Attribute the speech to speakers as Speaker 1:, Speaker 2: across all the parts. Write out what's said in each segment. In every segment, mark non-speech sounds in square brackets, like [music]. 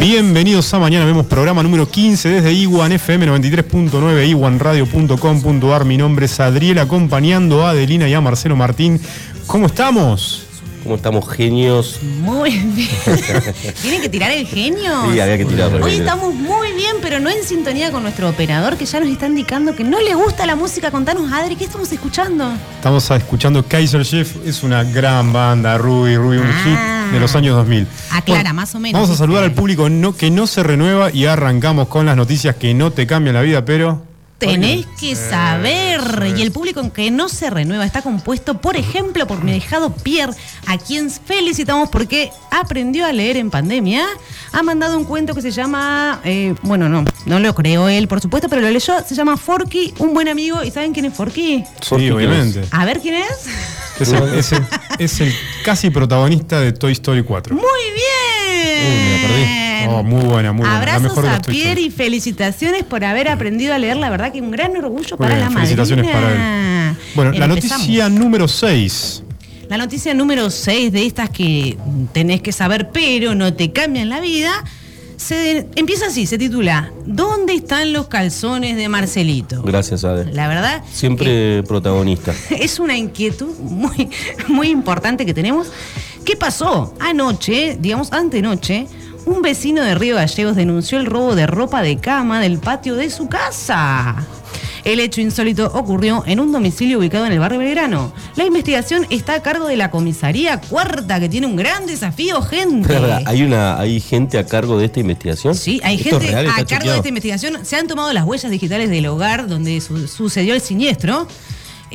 Speaker 1: Bienvenidos a Mañana Vemos, programa número 15 desde Iguan FM 93.9, iguanradio.com.ar. Mi nombre es Adriel, acompañando a Adelina y a Marcelo Martín. ¿Cómo estamos?
Speaker 2: ¿Cómo estamos, genios?
Speaker 3: Muy bien. [laughs] ¿Tienen que tirar el genio?
Speaker 2: Sí, había que tirarlo.
Speaker 3: Hoy estamos muy bien, pero no en sintonía con nuestro operador que ya nos está indicando que no le gusta la música. Contanos, Adri, ¿qué estamos escuchando?
Speaker 1: Estamos escuchando Kaiser Chief, es una gran banda, Ruby, Ruby, un
Speaker 3: Ah.
Speaker 1: hit de los años 2000.
Speaker 3: Aclara, más o menos.
Speaker 1: Vamos a saludar al
Speaker 3: Dice.
Speaker 1: público no- que no se renueva y arrancamos con las noticias que no te cambian la vida, pero...
Speaker 3: Tenés que saber. Y el público en que no se renueva está compuesto, por ejemplo, por mi dejado Pierre, a quien felicitamos porque aprendió a leer en pandemia. Ha mandado un cuento que se llama. eh, bueno, no, no lo creó él, por supuesto, pero lo leyó. Se llama Forky, un buen amigo. ¿Y saben quién es Forky?
Speaker 1: Sí, obviamente.
Speaker 3: A ver quién es.
Speaker 1: Es el, es el- es el casi protagonista de Toy Story 4.
Speaker 3: Muy bien.
Speaker 1: Oh, muy buena, muy buena. la
Speaker 3: Abrazos
Speaker 1: mejor de
Speaker 3: a
Speaker 1: las Toy Story.
Speaker 3: Pierre y felicitaciones por haber aprendido a leer. La verdad que un gran orgullo
Speaker 1: Muy
Speaker 3: para
Speaker 1: bien,
Speaker 3: la
Speaker 1: felicitaciones para
Speaker 3: madrina.
Speaker 1: él. Bueno, la
Speaker 3: Empezamos.
Speaker 1: noticia número 6.
Speaker 3: La noticia número 6 de estas que tenés que saber, pero no te cambian la vida, se empieza así, se titula ¿Dónde están los calzones de Marcelito?
Speaker 2: Gracias, Ade.
Speaker 3: La verdad,
Speaker 2: Siempre protagonista.
Speaker 3: [laughs] es una inquietud muy, muy importante que tenemos. ¿Qué pasó? Anoche, digamos antenoche, un vecino de Río Gallegos denunció el robo de ropa de cama del patio de su casa. El hecho insólito ocurrió en un domicilio ubicado en el barrio Belgrano. La investigación está a cargo de la comisaría cuarta, que tiene un gran desafío, gente.
Speaker 2: Pero, ahora, ¿Hay, una, ¿Hay gente a cargo de esta investigación?
Speaker 3: Sí, hay
Speaker 2: ¿Esto es
Speaker 3: gente
Speaker 2: real?
Speaker 3: a
Speaker 2: ¿Está
Speaker 3: cargo
Speaker 2: chequeado?
Speaker 3: de este esta investigación. Se han tomado las huellas digitales del hogar donde su- sucedió el siniestro.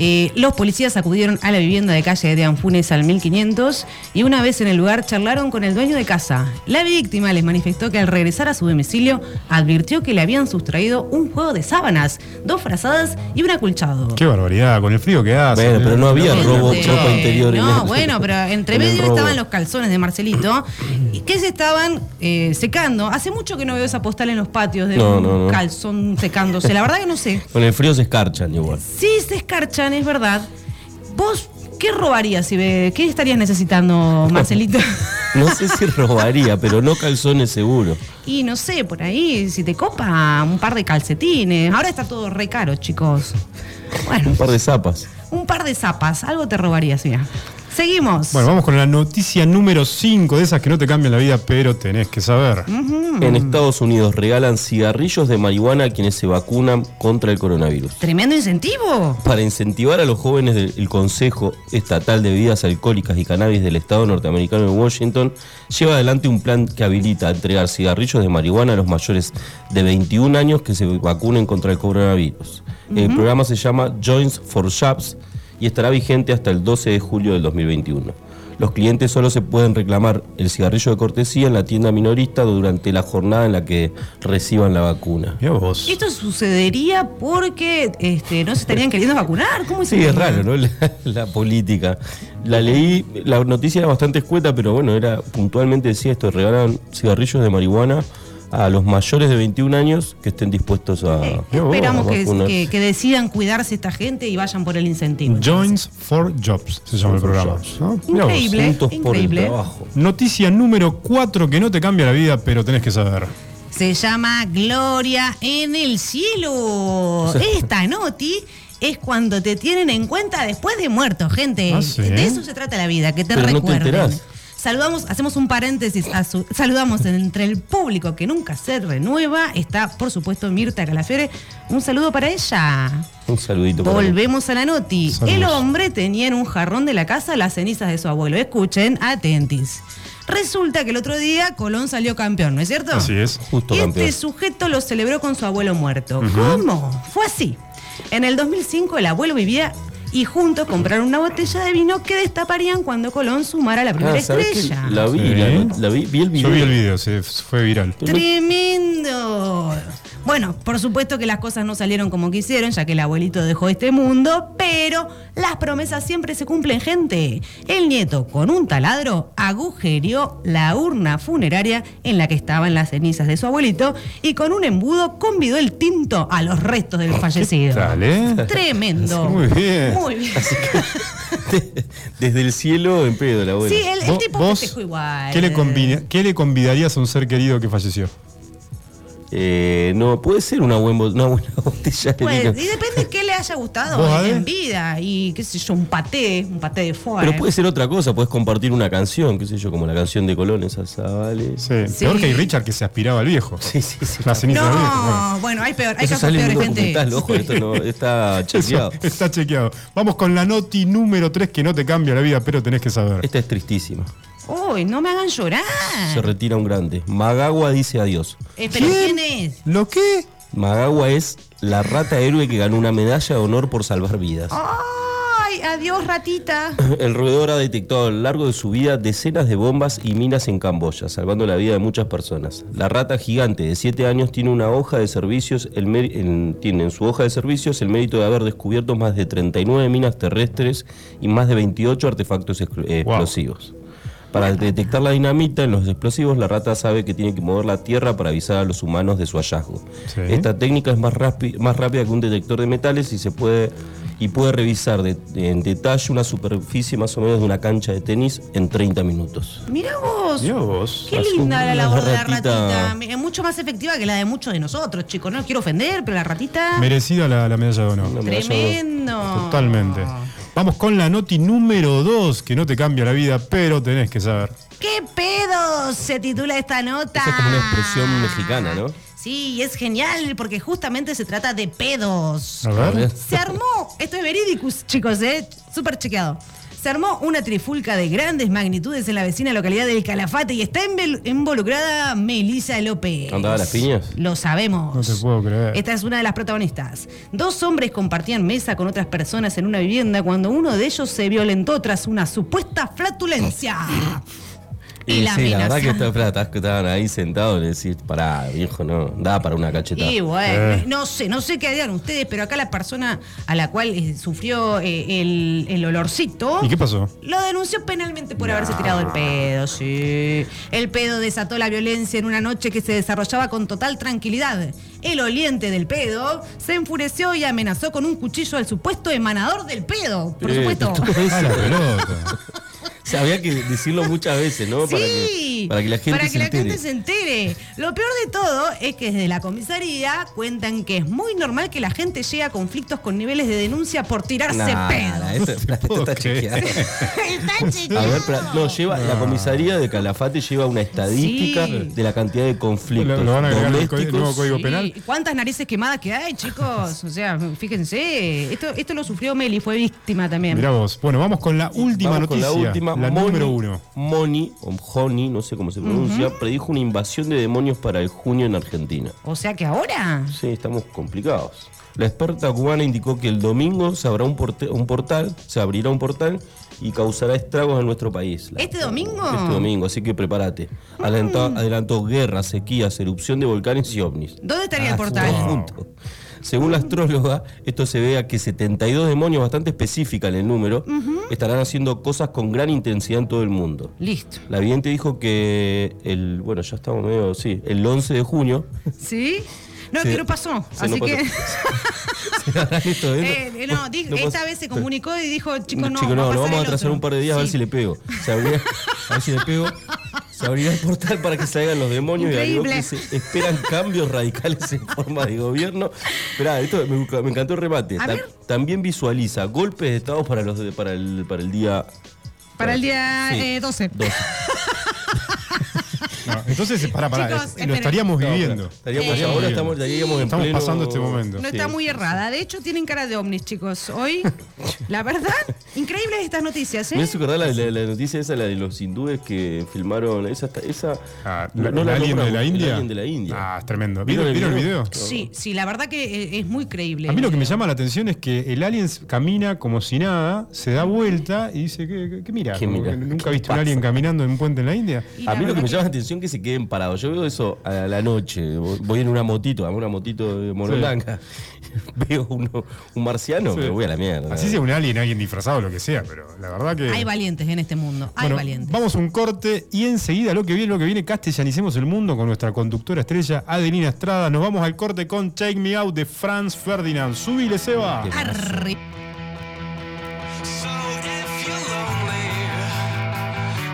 Speaker 3: Eh, los policías acudieron a la vivienda de calle de Anfunes al 1500 y una vez en el lugar charlaron con el dueño de casa. La víctima les manifestó que al regresar a su domicilio advirtió que le habían sustraído un juego de sábanas, dos frazadas y un acolchado.
Speaker 1: Qué barbaridad, con el frío que hace.
Speaker 2: Bueno, pero no había
Speaker 3: Bueno,
Speaker 2: robo,
Speaker 3: eh,
Speaker 2: ropa interior. en
Speaker 3: No,
Speaker 2: el- [laughs]
Speaker 3: bueno, pero entre
Speaker 2: en el
Speaker 3: medio
Speaker 2: robo.
Speaker 3: estaban los calzones de Marcelito y que se estaban eh, secando. Hace mucho que no veo esa postal en los patios de
Speaker 2: No,
Speaker 3: un
Speaker 2: no, no.
Speaker 3: calzón secándose. La verdad que no sé.
Speaker 2: Con el frío se escarchan igual.
Speaker 3: Sí se escarchan, es verdad. ¿Vos qué robarías si ve- ¿Qué estarías necesitando,
Speaker 2: [laughs]
Speaker 3: Marcelito?
Speaker 2: No sé si [laughs] robaría, pero no calzones seguro.
Speaker 3: y no sé, por ahí, si te copa un par de calcetines. Ahora está todo re caro, chicos. Bueno,
Speaker 2: Un par de zapas.
Speaker 3: un par de zapas, algo te robarías, mira. Seguimos.
Speaker 1: Bueno, vamos con la noticia número 5 de esas que no te cambian la vida, pero tenés que saber.
Speaker 3: ¿Mm? Hmm.
Speaker 2: En Estados Unidos regalan cigarrillos de marihuana a quienes se vacunan contra el coronavirus.
Speaker 3: Tremendo incentivo.
Speaker 2: Para incentivar a los jóvenes del el Consejo Estatal de Bebidas Alcohólicas y Cannabis del Estado norteamericano de Washington, lleva adelante un plan que habilita entregar cigarrillos de marihuana a los mayores de 21 años que se vacunen contra el coronavirus. El programa se llama Joints for Shops y estará vigente hasta el 12 de julio del 2021. Los clientes solo se pueden reclamar el cigarrillo de cortesía en la tienda minorista durante la jornada en la que reciban la vacuna.
Speaker 1: Mirá vos.
Speaker 3: Esto sucedería porque este, no se estarían queriendo vacunar. ¿Cómo
Speaker 2: Sí, es raro, ¿no? [laughs] La, la política. La leí, la noticia era bastante escueta, pero bueno, era puntualmente decía esto, regalan cigarrillos de marihuana a los mayores de 21 años que estén dispuestos a...
Speaker 3: Eh, esperamos
Speaker 2: a
Speaker 3: que,
Speaker 2: vacunarse.
Speaker 3: que- que decidan cuidarse esta gente y vayan por el incentivo.
Speaker 1: Joins for Jobs se llama el programa. ¿no? Mirá vos.
Speaker 3: Increíble.
Speaker 2: Juntos por el
Speaker 3: Increíble.
Speaker 2: trabajo.
Speaker 1: Noticia número 4 que no te cambia la vida, pero tenés que saber.
Speaker 3: Se llama Gloria en el cielo. Esta noti es cuando te tienen en cuenta después de muerto, gente.
Speaker 1: Ah, ¿sí?
Speaker 3: De eso se trata la vida, que te
Speaker 2: Pero no te
Speaker 3: recuerden.
Speaker 2: enterás.
Speaker 3: Saludamos, hacemos un paréntesis, a su- saludamos entre el público que nunca se renueva. Está, por supuesto, Mirta Calafiore. Un saludo para ella.
Speaker 2: Un saludito. para mí.
Speaker 3: Volvemos a la noti.
Speaker 1: Saludos.
Speaker 3: El hombre tenía en un jarrón de la casa las cenizas de su abuelo. Escuchen, atentis. Resulta que el otro día Colón salió campeón, ¿no es cierto?
Speaker 1: Así es.
Speaker 2: Justo
Speaker 3: y
Speaker 2: campeón.
Speaker 3: este sujeto lo celebró con su abuelo muerto. ¿Cómo? Fue así. En el 2005 el abuelo vivía y juntos compraron una botella de vino que destaparían cuando Colón sumara la primera
Speaker 2: Ah, ¿sabés qué?
Speaker 3: estrella.
Speaker 2: La vi,
Speaker 1: Sí.
Speaker 2: la, la vi, vi el video.
Speaker 1: Yo vi el video, se fue viral.
Speaker 3: Tremendo. Bueno, por supuesto que las cosas no salieron como quisieron, ya que el abuelito dejó este mundo, pero las promesas siempre se cumplen, gente. El nieto, con un taladro, agujereó la urna funeraria en la que estaban las cenizas de su abuelito y con un embudo convidó el tinto a los restos
Speaker 1: Oh,
Speaker 3: del fallecido.
Speaker 1: Dale.
Speaker 3: Tremendo.
Speaker 1: Muy bien.
Speaker 3: Muy bien.
Speaker 2: Desde el cielo en pedo la abuela.
Speaker 3: Sí, eh. el, el
Speaker 1: Vos-
Speaker 3: tipo
Speaker 1: vos,
Speaker 3: festejó igual.
Speaker 1: ¿qué le, convini- ¿Qué le convidarías a un ser querido que falleció?
Speaker 2: Eh, no, puede ser una, buen bo- una buena [laughs] botella de
Speaker 3: Pues,
Speaker 2: vino.
Speaker 3: y depende de qué le haya
Speaker 1: ¿Vos,
Speaker 3: gustado
Speaker 1: Ade?
Speaker 3: en vida. Y qué sé yo, un paté, un paté de fuego.
Speaker 2: Pero puede ser otra cosa, puedes compartir una canción, qué sé yo, como la canción de Colón, esa vale.
Speaker 1: Sí.
Speaker 3: Sí.
Speaker 1: Peor que hay Richard que se aspiraba al viejo.
Speaker 2: Sí, sí, sí.
Speaker 1: La ceniza del viejo. bueno.
Speaker 3: No, bueno, hay peor, hay
Speaker 2: Eso
Speaker 3: casos
Speaker 2: sale en
Speaker 3: peores,
Speaker 2: un
Speaker 3: gente.
Speaker 2: documental, ojo, esto no,
Speaker 3: [laughs]
Speaker 2: está chequeado.
Speaker 1: Eso está chequeado. Vamos con la noti número 3 que no te cambia la vida, pero tenés que saber.
Speaker 2: Esta es tristísima.
Speaker 3: Uy, no me hagan llorar.
Speaker 2: Se retira un grande. Magagua dice adiós.
Speaker 3: Eh, pero
Speaker 1: ¿Quién?
Speaker 3: ¿quién es?
Speaker 1: ¿Lo qué?
Speaker 2: Magagua es la rata héroe que ganó una medalla de honor por salvar vidas.
Speaker 3: Ay, adiós, ratita.
Speaker 2: [clears throat] El roedor ha detectado a lo largo de su vida decenas de bombas y minas en Camboya, salvando la vida de muchas personas. La rata gigante de 7 años tiene una hoja de servicios, el méri- en- tiene en su hoja de servicios el mérito de haber descubierto más de 39 minas terrestres y más de 28 artefactos exclu- eh,
Speaker 1: Wow.
Speaker 2: explosivos. Para detectar la dinamita en los explosivos, la rata sabe que tiene que mover la tierra para avisar a los humanos de su hallazgo.
Speaker 1: Sí.
Speaker 2: Esta técnica es más, rápi- más rápida que un detector de metales y se puede y puede revisar de- en detalle una superficie más o menos de una cancha de tenis en 30 minutos.
Speaker 3: Mira vos.
Speaker 1: vos.
Speaker 3: Qué
Speaker 2: Así
Speaker 3: linda la
Speaker 2: una
Speaker 3: labor de la
Speaker 2: ratita.
Speaker 3: ratita. Es mucho más efectiva que la de muchos de nosotros, chicos. No los quiero ofender, pero la ratita.
Speaker 1: Merecida la, la medalla de honor.
Speaker 2: Una medalla
Speaker 3: Tremendo.
Speaker 1: Totalmente. Vamos con la noti número 2 que no te cambia la vida, pero tenés que saber.
Speaker 3: ¿Qué pedo se titula esta nota?
Speaker 2: Esa es como una expresión mexicana, ¿no?
Speaker 3: Sí, y es genial porque justamente se trata de pedos.
Speaker 1: A
Speaker 2: A
Speaker 1: ver.
Speaker 2: ver.
Speaker 3: Se armó, esto es verídicus, chicos, ¿eh? Súper chequeado. Se armó una trifulca de grandes magnitudes en la vecina localidad del Calafate y está envel- involucrada Melissa López.
Speaker 2: ¿Andaba a las piñas?
Speaker 3: Lo sabemos.
Speaker 1: No te puedo creer.
Speaker 3: Esta es una de las protagonistas. Dos hombres compartían mesa con otras personas en una vivienda cuando uno de ellos se violentó tras una supuesta flatulencia.
Speaker 2: Y sí, la verdad
Speaker 3: amenaza.
Speaker 2: que esta- esta- estaban ahí sentados y decís, pará, viejo, no, da para una cachetada.
Speaker 3: Y bueno,
Speaker 1: Eh.
Speaker 3: no sé, no sé qué harían ustedes, pero acá la persona a la cual eh, sufrió eh, el, el olorcito.
Speaker 1: ¿Y qué pasó?
Speaker 3: Lo denunció penalmente por haberse tirado el pedo, sí. El pedo desató la violencia en una noche que se desarrollaba con total tranquilidad. El oliente del pedo se enfureció y amenazó con un cuchillo al supuesto emanador del pedo, por
Speaker 2: Eh, [laughs]
Speaker 3: supuesto.
Speaker 2: todo
Speaker 1: A la
Speaker 2: eso.
Speaker 1: pelota.
Speaker 2: O sea, había que decirlo muchas veces, ¿no? para, que,
Speaker 3: Sí,
Speaker 2: para que la gente se entere.
Speaker 3: gente se entere. Lo peor de todo es que desde la comisaría cuentan que es muy normal que la gente llegue a conflictos con niveles de denuncia por tirarse
Speaker 2: Nah, nah,
Speaker 3: pedos.
Speaker 2: esto- esto está chequeado.
Speaker 3: Está
Speaker 2: [laughs] A ver,
Speaker 3: chequeado.
Speaker 2: pra- no, lleva, la comisaría de Calafate lleva una estadística
Speaker 3: Sí.
Speaker 2: de la cantidad de conflictos
Speaker 1: Lo, lo van a agregar al co- el nuevo
Speaker 2: domésticos.
Speaker 1: código
Speaker 3: Sí,
Speaker 1: penal.
Speaker 3: ¿y ¿Cuántas narices quemadas que hay,
Speaker 2: [laughs]
Speaker 3: chicos? O sea, fíjense. Esto, esto lo sufrió Meli, fue víctima también.
Speaker 1: Mirá vos. Bueno, vamos con la última
Speaker 2: Vamos
Speaker 1: noticia.
Speaker 2: Con la última, Moni-
Speaker 1: número 1.
Speaker 2: Moni, o Joni, no sé cómo se pronuncia, predijo una invasión de demonios para el junio en Argentina.
Speaker 3: O sea que ahora.
Speaker 2: Sí, estamos complicados. La experta cubana indicó que el domingo se habrá un, porte- un portal, se abrirá un portal y causará estragos en nuestro país. La-
Speaker 3: ¿Este domingo? Ah.
Speaker 2: Este domingo, así que prepárate. Adelantó, adelantó guerras, sequías, erupción de volcanes y ovnis.
Speaker 3: ¿Dónde
Speaker 2: Ah,
Speaker 3: estaría el portal?
Speaker 2: Todo junto. Según la astróloga, esto se ve a que 72 demonios, bastante específica en el número, estarán haciendo cosas con gran intensidad en todo el mundo.
Speaker 3: Listo.
Speaker 2: La vidente dijo que el, bueno, ya estamos medio, sí, el 11 de junio
Speaker 3: ¿Sí? No,
Speaker 2: Sí.
Speaker 3: que no pasó.
Speaker 2: Sí,
Speaker 3: Así
Speaker 2: [laughs] no
Speaker 3: [laughs] que.
Speaker 2: se harán esto, ¿eh?
Speaker 3: Eh, no, dijo-
Speaker 2: No puedo-
Speaker 3: esta vez se comunicó y dijo, chicos,
Speaker 2: Chicos,
Speaker 3: no.
Speaker 2: no,
Speaker 3: va a
Speaker 2: lo
Speaker 3: pasar
Speaker 2: vamos a
Speaker 3: el
Speaker 2: atrasar
Speaker 3: otro".
Speaker 2: un par de días a ver
Speaker 3: Sí.
Speaker 2: si le pego. Se abrirá- a ver si le pego. Se abrirá el portal para que salgan los demonios y
Speaker 3: Increíble.
Speaker 2: agregó que se esperan cambios radicales en forma de gobierno. Esperá, esto me, gusta- me encantó el remate.
Speaker 3: A
Speaker 2: Ta-
Speaker 3: ver.
Speaker 2: también visualiza golpes de estado para los de- para el para el día
Speaker 3: Para el día eh, 12.
Speaker 2: 12.
Speaker 1: No, entonces, pará, pará.
Speaker 3: Chicos,
Speaker 1: es- lo
Speaker 3: esperen.
Speaker 1: estaríamos
Speaker 2: No,
Speaker 1: viviendo.
Speaker 2: pará, estaríamos
Speaker 1: Estaríamos viviendo.
Speaker 2: ahora estamos, estaríamos en
Speaker 1: Estamos
Speaker 2: pleno-
Speaker 1: pasando este momento.
Speaker 3: No está
Speaker 2: Sí.
Speaker 3: muy errada. De hecho, tienen cara de ovnis,
Speaker 2: [laughs]
Speaker 3: chicos. Hoy, la verdad, increíbles estas noticias,
Speaker 2: Me
Speaker 3: ¿eh?
Speaker 2: hace acordar la, la- la noticia esa, la de los hindúes que filmaron. Esa. está- esa
Speaker 1: Ah, ¿la- el alien
Speaker 2: nombramos,
Speaker 1: de la India?
Speaker 2: El alien de la India.
Speaker 1: Ah, es tremendo. ¿Vieron, ¿Vieron el video?
Speaker 3: Sí, sí, la verdad que eh, es muy creíble.
Speaker 1: A mí lo que me llama la atención es que el alien camina como si nada, se da vuelta y dice, ¿qué, qué, qué mira?
Speaker 2: ¿Qué
Speaker 1: Como
Speaker 2: mira?
Speaker 1: que ¿Nunca
Speaker 2: ¿Qué
Speaker 1: viste un
Speaker 2: pasa?
Speaker 1: alien caminando en un puente en la India?
Speaker 3: Y
Speaker 2: A
Speaker 3: la
Speaker 2: mí lo que
Speaker 3: verdad
Speaker 2: me llama la atención que se queden parados. Yo veo eso a la noche. Voy en una motito, a una motito de monoblanca. [laughs] veo uno, un marciano,
Speaker 1: Sí.
Speaker 2: me voy a la mierda.
Speaker 1: Así sea un alien, alguien disfrazado, lo que sea, pero la verdad que.
Speaker 3: Hay valientes en este mundo, hay
Speaker 1: Bueno,
Speaker 3: valientes.
Speaker 1: vamos a un corte y enseguida lo que viene, lo que viene, castellanicemos el mundo con nuestra conductora estrella Adelina Estrada. Nos vamos al corte con Take Me Out de Franz Ferdinand. Subile, Seba.
Speaker 2: Qué
Speaker 3: Arre.
Speaker 4: So if you're lonely,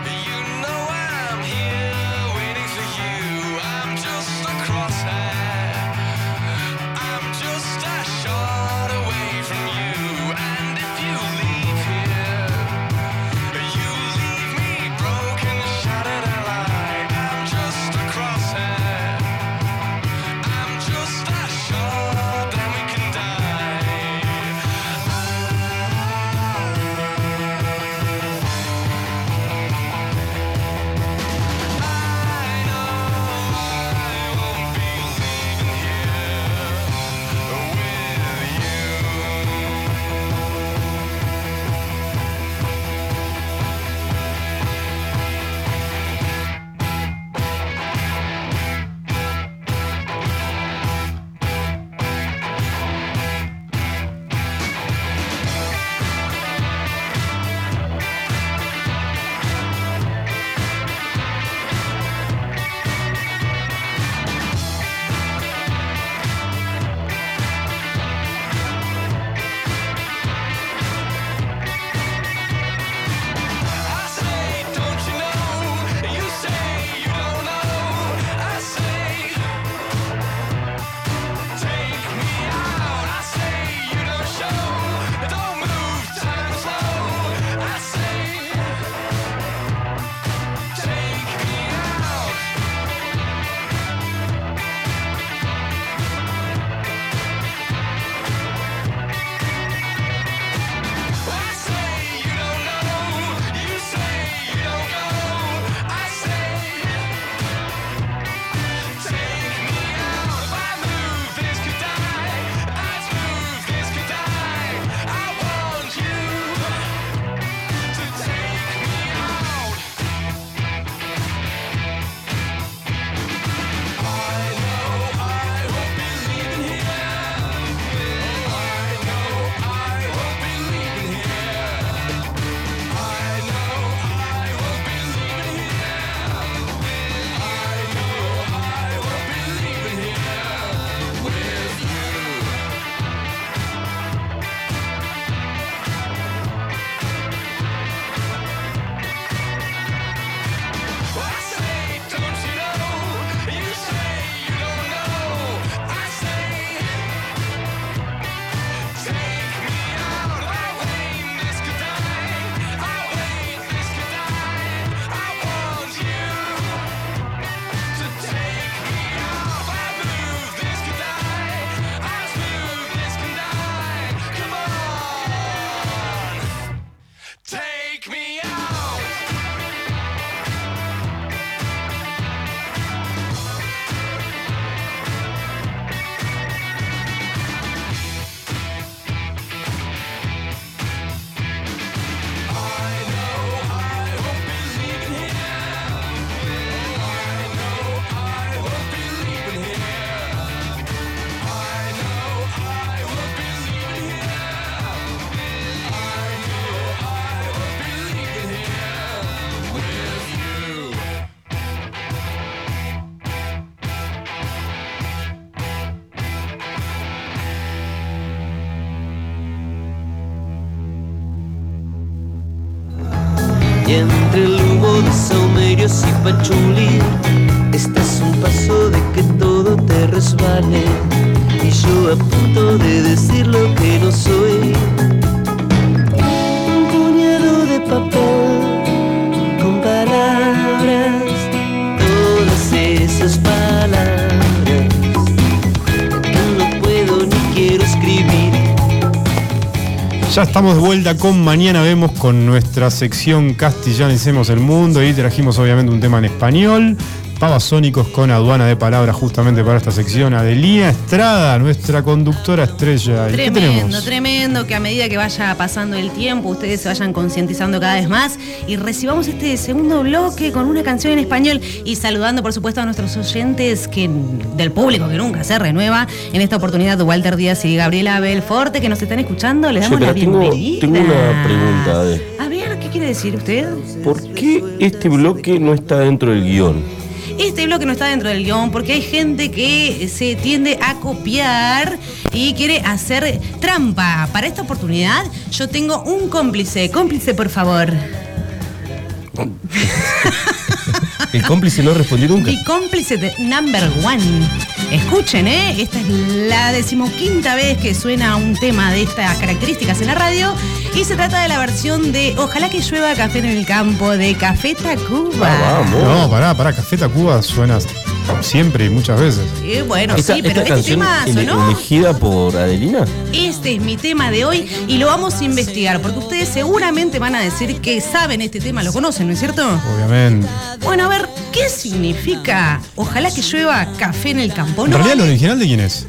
Speaker 4: you know I'm here waiting for you. I'm just a crosshair. I'm just a shot away from you. And if you leave here, you leave me broken, shattered and alive. I'm just a crosshair. I'm just a shot, and we can die. I say, don't you know? You say you don't know. I say, take me out. I say you don't show. Don't move, time slow. I say, take me out. I say you don't know. You say you don't go. I say, take me out. If I move, this could die. I move, this could die. I want you to take me out. I know I won't be leaving here. I know I won't be leaving here. I know I won't be leaving here. I know I won't be leaving here with you. I say, don't you know? You say you don't know. I say. Take me out. I wait, this could die. I wait, this could die. I want you to take me out. I move, this could die. I move, this could die. Come on, take me out.
Speaker 5: Y entre el humo de saumerios y pachuli Estás un paso de que todo te resbale Y yo a punto de decir lo que no soy Un puñado de papel con palabras Todas esas palabras Que no puedo ni quiero escribir
Speaker 1: Ya estamos de vuelta con Mañana Vemos con nuestra sección Castellanicemos el Mundo y trajimos obviamente un tema en español. Pavasónicos con aduana de palabras justamente para esta sección. Adelina Estrada, nuestra conductora estrella. ¿Y qué
Speaker 3: Tremendo,
Speaker 1: tenemos?
Speaker 3: tremendo que a medida que vaya pasando el tiempo ustedes se vayan concientizando cada vez más y recibamos este segundo bloque con una canción en español y saludando por supuesto a nuestros oyentes que, del público que nunca se renueva. En esta oportunidad Walter Díaz y Gabriela Belforte que nos están escuchando, le
Speaker 2: Che,
Speaker 3: damos la
Speaker 2: pero tengo-
Speaker 3: bienvenida.
Speaker 2: tengo una pregunta, Ade.
Speaker 3: A ver, ¿qué quiere decir usted?
Speaker 2: ¿Por qué este bloque no está dentro del guión?
Speaker 3: Este bloque no está dentro del guión porque hay gente que se tiende a copiar y quiere hacer trampa. Para esta oportunidad yo tengo un cómplice. Cómplice, por favor.
Speaker 2: El cómplice no respondió nunca.
Speaker 3: Mi cómplice de number one. Escuchen, ¿eh? Esta es la decimoquinta vez que suena un tema de estas características en la radio. Y se trata de la versión de Ojalá que llueva café en el campo de Café Tacuba.
Speaker 2: Ah, vamos.
Speaker 1: No, pará, pará, Café Tacuba suena siempre y muchas veces.
Speaker 3: Eh, bueno,
Speaker 2: Esta,
Speaker 3: sí,
Speaker 2: esta
Speaker 3: pero este
Speaker 2: canción
Speaker 3: tema
Speaker 2: ele-
Speaker 3: sonó.
Speaker 2: elegida por Adelina.
Speaker 3: Este es mi tema de hoy y lo vamos a investigar porque ustedes seguramente van a decir que saben este tema, lo conocen, ¿no es cierto?
Speaker 1: Obviamente.
Speaker 3: Bueno, a ver, ¿qué significa? Ojalá que llueva café en el campo.
Speaker 1: ¿En
Speaker 3: No,
Speaker 1: realidad el original de quién es?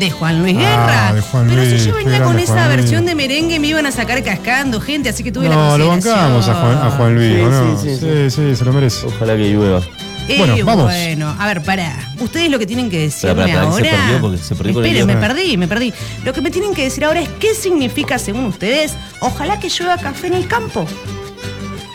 Speaker 3: de Juan Luis
Speaker 1: Ah,
Speaker 3: Guerra.
Speaker 1: de Juan
Speaker 3: Pero
Speaker 1: Luis,
Speaker 3: si yo
Speaker 1: qué
Speaker 3: venía
Speaker 1: grande
Speaker 3: con esa
Speaker 1: Juan Luis.
Speaker 3: versión de merengue me iban a sacar cascando, gente, así que tuve la
Speaker 1: No, lo
Speaker 3: consideración.
Speaker 1: bancamos a Juan, a Juan Luis,
Speaker 2: Sí,
Speaker 1: ¿o ¿no?
Speaker 2: sí, sí,
Speaker 1: sí, sí, se lo merece.
Speaker 2: Ojalá que llueva.
Speaker 3: Eh,
Speaker 1: Bueno, vamos.
Speaker 3: Bueno, a ver, pará. Ustedes lo que tienen que decirme
Speaker 2: Pará, pará,
Speaker 3: ahora.
Speaker 2: pará, que se perdió porque se perdió con el
Speaker 3: Esperen,
Speaker 2: guión.
Speaker 3: me perdí, me perdí. Lo que me tienen que decir ahora es qué significa, según ustedes, ojalá que llueva café en el campo.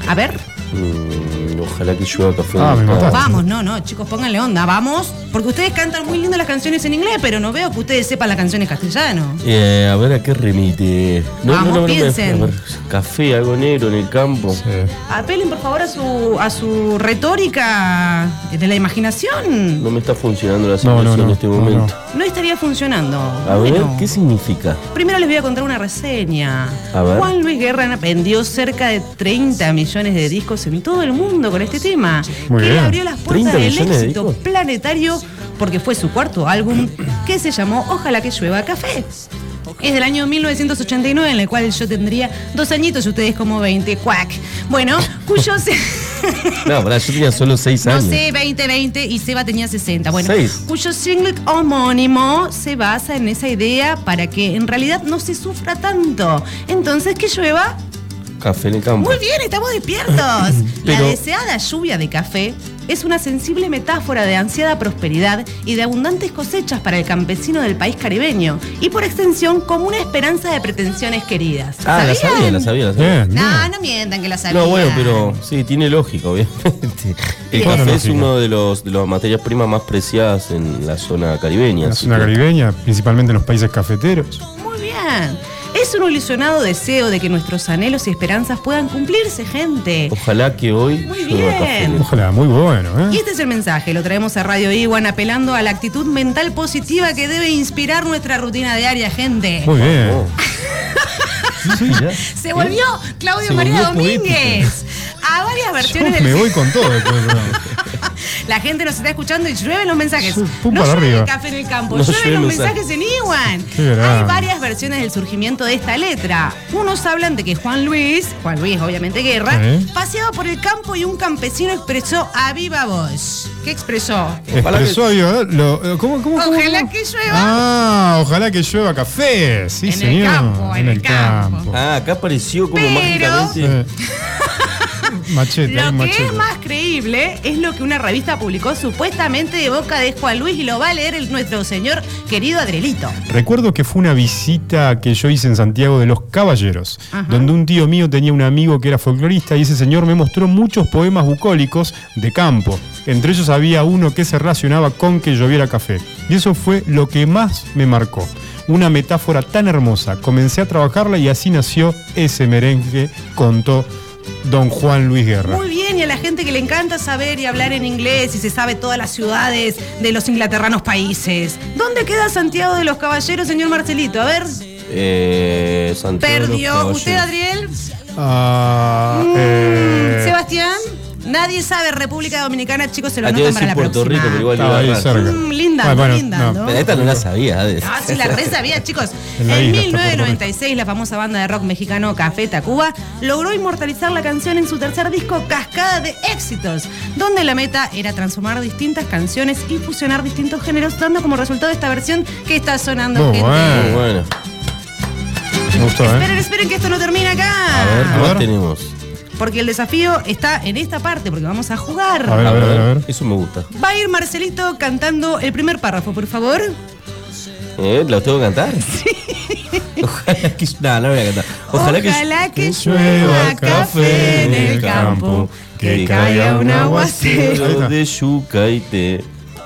Speaker 3: A ver,
Speaker 2: Mm, ojalá que llueva café. en
Speaker 1: Ah,
Speaker 2: el
Speaker 1: me
Speaker 2: campo.
Speaker 1: mataste.
Speaker 3: vamos, no, no, chicos, pónganle onda, vamos. Porque ustedes cantan muy lindo las canciones en inglés, pero no veo que ustedes sepan las canciones castellano.
Speaker 2: Eh, a ver a qué remite.
Speaker 3: Vamos,
Speaker 2: me-
Speaker 3: piensen.
Speaker 2: a ver, café, algo negro en el campo.
Speaker 1: Sí.
Speaker 3: Apelen, por favor, a su, a su retórica de la imaginación.
Speaker 2: No me está funcionando la
Speaker 1: No,
Speaker 2: situación
Speaker 1: no, no.
Speaker 2: en este
Speaker 1: no,
Speaker 2: momento.
Speaker 1: no.
Speaker 3: No estaría funcionando.
Speaker 2: A ver,
Speaker 3: Bueno.
Speaker 2: ¿qué significa?
Speaker 3: Primero les voy a contar una reseña.
Speaker 2: A ver.
Speaker 3: Juan Luis Guerra vendió cerca de 30 millones de discos en todo el mundo con este tema,
Speaker 1: Muy
Speaker 3: que le
Speaker 1: bien.
Speaker 3: abrió las puertas
Speaker 2: 30
Speaker 3: del
Speaker 2: millones de
Speaker 3: éxito
Speaker 2: discos.
Speaker 3: planetario porque fue su cuarto álbum que se llamó Ojalá que llueva café. Es del año 1989, en el cual yo tendría dos añitos y ustedes como 20, cuac. Bueno, cuyo... se- [laughs]
Speaker 2: No, pará, yo tenía solo 6
Speaker 3: No
Speaker 2: años.
Speaker 3: sé, 20, 20 y Seba tenía 60. Bueno,
Speaker 2: Seis.
Speaker 3: cuyo single homónimo se basa en esa idea para que en realidad no se sufra tanto. Entonces, que llueva.
Speaker 2: Café en el campo.
Speaker 3: Muy bien,
Speaker 2: [laughs]
Speaker 3: estamos despiertos. La
Speaker 2: Pero-
Speaker 3: deseada lluvia de café es una sensible metáfora de ansiada prosperidad y de abundantes cosechas para el campesino del país caribeño y por extensión como una esperanza de pretensiones queridas.
Speaker 2: Ah, la
Speaker 3: ¿Sabían?
Speaker 2: sabía, la sabía, la sabía.
Speaker 1: Bien,
Speaker 3: No,
Speaker 1: bien.
Speaker 3: no mientan que la sabían.
Speaker 2: No, bueno, pero sí, tiene lógica,
Speaker 1: [laughs]
Speaker 2: obviamente. El
Speaker 1: Bien.
Speaker 2: café
Speaker 1: Claro,
Speaker 2: es
Speaker 1: lógico.
Speaker 2: uno de los de las materias primas más preciadas en la zona caribeña.
Speaker 1: Es
Speaker 2: así
Speaker 1: una
Speaker 2: que-
Speaker 1: caribeña, principalmente en los países cafeteros.
Speaker 3: Muy bien. Es un ilusionado deseo de que nuestros anhelos y esperanzas puedan cumplirse, gente.
Speaker 2: Ojalá que hoy
Speaker 3: Muy
Speaker 2: llueva café. en el-
Speaker 3: bien.
Speaker 1: Ojalá, muy bueno,
Speaker 3: Y
Speaker 1: ¿eh?
Speaker 3: este es el mensaje, lo traemos a Radio Iguan apelando a la actitud mental positiva que debe inspirar nuestra rutina diaria, gente.
Speaker 1: Muy bien.
Speaker 3: Se volvió Claudio
Speaker 2: Se
Speaker 3: María
Speaker 2: volvió poético.
Speaker 3: Domínguez. A varias
Speaker 1: Yo
Speaker 3: versiones
Speaker 1: me
Speaker 3: del...
Speaker 1: voy con todo después del programa.
Speaker 3: La gente nos está escuchando y llueven los mensajes.
Speaker 1: Su- pum
Speaker 3: No
Speaker 1: para
Speaker 3: llueve el
Speaker 1: arriba.
Speaker 3: café en el campo,
Speaker 2: No
Speaker 3: llueven
Speaker 2: llueve
Speaker 3: los
Speaker 2: mensaje.
Speaker 3: mensajes en Iwan.
Speaker 1: Qué grande.
Speaker 3: Hay varias versiones del surgimiento de esta letra. Unos hablan de que Juan Luis, Juan Luis obviamente Guerra,
Speaker 1: Sí.
Speaker 3: paseaba por el campo y un campesino expresó a viva voz. ¿Qué expresó?
Speaker 2: [laughs] Ojalá que-
Speaker 1: Expresó, digo, lo- lo- ¿cómo, cómo, cómo?
Speaker 3: Ojalá
Speaker 1: cómo?
Speaker 3: que llueva.
Speaker 1: Uh, Ah, ojalá que llueva café. Sí,
Speaker 3: En el
Speaker 1: señor.
Speaker 3: campo, en el campo.
Speaker 2: Ah, acá apareció como
Speaker 3: Pero-
Speaker 2: mágicamente.
Speaker 1: Eh. Machete, hay
Speaker 3: Lo
Speaker 1: un
Speaker 3: que es
Speaker 1: machete.
Speaker 3: más creíble es lo que una revista publicó supuestamente de boca de Juan Luis y lo va a leer el, nuestro señor querido Adrielito.
Speaker 1: Recuerdo que fue una visita que yo hice en Santiago de los Caballeros,
Speaker 3: Ajá.
Speaker 1: donde un tío mío tenía un amigo que era folclorista y ese señor me mostró muchos poemas bucólicos de campo. Entre ellos había uno que se relacionaba con que lloviera café. Y eso fue lo que más me marcó. Una metáfora tan hermosa. Comencé a trabajarla y así nació ese merengue, contó don Juan Luis Guerra.
Speaker 3: Muy bien, y a la gente que le encanta saber y hablar en inglés y se sabe todas las ciudades de los inglaterranos países. ¿Dónde queda Santiago de los Caballeros, señor Marcelito? A ver,
Speaker 2: Eh, Santiago de los
Speaker 3: perdió.
Speaker 2: Caballeros.
Speaker 3: ¿Usted, Adriel?
Speaker 1: Ah,
Speaker 3: Mm,
Speaker 1: eh,
Speaker 3: ¿Sebastián? Nadie sabe República Dominicana, chicos, se lo
Speaker 2: Ah, te iba a
Speaker 3: anotan para
Speaker 2: decir
Speaker 3: la
Speaker 2: Puerto
Speaker 3: próxima.
Speaker 2: Rico, pero igual
Speaker 1: Estaba
Speaker 2: iba
Speaker 1: ahí
Speaker 2: a errar.
Speaker 1: cerca.
Speaker 3: Mm, linda,
Speaker 1: Ah, bueno,
Speaker 3: linda,
Speaker 1: no.
Speaker 3: ¿no?
Speaker 2: Pero esta no la sabía. ¿eh?
Speaker 3: Ah, sí, la re
Speaker 1: [laughs]
Speaker 3: sabía, chicos.
Speaker 1: En
Speaker 3: En,
Speaker 1: la isla, está
Speaker 3: 1996, la famosa banda de rock mexicano Café Tacuba logró inmortalizar la canción en su tercer disco Cascada de Éxitos, donde la meta era transformar distintas canciones y fusionar distintos géneros, dando como resultado esta versión que está sonando.
Speaker 1: Muy
Speaker 3: gente.
Speaker 1: bueno. ¿eh?
Speaker 2: Muy Ah, bueno.
Speaker 1: Me gustó,
Speaker 3: Esperen,
Speaker 1: ¿eh?
Speaker 3: esperen que esto no termina acá.
Speaker 2: A ver,
Speaker 1: A
Speaker 2: ¿qué más
Speaker 1: ver.
Speaker 2: tenemos?
Speaker 3: Porque el desafío está en esta parte, porque vamos a jugar.
Speaker 1: A ver, a ver, a ver. a ver.
Speaker 2: Eso me gusta.
Speaker 3: Va a ir Marcelito cantando el primer párrafo, por favor.
Speaker 2: ¿Eh? ¿La tengo que cantar? Sí. [laughs] Ojalá que... No, no voy a cantar. Ojalá,
Speaker 3: que, llueva café en el campo, que caiga un aguacero.
Speaker 1: Ahí está.
Speaker 2: De yuca y té.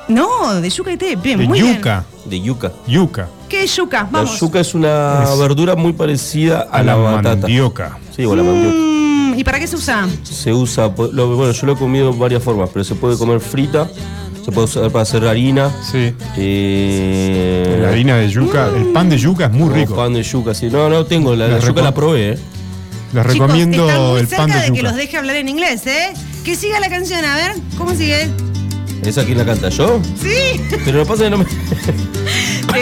Speaker 3: No, de yuca y té, bien,
Speaker 1: De
Speaker 3: muy bien.
Speaker 1: yuca.
Speaker 2: De yuca.
Speaker 1: Yuca.
Speaker 3: ¿Qué es yuca?
Speaker 2: La
Speaker 3: Vamos.
Speaker 2: yuca es una
Speaker 1: Es-
Speaker 2: verdura muy parecida a,
Speaker 1: A la
Speaker 2: la, batata.
Speaker 1: mandioca.
Speaker 2: Sí, o a la mandioca.
Speaker 3: Mm, ¿Y para qué se usa?
Speaker 2: Se usa, po- lo- bueno, yo lo he comido de varias formas, pero se puede comer frita, se puede usar para hacer harina.
Speaker 1: Sí.
Speaker 2: eh,
Speaker 1: La harina de yuca,
Speaker 3: Mm.
Speaker 1: el pan de yuca es muy
Speaker 2: o
Speaker 1: rico.
Speaker 2: pan de yuca, sí. No, no tengo, la,
Speaker 1: La
Speaker 2: la yuca
Speaker 1: recom-
Speaker 2: la probé, eh.
Speaker 1: Les
Speaker 3: Chicos,
Speaker 1: recomiendo
Speaker 3: están muy
Speaker 1: el
Speaker 3: cerca
Speaker 1: pan
Speaker 3: de,
Speaker 1: de
Speaker 3: que los
Speaker 1: yuca.
Speaker 3: deje hablar en inglés, ¿eh? Que siga la canción, a ver, ¿cómo sigue?
Speaker 2: ¿Esa quién la canta? ¿Yo?
Speaker 3: Sí,
Speaker 2: Pero lo que pasa es que no me.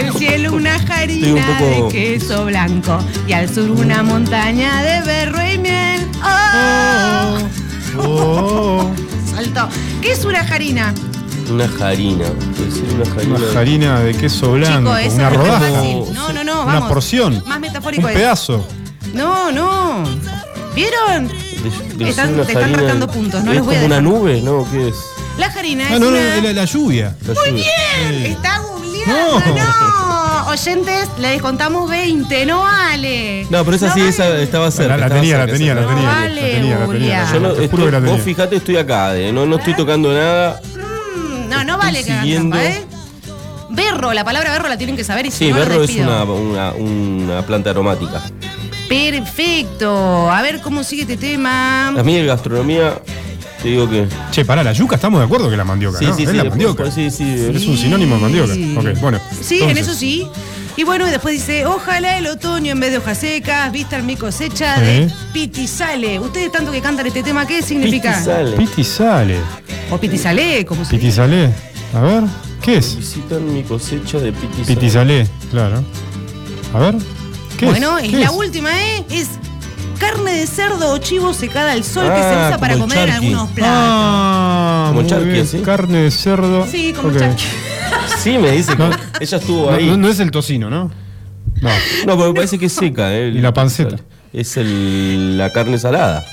Speaker 2: [laughs]
Speaker 3: el cielo una
Speaker 2: Estoy
Speaker 3: jarina
Speaker 2: un poco-
Speaker 3: de queso blanco y al sur una montaña de berro y miel. ¡Oh!
Speaker 1: Oh,
Speaker 3: Saltó. ¿Qué es una jarina?
Speaker 2: Una jarina. Puede ser una jarina.
Speaker 1: una harina de queso blanco,
Speaker 3: Chico, eso
Speaker 1: una
Speaker 3: no es tan
Speaker 1: rodaja.
Speaker 3: fácil. No, no, no,
Speaker 1: Una
Speaker 3: vamos.
Speaker 1: porción.
Speaker 3: Más metafórico
Speaker 1: Un
Speaker 3: es.
Speaker 1: pedazo.
Speaker 3: No, no. ¿Vieron?
Speaker 2: de- de-
Speaker 3: Te están-
Speaker 2: una
Speaker 3: te están
Speaker 2: jarina-
Speaker 3: retando puntos, no
Speaker 2: ¿Es
Speaker 3: los voy a
Speaker 2: como una
Speaker 3: dejar.
Speaker 2: nube? ¿No? ¿Qué es?
Speaker 3: La jarina
Speaker 1: Ah,
Speaker 3: es
Speaker 1: no, no,
Speaker 3: una...
Speaker 1: la, la lluvia.
Speaker 2: Muy
Speaker 3: Bien, está googleando, no. Oyentes, les contamos 20, no vale.
Speaker 2: No, pero esa sí,
Speaker 3: vale.
Speaker 2: esa estaba cerca.
Speaker 1: La, la
Speaker 2: estaba
Speaker 1: tenía, la
Speaker 2: cerca,
Speaker 1: tenía, la
Speaker 2: esa
Speaker 3: No
Speaker 1: tenía. La
Speaker 3: vale,
Speaker 1: tenía, la tenía.
Speaker 3: Julia.
Speaker 2: Yo no,
Speaker 1: Te juro
Speaker 2: estoy-
Speaker 1: que la
Speaker 2: vos
Speaker 1: tenía.
Speaker 2: fijate, estoy acá, eh, no, no estoy tocando nada.
Speaker 3: Mm, No, no vale que hagan
Speaker 2: siguiendo.
Speaker 3: trampa, ¿eh? Berro, la palabra berro la tienen que saber y si
Speaker 2: Sí,
Speaker 3: no, los
Speaker 2: berro es
Speaker 3: despido.
Speaker 2: una, una- una planta aromática.
Speaker 3: Perfecto. A ver cómo sigue este tema.
Speaker 2: A mí en gastronomía, te digo que...
Speaker 1: Che, pará, la yuca, estamos de acuerdo que la mandioca,
Speaker 2: Sí,
Speaker 1: ¿no?
Speaker 2: sí,
Speaker 1: es
Speaker 2: sí,
Speaker 1: la
Speaker 2: de-
Speaker 1: mandioca.
Speaker 2: sí, sí,
Speaker 1: Es
Speaker 2: es-
Speaker 1: un sinónimo de mandioca. Ok, bueno.
Speaker 3: Sí, en
Speaker 1: entonces,
Speaker 3: eso sí. Y bueno, y después dice, ojalá el otoño en vez de hojas secas, vistan mi cosecha de
Speaker 1: ¿Eh?
Speaker 3: pitizale. Ustedes tanto que cantan este tema, ¿qué significa?
Speaker 2: Pistizales.
Speaker 1: Pitizale.
Speaker 3: O pitizale, como se dice.
Speaker 1: Pitizale. A ver, ¿qué es?
Speaker 2: Visitan mi cosecha de pitizales.
Speaker 1: Pitizalé, claro. A ver, ¿qué
Speaker 3: Bueno,
Speaker 1: es?
Speaker 3: es
Speaker 1: ¿Qué
Speaker 3: la
Speaker 1: es?
Speaker 3: última, ¿eh? Es carne de cerdo o chivo secada al sol que
Speaker 2: Ah,
Speaker 3: se usa para
Speaker 2: como el
Speaker 3: comer en
Speaker 2: charqui.
Speaker 3: algunos platos.
Speaker 1: Ah,
Speaker 2: Como
Speaker 1: muy
Speaker 2: charqui,
Speaker 1: bien.
Speaker 2: ¿sí?
Speaker 1: Carne de cerdo.
Speaker 3: Sí, como
Speaker 1: Ok.
Speaker 3: el charqui.
Speaker 2: Sí, me dice.
Speaker 1: No.
Speaker 2: Ella estuvo
Speaker 1: No,
Speaker 2: ahí.
Speaker 1: no-
Speaker 2: No,
Speaker 1: no es el tocino, ¿no? No.
Speaker 2: pero me parece que es seca. eh, el
Speaker 1: Y la panceta. ¿Eh?
Speaker 2: pitizal. Es el- la carne salada.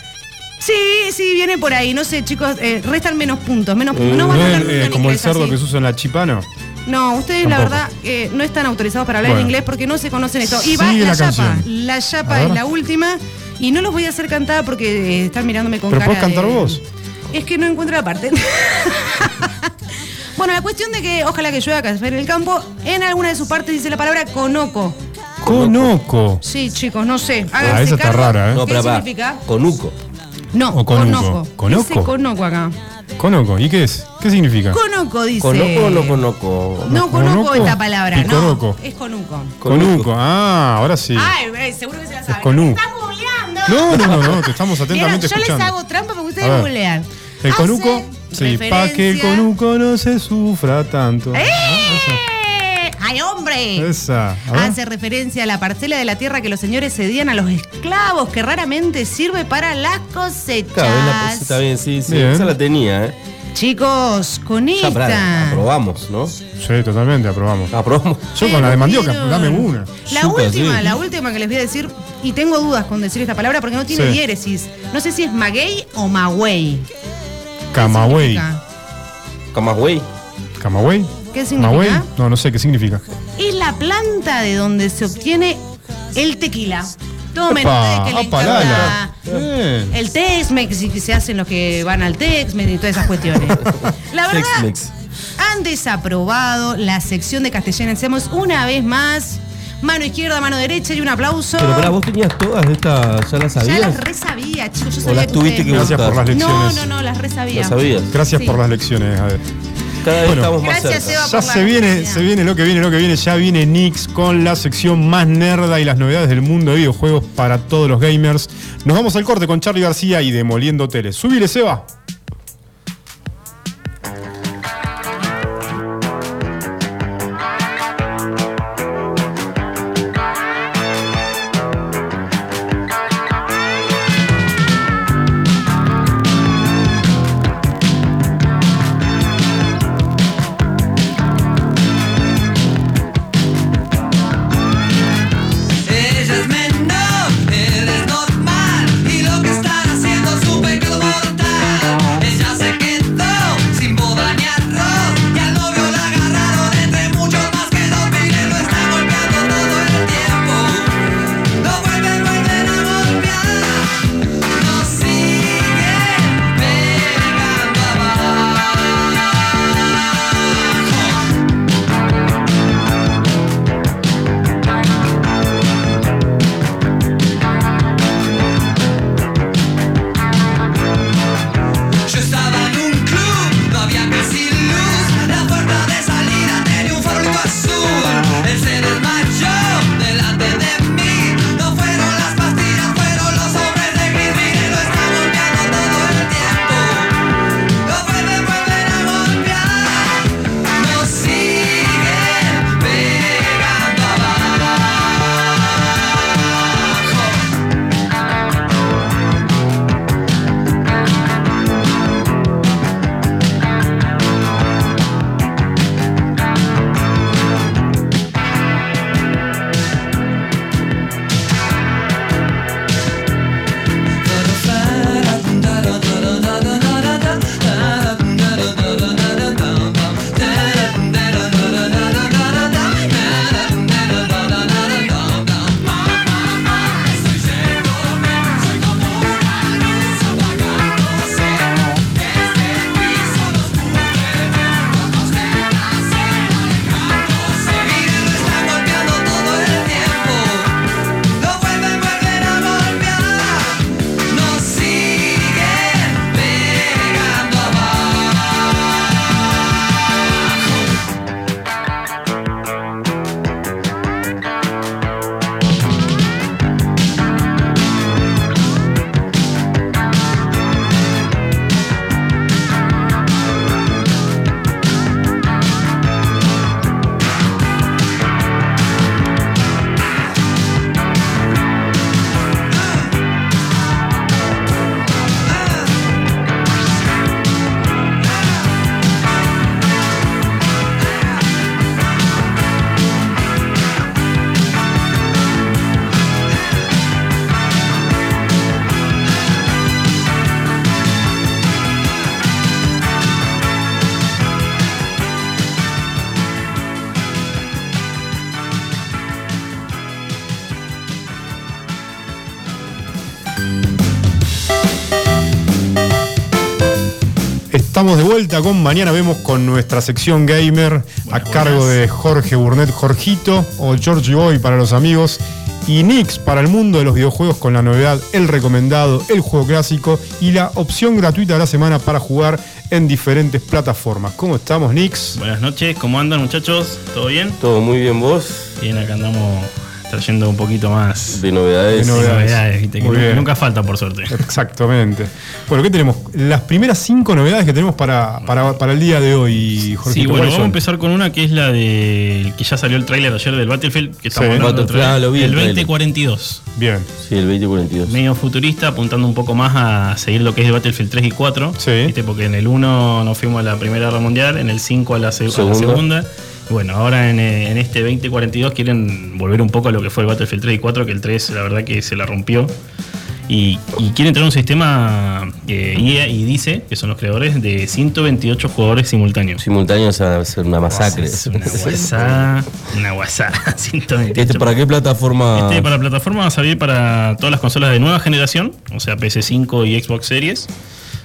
Speaker 3: Sí, sí, viene por ahí. No sé, chicos, eh, restan menos puntos, menos puntos. No
Speaker 1: No
Speaker 3: van a
Speaker 1: es
Speaker 3: hablar
Speaker 1: eh,
Speaker 3: nunca en
Speaker 1: como el
Speaker 3: inglés
Speaker 1: cerdo
Speaker 3: así.
Speaker 1: que se usa en la chipano.
Speaker 3: No, ustedes
Speaker 1: Tampoco.
Speaker 3: la verdad eh, no están autorizados para hablar
Speaker 1: Bueno.
Speaker 3: en inglés porque no se conocen esto. Y va
Speaker 1: Sigue
Speaker 3: la,
Speaker 1: la
Speaker 3: yapa.
Speaker 1: canción.
Speaker 3: La
Speaker 1: A
Speaker 3: yapa es
Speaker 1: ver.
Speaker 3: la última. Y no los voy a hacer cantar porque eh, están mirándome con
Speaker 1: Pero
Speaker 3: cara
Speaker 1: podés cantar
Speaker 3: de-
Speaker 1: vos.
Speaker 3: Es que no encuentro la parte. [laughs] bueno, la cuestión de que ojalá que llueva café en el campo, en alguna de sus partes dice la palabra conoco.
Speaker 1: Conoco.
Speaker 3: Sí, chicos, no sé.
Speaker 1: Ah,
Speaker 3: Háganse
Speaker 1: esa está
Speaker 3: cargo.
Speaker 1: rara, ¿eh?
Speaker 2: No,
Speaker 3: ¿Qué
Speaker 2: pero va.
Speaker 3: significa?
Speaker 2: Conuco.
Speaker 3: No,
Speaker 1: ¿O conoco?
Speaker 3: conoco.
Speaker 1: ¿Conoco?
Speaker 3: Dice conoco acá.
Speaker 1: Conoco. ¿Y qué es? ¿Qué significa?
Speaker 3: Conoco dice.
Speaker 2: ¿Conoco o no conoco?
Speaker 1: ¿Conoco?
Speaker 3: No conozco esta palabra,
Speaker 1: Picoroco.
Speaker 3: no. Es conuco.
Speaker 1: Conuco. Ah, ahora sí.
Speaker 3: Ay, eh, seguro que se la saben.
Speaker 1: con U.
Speaker 3: Me Están googleando.
Speaker 1: No, no, no,
Speaker 3: [laughs]
Speaker 1: no, te estamos atentamente
Speaker 3: Vieron, yo
Speaker 1: escuchando.
Speaker 3: les hago trampa porque
Speaker 1: A
Speaker 3: ustedes
Speaker 1: ver.
Speaker 3: googlean.
Speaker 1: El
Speaker 3: Hace
Speaker 1: conuco, sí, para que el
Speaker 3: referencia-
Speaker 1: conuco no se sufra tanto.
Speaker 3: ¡Eh! ¡Ay, hombre!
Speaker 1: Esa. A ver.
Speaker 3: Hace referencia a la parcela de la tierra que los señores cedían a los esclavos, que raramente sirve para las cosechas.
Speaker 2: Claro, es la- está bien, sí, sí.
Speaker 1: Bien.
Speaker 2: Esa la tenía, ¿eh?
Speaker 3: Chicos, con
Speaker 2: Ya, pará,
Speaker 3: esta.
Speaker 2: aprobamos, ¿no?
Speaker 1: Sí, totalmente, aprobamos.
Speaker 2: Aprobamos.
Speaker 1: Yo con la de mandioca,
Speaker 3: Vieron.
Speaker 1: dame una.
Speaker 3: La
Speaker 2: Yuca,
Speaker 3: última,
Speaker 2: sí.
Speaker 3: la última que les voy a decir, y tengo dudas con decir esta palabra porque no tiene
Speaker 1: Sí.
Speaker 3: diéresis. No sé si es maguey o magüey.
Speaker 1: Camagüey.
Speaker 2: Camagüey.
Speaker 1: ¿Camagüey?
Speaker 3: ¿Qué
Speaker 1: ¿Camagüey?
Speaker 3: significa?
Speaker 1: No, no sé qué significa.
Speaker 3: Es la planta de donde se obtiene el tequila. Tomen
Speaker 1: Opa,
Speaker 3: ustedes que le
Speaker 1: opa,
Speaker 3: encanta Eh,
Speaker 1: Lala. Bien.
Speaker 3: el Tex-Mex y que se hacen los que van al Tex-Mex y todas
Speaker 1: [laughs]
Speaker 3: esas cuestiones. la verdad,
Speaker 2: Tex-Mex.
Speaker 3: han desaprobado la sección de Castellanicemos una vez más. Mano izquierda, mano derecha y un aplauso.
Speaker 2: Pero pará, vos tenías todas estas, ¿ya las
Speaker 3: ya
Speaker 2: sabías?
Speaker 3: las resabía, chicos. Yo
Speaker 2: ¿O
Speaker 3: sabía
Speaker 2: las tuviste
Speaker 3: ustedes
Speaker 2: que
Speaker 3: no.
Speaker 1: Gracias por las
Speaker 3: No,
Speaker 1: lecciones.
Speaker 3: no, no, las resabía.
Speaker 2: ¿Las sabías?
Speaker 1: Gracias
Speaker 3: Sí.
Speaker 1: por las lecciones, a ver.
Speaker 2: Cada vez
Speaker 1: Bueno.
Speaker 2: estamos más
Speaker 3: Gracias,
Speaker 2: cerca.
Speaker 3: Eva,
Speaker 1: Ya
Speaker 3: por la
Speaker 1: se viene,
Speaker 3: oportunidad.
Speaker 1: se viene lo que viene, lo que viene. Ya viene Nix con la sección más nerda y las novedades del mundo de videojuegos para todos los gamers. Nos vamos al corte con Charlie García y Demoliendo Tele. Subile, Seba. Estamos de vuelta con Mañana Vemos con nuestra sección gamer a cargo de Jorge Burnett Jorgito o George Boy para los amigos y Nix para el mundo de los videojuegos con la novedad, el recomendado, el juego clásico y la opción gratuita de la semana para jugar en diferentes plataformas. ¿Cómo estamos, Nix?
Speaker 6: Buenas noches, ¿cómo andan muchachos? ¿Todo bien?
Speaker 2: Todo muy bien vos,
Speaker 6: Bien, acá andamos trayendo un poquito más de
Speaker 2: de novedades.
Speaker 1: De novedades.
Speaker 6: novedades, viste, que
Speaker 1: Muy
Speaker 6: nu-
Speaker 1: bien.
Speaker 6: nunca falta por suerte.
Speaker 1: Exactamente. Bueno, ¿qué tenemos? Las primeras cinco novedades que tenemos para, para, para el día de hoy, Jorge.
Speaker 6: Sí, bueno,
Speaker 1: ¿cuáles
Speaker 6: vamos a
Speaker 1: son?
Speaker 6: empezar con una que es la del que ya salió el tráiler ayer del Battlefield, que estamos
Speaker 1: Sí.
Speaker 6: hablando
Speaker 2: Battlefield,
Speaker 6: otra
Speaker 2: ah,
Speaker 6: vez.
Speaker 2: lo vi el
Speaker 6: el
Speaker 2: tráiler.
Speaker 6: 2042.
Speaker 1: Bien.
Speaker 2: Sí, el 2042.
Speaker 6: Medio futurista, apuntando un poco más a seguir lo que es el Battlefield 3 y 4.
Speaker 1: Sí.
Speaker 6: ¿viste? Porque en el 1 nos fuimos a la Primera Guerra Mundial, en el 5 a la, se- a la
Speaker 2: Segunda.
Speaker 6: segunda. Y Bueno, ahora en, eh, en este 2042 quieren volver un poco a lo que fue el Battlefield 3 y 4, que el 3 la verdad que se la rompió. Y, y quieren tener un sistema, eh, EA y dice, que son los creadores, de 128 jugadores simultáneos.
Speaker 2: Simultáneos a ser una
Speaker 1: Ah,
Speaker 2: masacre.
Speaker 6: Es una guasá, una guasá, [laughs] 128.
Speaker 2: ¿Este para qué plataforma?
Speaker 6: Este para plataforma va a salir para todas las consolas de nueva generación, o sea, PS5 y Xbox Series.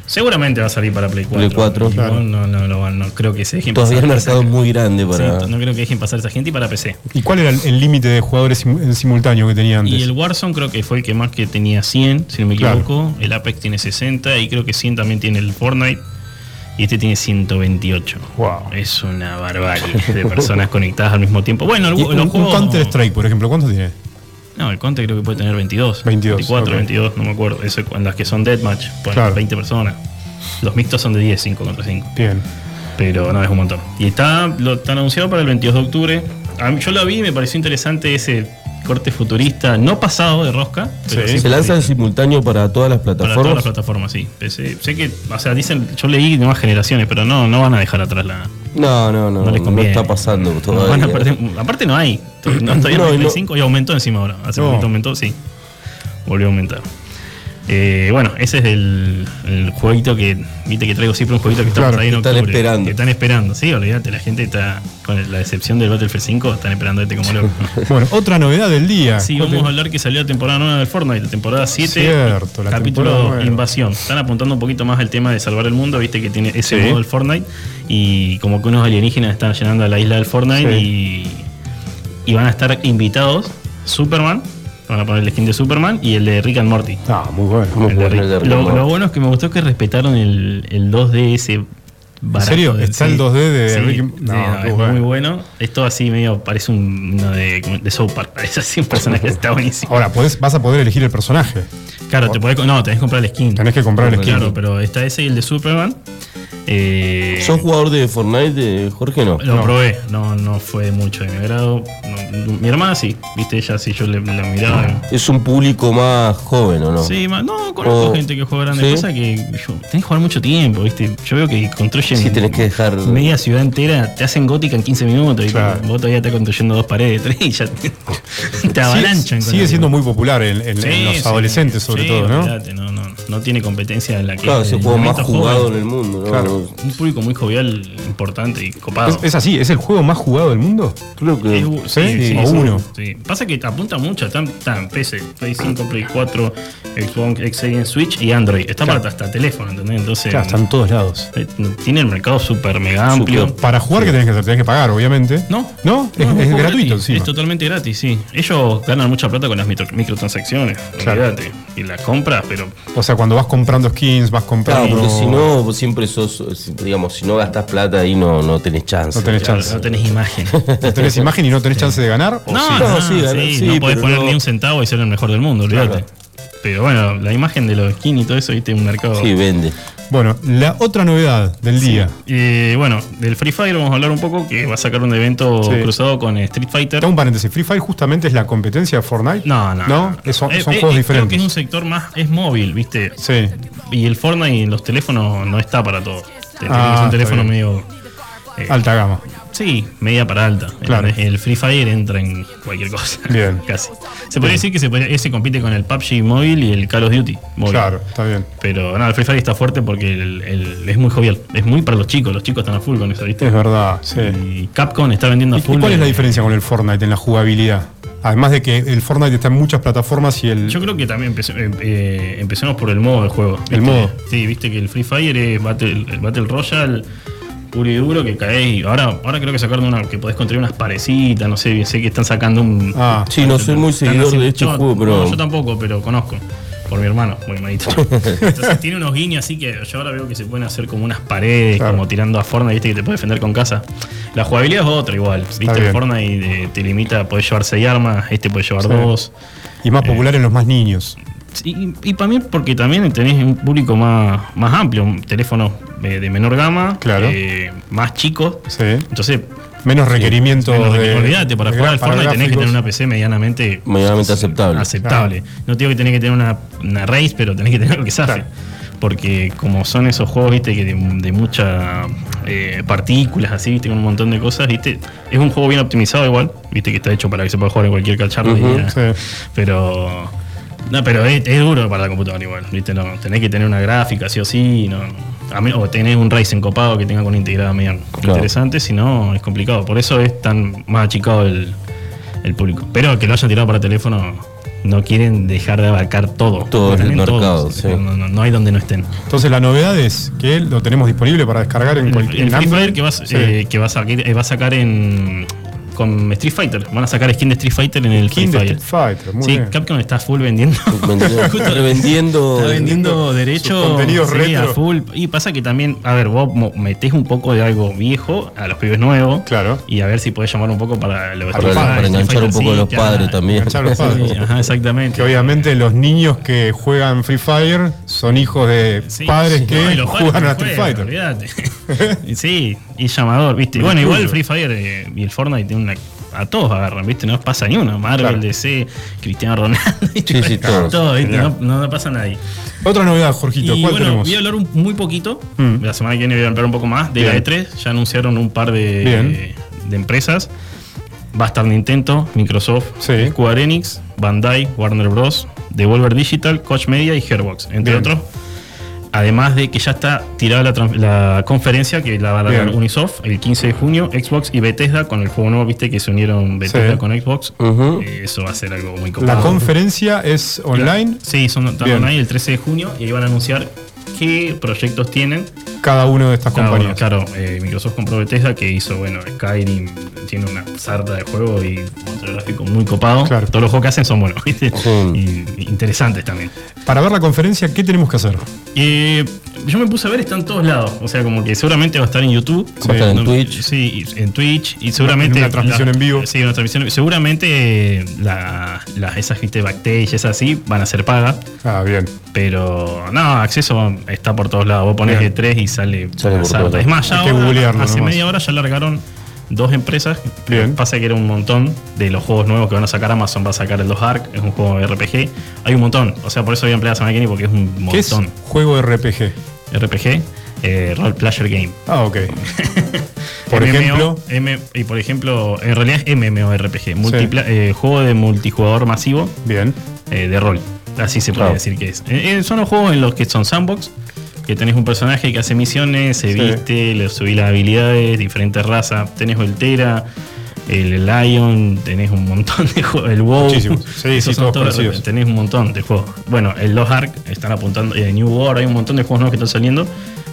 Speaker 6: Seguramente va a salir para Play 4.
Speaker 2: Play 4,
Speaker 6: Y
Speaker 2: claro.
Speaker 6: no, no, no, lo van- no creo que se dejen
Speaker 2: Todavía el
Speaker 6: pasar.
Speaker 2: mercado es muy grande para.
Speaker 6: Sí, no creo que dejen pasar esa gente y para PC.
Speaker 1: ¿Y cuál era el- el límite de jugadores sim- en simultáneo que tenía antes?
Speaker 6: Y el Warzone creo que fue el que más que tenía 100, si no me
Speaker 1: Claro.
Speaker 6: equivoco. El Apex tiene 60 y creo que 100 también tiene el Fortnite. Y este tiene 128.
Speaker 1: Wow.
Speaker 6: Es una barbarie de personas [laughs] conectadas al mismo tiempo. Bueno, el,
Speaker 1: Y
Speaker 6: los
Speaker 1: un,
Speaker 6: juegos-
Speaker 1: Counter Strike, por ejemplo, ¿cuánto tiene?
Speaker 6: No, el Conte creo que puede tener 22.
Speaker 1: 22,
Speaker 6: 24,
Speaker 1: ok.
Speaker 6: 22, no me acuerdo. Eso es cuando las que son Deathmatch, ponen
Speaker 1: Claro.
Speaker 6: 20 personas. Los mixtos son de 10, 5 contra 5.
Speaker 1: Bien.
Speaker 6: Pero no, es un montón. Y está, lo, está anunciado para el 22 de octubre. A mí- yo lo vi y me pareció interesante ese corte futurista, no pasado de rosca. pero
Speaker 1: Sí.
Speaker 6: sí
Speaker 2: ¿Se lanza en simultáneo para todas las
Speaker 6: Para todas
Speaker 2: plataformas?
Speaker 6: las plataformas, sí. PC, sé que, o sea, dicen, yo leí nuevas generaciones, pero no, no van a dejar atrás la.
Speaker 2: No, no, no.
Speaker 6: No les
Speaker 2: No,
Speaker 6: conviene.
Speaker 2: está pasando
Speaker 6: no
Speaker 2: todavía.
Speaker 6: van a perder- aparte no hay.
Speaker 2: [clears throat]
Speaker 6: No, todavía
Speaker 2: No,
Speaker 6: no,
Speaker 2: y
Speaker 6: hay
Speaker 2: no-
Speaker 6: Play 5 y aumentó encima ahora. Hace
Speaker 1: No.
Speaker 6: poquito aumentó, sí. Volvió a aumentar. Eh, bueno, ese es el, el jueguito que viste que traigo siempre un jueguito que estamos
Speaker 1: Claro,
Speaker 6: ahí en
Speaker 2: que están
Speaker 6: octubre,
Speaker 2: esperando.
Speaker 6: Que están esperando, sí, olvídate, la gente está con la decepción del Battlefield 5, están esperando este como loco.
Speaker 2: [laughs]
Speaker 1: Bueno, otra novedad del día.
Speaker 6: Sí,
Speaker 1: ¿Cuál
Speaker 6: vamos a
Speaker 1: te-
Speaker 6: hablar que salió la temporada 9 del Fortnite, la temporada 7,
Speaker 1: Cierto, la
Speaker 6: capítulo
Speaker 1: temporada nueva.
Speaker 6: Invasión. Están apuntando un poquito más al tema de salvar el mundo, viste que tiene ese
Speaker 1: Sí.
Speaker 6: modo el Fortnite y como que unos alienígenas están llenando a la isla del Fortnite y, y van a estar invitados Superman, van a poner el skin de Superman y el de Rick and Morty.
Speaker 1: Ah, muy bueno.
Speaker 2: Muy
Speaker 6: El de
Speaker 2: bueno,
Speaker 6: Rick.
Speaker 2: el de Rick and
Speaker 6: Lo,
Speaker 2: Morty.
Speaker 6: lo bueno es que me gustó que respetaron el, el 2D ese barato
Speaker 1: serio?
Speaker 6: del-
Speaker 1: ¿Está el 2D de
Speaker 6: Sí,
Speaker 1: Rick and-
Speaker 6: sí,
Speaker 1: No,
Speaker 6: no,
Speaker 1: qué
Speaker 6: es
Speaker 1: bueno.
Speaker 6: muy bueno. Esto así medio parece un, uno de, de South Park. [laughs] Es así un personaje que está buenísimo.
Speaker 1: Ahora, podés- vas a poder elegir el personaje.
Speaker 6: Claro, te podés, co- no, tenés que comprar el skin.
Speaker 1: Tenés que comprar el skin.
Speaker 6: Claro, pero está ese y el de Superman. Eh,
Speaker 2: ¿Sos jugador de Fortnite, de Jorge? No.
Speaker 6: lo probé, no, no fue mucho de mi agrado. No, mi hermana sí, viste, ella sí, yo le, la miraba.
Speaker 2: Es un público más joven, ¿o no?
Speaker 6: Sí, ma- no, conozco
Speaker 2: O-
Speaker 6: gente que juega grande,
Speaker 2: ¿Sí?
Speaker 6: cosa que yo, tenés que jugar mucho tiempo, viste. Yo veo que construyen
Speaker 2: Sí, tenés que dejar-
Speaker 6: media ciudad entera, te hacen gótica en 15 minutos y
Speaker 1: Claro.
Speaker 6: vos todavía estás construyendo dos paredes, [laughs] tres y
Speaker 1: [laughs]
Speaker 6: ya te, te
Speaker 1: Sí,
Speaker 6: avalanchan. con
Speaker 1: sigue
Speaker 6: la-
Speaker 1: siendo muy popular en, en- en
Speaker 6: Sí,
Speaker 1: los
Speaker 6: sí,
Speaker 1: adolescentes, sobre
Speaker 6: sí,
Speaker 1: todo, ¿no?
Speaker 6: olvidate, no, no, no tiene competencia en la que.
Speaker 2: Claro, es el
Speaker 6: el
Speaker 2: juego más
Speaker 6: momento
Speaker 2: jugado
Speaker 6: joven.
Speaker 2: en el mundo, ¿no?
Speaker 1: Claro.
Speaker 6: Un público muy jovial, importante y copado.
Speaker 1: ¿Es, es así, es el juego más jugado del mundo.
Speaker 2: Creo que.
Speaker 6: Es-
Speaker 1: ¿Sí? Sí,
Speaker 6: es
Speaker 1: o
Speaker 6: un-
Speaker 1: uno.
Speaker 6: sí. Pasa que apunta mucho, están, están PC, Play 5, Play 4, Xbox, X Series, Switch y Android. Está para hasta teléfono, ¿entendés? Entonces,
Speaker 1: Claro, están todos lados.
Speaker 6: eh, tiene el mercado súper mega amplio.
Speaker 1: Para jugar, que tenés que hacer? Tenés que pagar, obviamente.
Speaker 6: No,
Speaker 1: ¿No? Es,
Speaker 6: un
Speaker 1: es gratuito,
Speaker 6: juego gratis,
Speaker 1: encima.
Speaker 6: Es totalmente gratis, sí. Ellos ganan mucha plata con las micro- microtransacciones,
Speaker 1: Claro.
Speaker 6: olvídate. Y las compras, pero
Speaker 1: O sea, cuando vas comprando skins, vas
Speaker 2: Claro,
Speaker 1: comprando.
Speaker 2: porque si no, vos siempre sos. eh, Digamos, si no gastas plata ahí, no, no tenés chance.
Speaker 1: No tenés
Speaker 6: claro,
Speaker 1: chance.
Speaker 6: no tenés
Speaker 1: [laughs]
Speaker 6: imagen.
Speaker 1: No tenés imagen y no tenés chance de ganar. o
Speaker 6: No,
Speaker 1: sí.
Speaker 6: no,
Speaker 2: No, sí,
Speaker 6: sí,
Speaker 2: gana- sí,
Speaker 6: no podés
Speaker 2: pero
Speaker 6: poner
Speaker 2: no-
Speaker 6: ni un centavo y ser el mejor del mundo, olvídate. Pero bueno, la imagen de los skins y todo eso, viste, un mercado.
Speaker 2: Sí, vende.
Speaker 1: Bueno, la otra novedad del día.
Speaker 6: Eh, bueno, del Free Fire vamos a hablar un poco, que va a sacar un evento
Speaker 1: Sí.
Speaker 6: cruzado con Street Fighter.
Speaker 1: Tengo un paréntesis. Free Fire justamente es la competencia de Fortnite.
Speaker 6: No, no.
Speaker 1: ¿No? Es- son
Speaker 6: Eh,
Speaker 1: son juegos
Speaker 6: eh, eh, Creo que
Speaker 1: diferentes.
Speaker 6: es un sector más, es móvil, viste.
Speaker 1: Sí.
Speaker 6: Y el Fortnite en los teléfonos no está para todo. Te-
Speaker 1: Ah,
Speaker 6: es
Speaker 1: está
Speaker 6: un teléfono
Speaker 1: bien.
Speaker 6: medio. eh,
Speaker 1: Alta gama.
Speaker 6: Sí, media para alta.
Speaker 1: Claro.
Speaker 6: El, el Free Fire entra en cualquier cosa. [laughs]
Speaker 1: Bien.
Speaker 6: Casi. Se podría decir que se podría- ese compite con el PUBG móvil y el Call of Duty móvil.
Speaker 1: Claro, está bien.
Speaker 6: Pero no, el Free Fire está fuerte porque el- el- es muy jovial. Es muy para los chicos. Los chicos están a full con eso, ¿viste?
Speaker 1: Es verdad, sí.
Speaker 6: Y Capcom está vendiendo a
Speaker 1: ¿Y
Speaker 6: Mm. full.
Speaker 1: cuál es la
Speaker 6: el-
Speaker 1: diferencia con el Fortnite en la jugabilidad? Además de que el Fortnite está en muchas plataformas y el.
Speaker 6: Yo creo que también empecé- em- eh, empecemos por el modo del juego. ¿viste?
Speaker 1: El modo.
Speaker 6: Sí, viste que el Free Fire es Battle, el Battle Royale puro y duro que caes. y Ahora, ahora creo que sacaron una que podés construir unas parecitas, no sé, bien, sé que están sacando un.
Speaker 1: Ah,
Speaker 2: Sí, no soy muy
Speaker 6: están
Speaker 2: seguidor
Speaker 6: haciendo-
Speaker 2: de este
Speaker 6: yo-
Speaker 2: juego, pero.
Speaker 6: no, yo tampoco, pero conozco. Por mi hermano,
Speaker 2: [laughs]
Speaker 6: muy hermanito. Entonces tiene unos guiños así que yo ahora veo que se pueden hacer como unas paredes,
Speaker 1: Claro.
Speaker 6: como tirando a Fortnite, viste, que te puedes defender con casa. La jugabilidad es otra igual. Viste,
Speaker 1: bien.
Speaker 6: el Fortnite eh, te limita, podés llevar seis armas, este puede llevar
Speaker 1: Sí.
Speaker 6: dos.
Speaker 1: y
Speaker 6: Eh.
Speaker 1: más popular en los más niños.
Speaker 6: Y, y para mí porque también tenés un público más, más amplio, un teléfono eh, de menor gama,
Speaker 1: Claro.
Speaker 6: eh, más chico.
Speaker 1: Sí.
Speaker 6: Entonces,
Speaker 1: Menos requerimientos.
Speaker 6: menos
Speaker 1: de-
Speaker 6: requer- olvídate, para
Speaker 1: de
Speaker 6: jugar al
Speaker 1: gra- para
Speaker 6: Fortnite tenés que tener
Speaker 1: gráficos.
Speaker 6: una PC medianamente
Speaker 2: medianamente aceptable.
Speaker 6: aceptable. No te digo que tenés que tener una, una race, pero tenés que tener lo que sabe.
Speaker 1: Claro.
Speaker 6: Porque como son esos juegos, viste, que de, de muchas partículas, así, viste, con un montón de cosas, viste, es un juego bien optimizado igual, viste, que está hecho para que se pueda jugar en cualquier cacharro. y
Speaker 2: Ujú,
Speaker 6: ya.
Speaker 1: sí.
Speaker 6: Pero... No, pero es, es duro para la computadora igual, viste, no, tenés que tener una gráfica, sí o sí, no, a men- o tenés un Ryzen copado que tenga con integrada media
Speaker 2: Claro.
Speaker 6: interesante, si no, es complicado. Por eso es tan más achicado el, el público. Pero que lo hayan tirado para teléfono, no quieren dejar de abarcar todo.
Speaker 2: Todo el
Speaker 6: Tienen
Speaker 2: mercado,
Speaker 6: todo.
Speaker 2: sí.
Speaker 6: no, no- no hay donde no estén.
Speaker 1: Entonces la novedad es que lo tenemos disponible para descargar en
Speaker 6: El,
Speaker 1: cualquier
Speaker 6: el Free
Speaker 1: Android.
Speaker 6: Fire que, vas,
Speaker 1: Sí.
Speaker 6: eh, que va, a sacar, eh, va a sacar en. con Street Fighter. Van a sacar skin de Street Fighter en el
Speaker 1: King de
Speaker 6: Free Fire.
Speaker 1: Street Fighter, muy
Speaker 6: sí,
Speaker 1: bien.
Speaker 6: Capcom está full vendiendo.
Speaker 2: Vendiendo-
Speaker 6: [laughs] Justo-
Speaker 2: revendiendo-
Speaker 6: Está vendiendo
Speaker 1: sus
Speaker 6: derecho
Speaker 1: contenidos
Speaker 6: sí, a
Speaker 1: retro.
Speaker 6: full. Y pasa que también, a ver, vos mo- metés un poco de algo viejo a los pibes nuevos.
Speaker 1: Claro.
Speaker 6: Y a ver si podés llamar un poco para lo
Speaker 1: Para- para
Speaker 2: enganchar un poco a los padres también.
Speaker 1: Enganchar a los
Speaker 2: [laughs]
Speaker 1: padres.
Speaker 6: Ajá, exactamente.
Speaker 1: Que obviamente los niños que juegan Free Fire son hijos de
Speaker 6: Sí,
Speaker 1: padres
Speaker 6: sí,
Speaker 1: que
Speaker 6: no, y los padres
Speaker 1: jugaron a
Speaker 6: que
Speaker 1: Street
Speaker 6: juegan,
Speaker 1: Fighter. [laughs]
Speaker 6: olvídate. sí, y llamador, ¿viste?
Speaker 1: Muy
Speaker 6: bueno, igual
Speaker 1: tuyo.
Speaker 6: el Free Fire eh, y el Fortnite tienen una- a todos agarran, ¿viste? No pasa ni uno. Marvel,
Speaker 1: Claro.
Speaker 6: DC, Cristiano Ronaldo. [laughs]
Speaker 2: Sí, sí, todos.
Speaker 6: Todo, ¿viste?
Speaker 1: Genial.
Speaker 6: No, no, no pasa nadie.
Speaker 1: Otra novedad, Jorgito,
Speaker 6: Y
Speaker 1: ¿cuál
Speaker 6: bueno,
Speaker 1: tenemos?
Speaker 6: voy a hablar un- muy poquito.
Speaker 1: Mm.
Speaker 6: La semana que viene voy a hablar un poco más de la
Speaker 1: Bien.
Speaker 6: E3. Ya anunciaron un par
Speaker 1: Bien.
Speaker 6: de, de empresas. Va a estar Nintendo, Microsoft,
Speaker 1: Sí.
Speaker 6: Square Enix, Bandai, Warner Bros., Devolver Digital, Coach Media y Gearbox, entre
Speaker 1: Bien.
Speaker 6: otros. Además de que ya está tirada la, tran- la conferencia que la va a dar
Speaker 1: Bien.
Speaker 6: Unisoft el 15 de junio, Xbox y Bethesda con el juego nuevo, viste que se unieron Bethesda
Speaker 1: Sí.
Speaker 6: con Xbox.
Speaker 2: Ujú.
Speaker 6: Eh, Eso va a ser algo muy
Speaker 1: La
Speaker 6: complicado.
Speaker 1: conferencia es online,
Speaker 6: Sí, son están
Speaker 1: Bien.
Speaker 6: online el 13 de junio y ahí van a anunciar qué proyectos tienen.
Speaker 1: cada una de estas
Speaker 6: Claro,
Speaker 1: compañías.
Speaker 6: claro eh, Microsoft compró Bethesda que hizo, bueno, Skyrim tiene una sarta de juegos y otro gráfico muy copado.
Speaker 1: Claro.
Speaker 6: Todos los juegos que hacen son buenos, ¿viste?
Speaker 2: Ujú.
Speaker 6: Y, y interesantes también.
Speaker 1: Para ver la conferencia, ¿qué tenemos que hacer?
Speaker 6: Eh, yo me puse a ver, está en todos lados. O sea, como que seguramente va a estar en YouTube.
Speaker 2: Va a estar en
Speaker 6: No,
Speaker 2: Twitch.
Speaker 6: Sí, y- en Twitch. Y seguramente.
Speaker 1: En una transmisión
Speaker 6: la-
Speaker 1: en vivo.
Speaker 6: Sí, una transmisión. Seguramente eh, la- las- esas ¿viste? backstage, esas así, van a ser pagas.
Speaker 1: Ah, bien.
Speaker 6: Pero no, acceso está por todos lados. Vos ponés
Speaker 1: Bien.
Speaker 6: E3 y sale.
Speaker 2: Sale
Speaker 6: una
Speaker 2: por
Speaker 6: sarta.
Speaker 2: todos lados.
Speaker 6: es más, ya
Speaker 1: Hay que
Speaker 6: ahora,
Speaker 1: googlearlo
Speaker 6: hace
Speaker 1: nomás.
Speaker 6: media hora ya largaron dos empresas.
Speaker 1: Bien.
Speaker 6: Pasa que era un montón de los juegos nuevos que van a sacar. Amazon va a sacar el 2 Arc, es un juego RPG. Hay un montón. O sea, por eso voy a emplear a Samaki porque es un
Speaker 1: ¿Qué es
Speaker 6: montón.
Speaker 1: juego RPG?
Speaker 6: RPG, eh, Role Player Game.
Speaker 1: Ah,
Speaker 6: [laughs]
Speaker 1: ok. Por
Speaker 6: MMO,
Speaker 1: ejemplo.
Speaker 6: M- y por ejemplo, en realidad es MMORPG, multipla- eh, juego de multijugador masivo
Speaker 1: Bien.
Speaker 6: eh, de rol. Así se puede
Speaker 2: Claro.
Speaker 6: decir que es. Eh, eh, son los juegos en los que son sandbox, que tenés un personaje que hace misiones, se
Speaker 1: Sí.
Speaker 6: viste, le subís las habilidades, diferentes razas. Tenés el Tera, el Lion, tenés un montón de juegos, el WoW. [laughs]
Speaker 1: Muchísimos. Sí, sí,
Speaker 6: Esos son
Speaker 1: todos
Speaker 6: de-
Speaker 1: parecidos.
Speaker 6: Tenés un montón de juegos. Bueno, el Lost Ark están apuntando, eh, New World, hay un montón de juegos nuevos que están saliendo.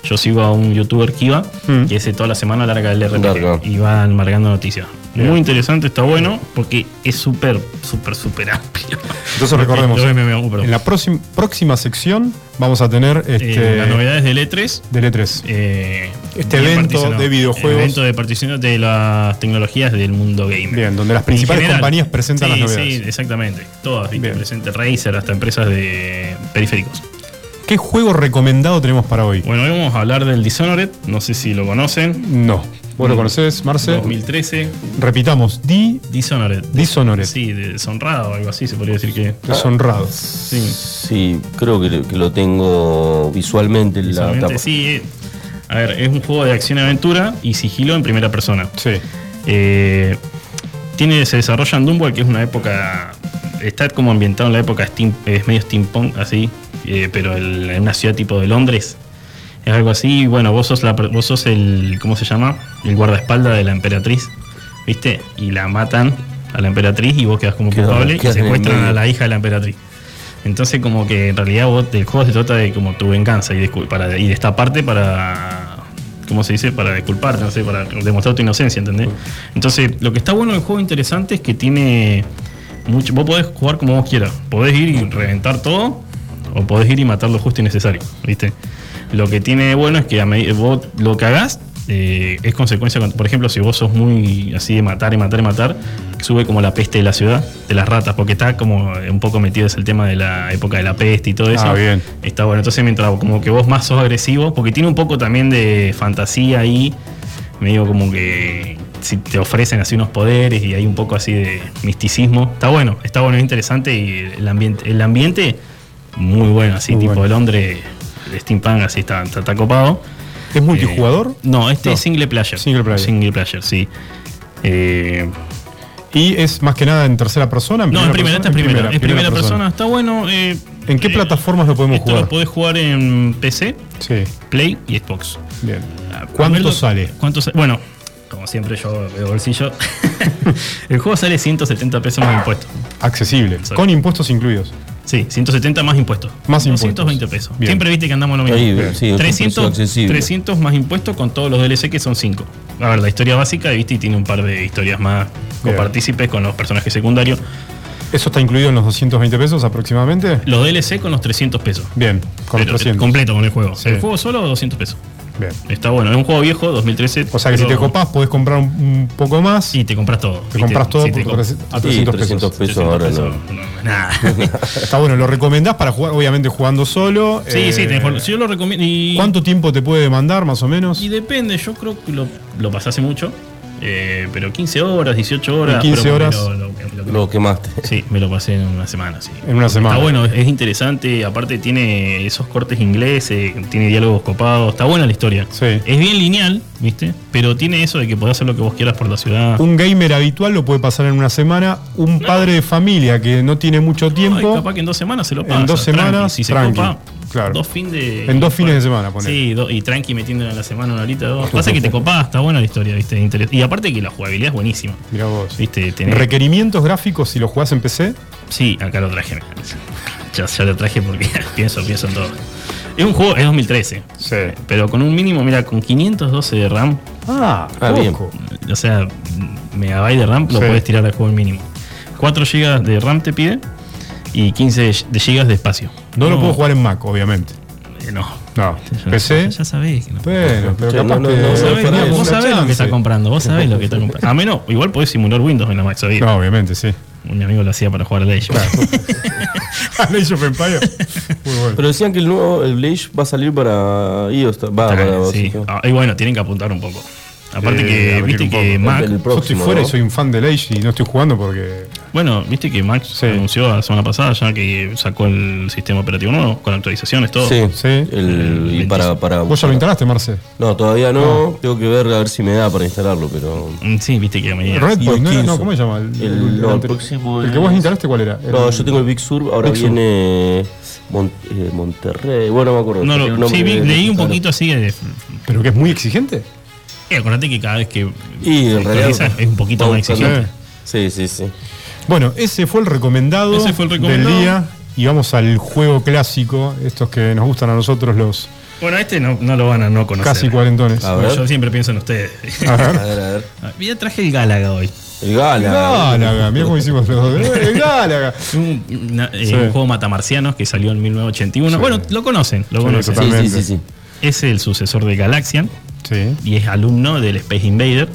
Speaker 6: Yo sigo a un youtuber Kiva,
Speaker 1: Mm.
Speaker 6: que hace toda la semana larga el RPG
Speaker 2: Larga.
Speaker 6: y van marcando noticias.
Speaker 1: Bien.
Speaker 6: Muy interesante, está bueno, porque es súper, súper, súper amplio.
Speaker 1: Entonces recordemos.
Speaker 6: Los MMO, perdón.
Speaker 1: En la próxima, próxima sección vamos a tener
Speaker 6: Eh,
Speaker 1: este, E
Speaker 6: las novedades del E3.
Speaker 1: del E3.
Speaker 6: eh,
Speaker 1: Este
Speaker 6: bien
Speaker 1: evento
Speaker 6: particionado.
Speaker 1: de videojuegos.
Speaker 6: Evento de participación de las tecnologías del mundo gamer.
Speaker 1: Bien, donde las
Speaker 6: En
Speaker 1: principales
Speaker 6: general.
Speaker 1: compañías presentan
Speaker 6: Sí,
Speaker 1: las novedades.
Speaker 6: Sí, exactamente. Todas, ¿viste?
Speaker 1: Bien.
Speaker 6: presenta Razer, hasta empresas de periféricos.
Speaker 1: ¿Qué juego recomendado tenemos para hoy?
Speaker 6: Bueno, hoy vamos a hablar del Dishonored. No sé si lo conocen.
Speaker 1: No. ¿Vos lo conocés, Marce?
Speaker 6: 2013.
Speaker 1: Repitamos, Di
Speaker 6: Dishonored.
Speaker 1: Dishonored.
Speaker 6: Sí, deshonrado o algo así se podría decir que.
Speaker 1: Deshonrado.
Speaker 6: Sí.
Speaker 2: Sí, creo que, que lo tengo visualmente en la
Speaker 6: Visualmente
Speaker 2: tapa.
Speaker 6: sí. eh. A ver, es un juego de acción-aventura y sigilo en primera persona.
Speaker 1: Sí.
Speaker 6: Eh, tiene, se desarrolla en Dunwall, que es una época. Está como ambientado en la época steam, es medio steampunk, así, eh, pero el- en una ciudad tipo de Londres. Es algo así. y Bueno, vos sos, la, per- vos sos el. ¿Cómo se llama? El guardaespaldas de la emperatriz, ¿viste? Y la matan a la emperatriz y vos quedás como
Speaker 2: Quedás-
Speaker 6: culpable y
Speaker 2: quedás en el
Speaker 6: secuestran
Speaker 2: medio.
Speaker 6: a la hija de la emperatriz. Entonces como que en realidad vos, el juego se trata de como tu venganza y, discul- para, y de esta parte para... ¿Cómo se dice? Para disculparte, no sé, para demostrar tu inocencia, ¿entendés? Entonces, lo que está bueno del juego interesante es que tiene mucho... Vos podés jugar como vos quieras. Podés ir y reventar todo o podés ir y matar lo justo y necesario, ¿viste? Lo que tiene de bueno es que a medi- vos lo que hagas eh, es consecuencia, con- por ejemplo, si vos sos muy así de matar y matar y matar, sube como la peste de la ciudad, de las ratas, porque está como eh, un poco metido es el tema de la época de la peste y todo eso.
Speaker 1: Ah, bien.
Speaker 6: Está bueno, entonces mientras como que vos más sos agresivo, porque tiene un poco también de fantasía ahí, medio como que si te ofrecen así unos poderes y hay un poco así de misticismo. Está bueno, está bueno, es interesante y el ambiente, el ambiente muy bueno, así
Speaker 1: Muy
Speaker 6: tipo
Speaker 1: bueno.
Speaker 6: Londres, steampunk, así está, está, está copado.
Speaker 1: ¿Es multijugador?
Speaker 6: Eh, no, este
Speaker 1: No.
Speaker 6: es single player.
Speaker 1: Single player.
Speaker 6: Single player, sí. Eh,
Speaker 1: ¿Y es más que nada en tercera persona?
Speaker 6: no, en primera, esta es primera.
Speaker 1: En
Speaker 6: Es primera persona, está bueno. eh,
Speaker 1: ¿En qué
Speaker 6: eh,
Speaker 1: plataformas lo podemos
Speaker 6: esto
Speaker 1: jugar?
Speaker 6: lo podés jugar en PC,
Speaker 1: Sí,
Speaker 6: Play y Xbox.
Speaker 1: bien.
Speaker 6: A- a
Speaker 1: ¿Cuánto
Speaker 6: verlo-
Speaker 1: sale?
Speaker 6: ¿Cuánto sale? Bueno, como siempre yo veo bolsillo. [laughs] el juego sale 170 pesos más impuestos.
Speaker 1: Accesible,
Speaker 6: Exacto.
Speaker 1: con impuestos incluidos.
Speaker 6: Sí, 170 más impuestos.
Speaker 1: Más impuestos.
Speaker 6: 220 pesos.
Speaker 1: Bien.
Speaker 6: Siempre viste que andamos lo mismo.
Speaker 2: Ahí, sí, es un precio
Speaker 6: 300,
Speaker 2: accesible.
Speaker 6: 300 más impuestos con todos los DLC que son 5. A ver, la historia básica, viste, y tiene un par de historias más
Speaker 1: Bien.
Speaker 6: copartícipes con los personajes secundarios.
Speaker 1: ¿Eso está incluido en los 220 pesos aproximadamente?
Speaker 6: Los DLC con los 300 pesos.
Speaker 1: Bien, con los
Speaker 6: Pero
Speaker 1: 300.
Speaker 6: Completo con el juego.
Speaker 1: Sí.
Speaker 6: El juego solo 200 pesos.
Speaker 1: Bien.
Speaker 6: Está bueno, es un juego viejo, 2013.
Speaker 1: O sea que si te
Speaker 6: pero-
Speaker 1: copás, podés comprar un, un poco más.
Speaker 6: Y te compras todo.
Speaker 1: Te
Speaker 6: viste,
Speaker 1: compras todo
Speaker 6: si te
Speaker 1: por
Speaker 6: comp-
Speaker 1: 300 a
Speaker 2: Sí,
Speaker 1: 300
Speaker 2: 300
Speaker 1: pesos.
Speaker 2: pesos. ahora no.
Speaker 6: no,
Speaker 2: [laughs]
Speaker 6: es nada.
Speaker 1: Está bueno, lo recomendás para jugar, obviamente jugando solo.
Speaker 6: sí,
Speaker 1: eh,
Speaker 6: sí, tenés- yo lo recomiendo. Y,
Speaker 1: ¿Cuánto tiempo te puede demandar más o menos?
Speaker 6: Y depende, yo creo que lo, lo pasaste mucho. eh, pero 15 horas, 18 horas.
Speaker 1: 15
Speaker 6: pero
Speaker 1: horas.
Speaker 6: Lo, lo- lo-
Speaker 2: Lo quemaste.
Speaker 6: sí, me lo pasé en una semana, sí.
Speaker 1: En una semana.
Speaker 6: Está bueno, es interesante. Aparte, tiene esos cortes ingleses, tiene diálogos copados. Está buena la historia.
Speaker 1: Sí.
Speaker 6: Es bien lineal, ¿viste? Pero tiene eso de que podés hacer lo que vos quieras por la ciudad.
Speaker 1: Un gamer habitual lo puede pasar en una semana. Un padre de familia que no tiene mucho
Speaker 6: Ay,
Speaker 1: tiempo.
Speaker 6: capaz que en dos semanas se lo pasa.
Speaker 1: dos
Speaker 6: tranqui.
Speaker 1: semanas,
Speaker 6: si se
Speaker 1: tranqui,
Speaker 6: copa,
Speaker 1: claro.
Speaker 6: dos fin de,
Speaker 1: En dos fines de semana, ponele.
Speaker 6: Sí, do- y tranqui metiéndole a la semana una
Speaker 1: [laughs]
Speaker 6: horita, dos. Pasa que te copás, está buena la historia, ¿viste? Interes- Y aparte que la jugabilidad es buenísima.
Speaker 1: Mirá vos.
Speaker 6: ¿Viste? Tenés-
Speaker 1: Requerimientos gráficos si lo jugás en PC.
Speaker 6: sí, acá lo traje. Ya, ya lo traje porque [laughs] pienso, pienso en todo. Es un juego, es 2013.
Speaker 1: Sí.
Speaker 6: Pero con un mínimo, mira, con 512 de RAM,
Speaker 1: Ah,
Speaker 2: Ah, bien.
Speaker 1: poco.
Speaker 6: o sea, megabyte de RAM, lo
Speaker 1: Sí.
Speaker 6: puedes tirar al juego al mínimo. 4 GB de RAM te pide y 15 de GB de espacio.
Speaker 1: No, lo puedo jugar en Mac, obviamente.
Speaker 6: Eh, no.
Speaker 1: No.
Speaker 6: Ya-
Speaker 1: PC.
Speaker 6: Ya, ya sabés que no.
Speaker 1: Bueno, pero
Speaker 2: Sí,
Speaker 1: capaz
Speaker 2: no, no,
Speaker 1: que.
Speaker 2: no,
Speaker 6: Vos
Speaker 2: pero
Speaker 6: sabés,
Speaker 2: fuera
Speaker 6: no,
Speaker 2: de
Speaker 6: vos
Speaker 1: una
Speaker 6: sabés lo que
Speaker 1: chance.
Speaker 6: está comprando, vos sabés lo que está comprando. A menos, igual podés simular Windows en la Mac, sabía.
Speaker 1: No, obviamente,
Speaker 6: [laughs]
Speaker 1: sí.
Speaker 6: Un amigo lo hacía para jugar a Legends.
Speaker 1: Age of Empires. [laughs] Muy bueno.
Speaker 2: [laughs] Pero decían que el nuevo, el Bleach va a salir para iOS. ta- Va,
Speaker 6: Está bien,
Speaker 2: para
Speaker 6: sí.
Speaker 2: iOS.
Speaker 6: Ah, y bueno, tienen que apuntar un poco. Aparte
Speaker 1: Eh,
Speaker 6: que,
Speaker 1: abrir
Speaker 6: viste
Speaker 1: un
Speaker 6: que
Speaker 1: poco.
Speaker 6: Mac,
Speaker 2: El
Speaker 1: Yo estoy
Speaker 2: próximo,
Speaker 1: fuera y
Speaker 2: ¿no?
Speaker 1: soy un fan del Age y no estoy jugando porque.
Speaker 6: bueno, viste que Mac anunció la semana pasada ya que sacó el sistema operativo nuevo con actualizaciones, todo.
Speaker 2: Sí,
Speaker 1: Sí.
Speaker 2: El- y para, para-
Speaker 1: Vos ya lo instalaste, Marce.
Speaker 2: No, todavía no. Tengo que ver a ver si me da para instalarlo, pero.
Speaker 6: Mm, Sí, viste que a medida.
Speaker 1: Redpoint, ¿no? era?
Speaker 2: 15.
Speaker 1: No, ¿cómo se llama?
Speaker 2: El- no, el
Speaker 1: anterior.
Speaker 2: próximo
Speaker 1: El que
Speaker 2: es-
Speaker 1: vos instalaste, ¿cuál era?
Speaker 2: No,
Speaker 1: El-
Speaker 2: yo tengo el Big Sur, ahora
Speaker 1: Big Sur.
Speaker 2: viene Mon- eh, Monterrey. Bueno, no me acuerdo.
Speaker 6: No,
Speaker 2: el
Speaker 6: lo,
Speaker 2: nombre
Speaker 6: sí, vi-
Speaker 2: del-
Speaker 6: leí un
Speaker 2: del-
Speaker 6: poquito así de.
Speaker 1: Pero que es muy exigente.
Speaker 6: Eh, acordate que cada vez que
Speaker 2: Y en
Speaker 6: actualiza
Speaker 2: realidad.
Speaker 6: es un poquito
Speaker 2: va
Speaker 6: más
Speaker 2: buscando-
Speaker 6: exigente.
Speaker 2: Sí, sí, sí.
Speaker 1: Bueno, ese fue el recomendado,
Speaker 6: Ese fue el recomendado.
Speaker 1: del día. Y vamos al juego clásico, estos que nos gustan a nosotros los
Speaker 6: Bueno, este no, no lo van a no conocer.
Speaker 1: casi cuarentones.
Speaker 2: A
Speaker 1: A
Speaker 2: ver.
Speaker 6: Yo siempre pienso en ustedes.
Speaker 1: ver.
Speaker 2: A ver, a ver.
Speaker 6: Ah, [laughs] Mira, traje el Gálaga hoy.
Speaker 2: El Gala.
Speaker 1: Gálaga, mirá cómo hicimos los dos. ¡Eh, el Gálaga!
Speaker 6: Un, una- eh,
Speaker 1: Sí.
Speaker 6: un juego Matamarcianos que salió en 1981.
Speaker 1: Sí.
Speaker 6: Bueno, lo conocen, lo
Speaker 1: Sí,
Speaker 6: conocen.
Speaker 1: total.
Speaker 2: Sí, sí,
Speaker 1: Totalmente.
Speaker 2: sí, sí.
Speaker 6: Es el sucesor de Galaxian
Speaker 1: Sí.
Speaker 6: y es alumno del Space Invader.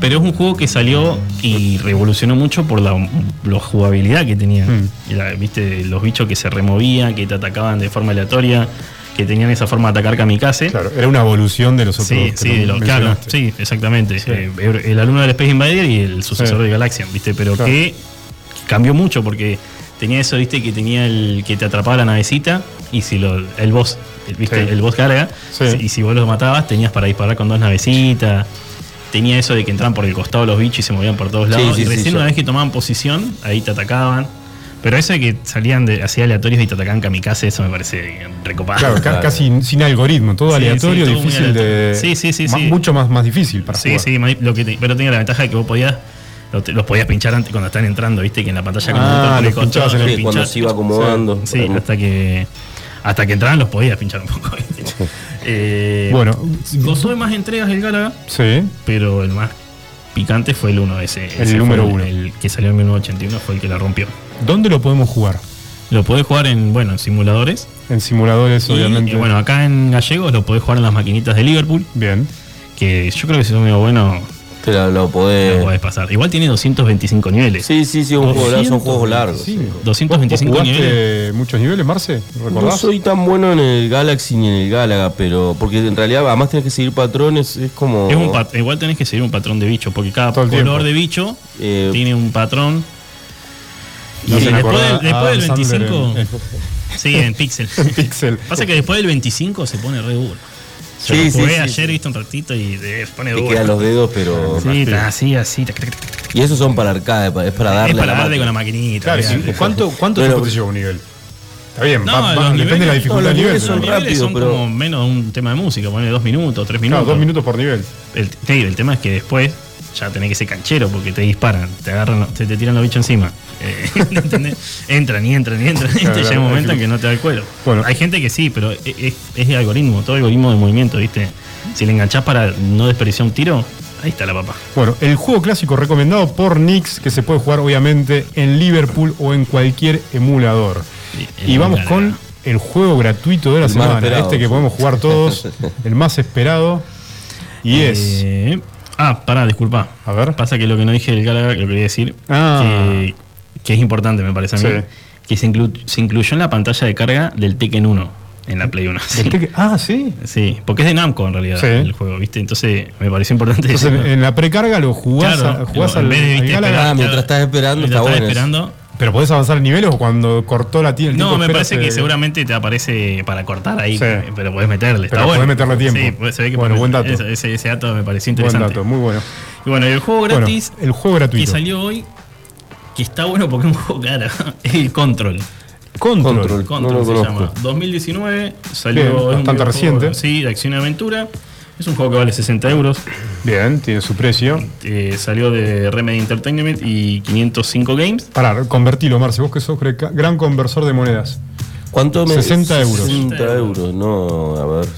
Speaker 6: Pero es un juego que salió y revolucionó mucho por la, la jugabilidad que tenía.
Speaker 1: Mm.
Speaker 6: Era, Viste, los bichos que se removían, que te atacaban de forma aleatoria, que tenían esa forma de atacar kamikaze.
Speaker 1: Claro, era una evolución de los otros.
Speaker 6: Sí,
Speaker 1: que
Speaker 6: sí,
Speaker 1: no
Speaker 6: de lo- claro,
Speaker 1: mencionaste.
Speaker 6: sí, exactamente. Eh, el, alumno del Space Invader y el sucesor
Speaker 1: Sí.
Speaker 6: de Galaxian, ¿viste? Pero
Speaker 1: Claro.
Speaker 6: que cambió mucho porque tenía eso, ¿viste? Que tenía el que te atrapaba la navecita y si lo, el boss, el- ¿viste?
Speaker 1: Sí.
Speaker 6: El boss carga.
Speaker 1: Sí.
Speaker 6: Y si vos lo matabas, tenías para disparar con dos navecitas. Tenía eso de que entraban por el costado los bichos y se movían por todos
Speaker 2: Sí,
Speaker 6: lados.
Speaker 2: sí,
Speaker 6: y
Speaker 2: sí,
Speaker 6: recién
Speaker 2: yo-
Speaker 6: una vez que tomaban posición, ahí te atacaban. Pero eso de que salían de, hacía aleatorios y te atacaban kamikaze, eso me parece recopado.
Speaker 1: Claro, ca-
Speaker 2: Claro.
Speaker 1: casi sin algoritmo, todo
Speaker 6: Sí,
Speaker 1: aleatorio,
Speaker 6: sí, todo muy
Speaker 1: difícil de.
Speaker 6: aleatorio. Sí, sí, sí,
Speaker 1: ma-
Speaker 6: sí.
Speaker 1: Mucho más, más difícil para
Speaker 6: Sí,
Speaker 1: jugar.
Speaker 6: sí, ma- lo que te- pero tenía la ventaja de que vos podías lo te- los podías pinchar antes cuando están entrando, viste, que en la pantalla
Speaker 1: Ah,
Speaker 6: computadora
Speaker 1: los pinchabas en el-
Speaker 6: los
Speaker 2: Sí, cuando
Speaker 6: pinchás.
Speaker 2: se iba acomodando.
Speaker 6: Sí, hasta que hasta que entraban los podías pinchar un poco. ¿viste? Eh,
Speaker 1: Bueno.
Speaker 6: gozó de más entregas el Galaga,
Speaker 1: Sí.
Speaker 6: pero el más picante fue el uno ese. ese fue
Speaker 1: número uno.
Speaker 6: El que salió en 1981 fue el que la rompió.
Speaker 1: ¿Dónde lo podemos jugar?
Speaker 6: Lo podés jugar en, bueno, en simuladores.
Speaker 1: En simuladores,
Speaker 6: Y,
Speaker 1: obviamente.
Speaker 6: eh, bueno, acá en Gallegos lo podés jugar en las maquinitas de Liverpool,
Speaker 1: Bien.
Speaker 6: que yo creo que si sos medio bueno,
Speaker 2: Te la- lo
Speaker 6: lo
Speaker 2: podés.
Speaker 6: podés pasar. Igual tiene 225 niveles.
Speaker 2: Eh. Sí, sí, sí, un juego largo, son juegos largos.
Speaker 1: Sí.
Speaker 6: 225
Speaker 1: ¿Vos jugaste
Speaker 6: niveles.
Speaker 1: muchos niveles, Marce?
Speaker 2: No
Speaker 1: ¿Recordás?
Speaker 2: soy tan bueno en el Galaxy ni en el Galaga, pero. Porque en realidad, además, tenés que seguir patrones, es como.
Speaker 6: Es un pat- igual tenés que seguir un patrón de bicho, porque cada
Speaker 1: Todo el
Speaker 6: color
Speaker 1: tiempo.
Speaker 6: de bicho
Speaker 2: Eh,
Speaker 6: tiene un patrón. Y
Speaker 1: No se me
Speaker 6: después,
Speaker 1: acordaba
Speaker 6: del- después del
Speaker 1: Adam Sandler
Speaker 6: 25.
Speaker 1: en- [laughs]
Speaker 6: Sí, en Pixel.
Speaker 1: Pixel.
Speaker 6: Pasa que después del 25 se pone re duro. Yo
Speaker 2: Sí, sí,
Speaker 6: lo jugué
Speaker 2: sí, sí.
Speaker 6: ayer, viste un ratito y se pone
Speaker 2: Te
Speaker 6: duro.
Speaker 2: quedan los dedos, pero.
Speaker 6: Sí, ta- así, así. tac, tac, tac, tac.
Speaker 2: Y esos son para arcade, pa- es para darle.
Speaker 6: Es para
Speaker 2: a la
Speaker 6: darle con la
Speaker 2: máquina.
Speaker 6: maquinita.
Speaker 1: Claro,
Speaker 6: obviamente.
Speaker 1: sí. ¿cuánto, cuánto
Speaker 2: Bueno,
Speaker 1: se te lleva un nivel? Está bien,
Speaker 6: No,
Speaker 1: va- va-
Speaker 6: los
Speaker 1: depende de la
Speaker 6: niveles-
Speaker 1: dificultad
Speaker 2: no,
Speaker 1: del
Speaker 2: los
Speaker 1: nivel.
Speaker 2: niveles
Speaker 1: pero-
Speaker 2: son
Speaker 6: Los niveles
Speaker 2: rápido,
Speaker 6: son
Speaker 2: pero-
Speaker 6: como menos de un tema de música, poner dos minutos, tres minutos.
Speaker 1: Claro, dos minutos por nivel.
Speaker 6: El, sí, el tema es que después ya tenés que ser canchero porque te disparan, te agarran, los- te, te tiran los bichos encima. Eh, [laughs] ¿entendés? entran y entran y entran. y
Speaker 1: Claro,
Speaker 6: llega
Speaker 1: claro,
Speaker 6: un momento
Speaker 1: hay
Speaker 6: en
Speaker 1: que-
Speaker 6: que no te da el cuero.
Speaker 1: Bueno.
Speaker 6: Hay gente que sí, pero es, es- es de algoritmo, todo algoritmo de movimiento, ¿viste? Si le enganchás para no desperdiciar un tiro, ahí está la papa.
Speaker 1: Bueno, el juego clásico recomendado por Nix, que se puede jugar obviamente en Liverpool o en cualquier emulador.
Speaker 6: Y-
Speaker 1: Y vamos
Speaker 6: emulador.
Speaker 1: con el juego gratuito de la
Speaker 2: El más
Speaker 1: semana,
Speaker 2: esperado.
Speaker 1: este que podemos jugar
Speaker 2: [laughs]
Speaker 1: todos, el más esperado. Y es.
Speaker 6: Eh, ah, pará, disculpa.
Speaker 1: A ver.
Speaker 6: Pasa que lo que no dije del Galaga, que lo quería decir,
Speaker 1: Ah.
Speaker 6: que, que es importante, me parece a mí,
Speaker 1: Sí.
Speaker 6: que se, inclu- se incluyó en la pantalla de carga del Tekken 1, en la
Speaker 1: [laughs]
Speaker 6: Play 1. sí.
Speaker 1: ¿Este que- Ah, sí.
Speaker 6: Sí, porque es de Namco en realidad
Speaker 1: Sí.
Speaker 6: el juego, ¿viste? Entonces me pareció importante
Speaker 1: Entonces en,
Speaker 6: decirlo.
Speaker 1: en la precarga lo jugás,
Speaker 6: Claro,
Speaker 1: a- jugás
Speaker 6: lo-
Speaker 1: al,
Speaker 6: en vez de,
Speaker 1: al
Speaker 6: viste,
Speaker 1: Galaga.
Speaker 6: esperar,
Speaker 2: Ah, mientras estás esperando,
Speaker 6: mientras
Speaker 2: está
Speaker 6: estás
Speaker 2: bueno
Speaker 6: esperando.
Speaker 1: Pero podés avanzar en niveles o cuando cortó la tía el
Speaker 6: No,
Speaker 1: tiempo
Speaker 6: me
Speaker 1: espera,
Speaker 6: parece
Speaker 1: se-
Speaker 6: que seguramente te aparece para cortar ahí,
Speaker 1: Sí.
Speaker 6: pero podés meterle.
Speaker 1: Pero
Speaker 6: está
Speaker 1: podés
Speaker 6: bueno.
Speaker 1: meterle tiempo.
Speaker 6: Sí, pues, se ve que
Speaker 1: Bueno,
Speaker 6: por-
Speaker 1: buen dato.
Speaker 6: Ese, ese- ese dato me pareció
Speaker 1: Buen
Speaker 6: interesante.
Speaker 1: dato, muy bueno.
Speaker 6: Y bueno, y el juego
Speaker 1: Bueno,
Speaker 6: gratis
Speaker 1: el juego
Speaker 6: que
Speaker 1: gratuito.
Speaker 6: salió hoy, que está bueno porque es un juego caro, [laughs] es el Control.
Speaker 1: Control.
Speaker 2: Control.
Speaker 6: Control
Speaker 2: No lo
Speaker 6: se
Speaker 2: conozco.
Speaker 6: llama. 2019, salió.
Speaker 1: Bien,
Speaker 6: es un
Speaker 1: bastante
Speaker 6: videojuego,
Speaker 1: reciente.
Speaker 6: Sí, de acción y aventura. Es un juego que vale 60 euros.
Speaker 1: Bien, tiene su precio.
Speaker 6: Eh, salió de Remedy Entertainment y 505 Games.
Speaker 1: Pará, convertilo, Marce, vos que sos cre- gran conversor de monedas.
Speaker 2: ¿Cuánto
Speaker 1: 60 euros.
Speaker 2: 60 euros, no, a ver,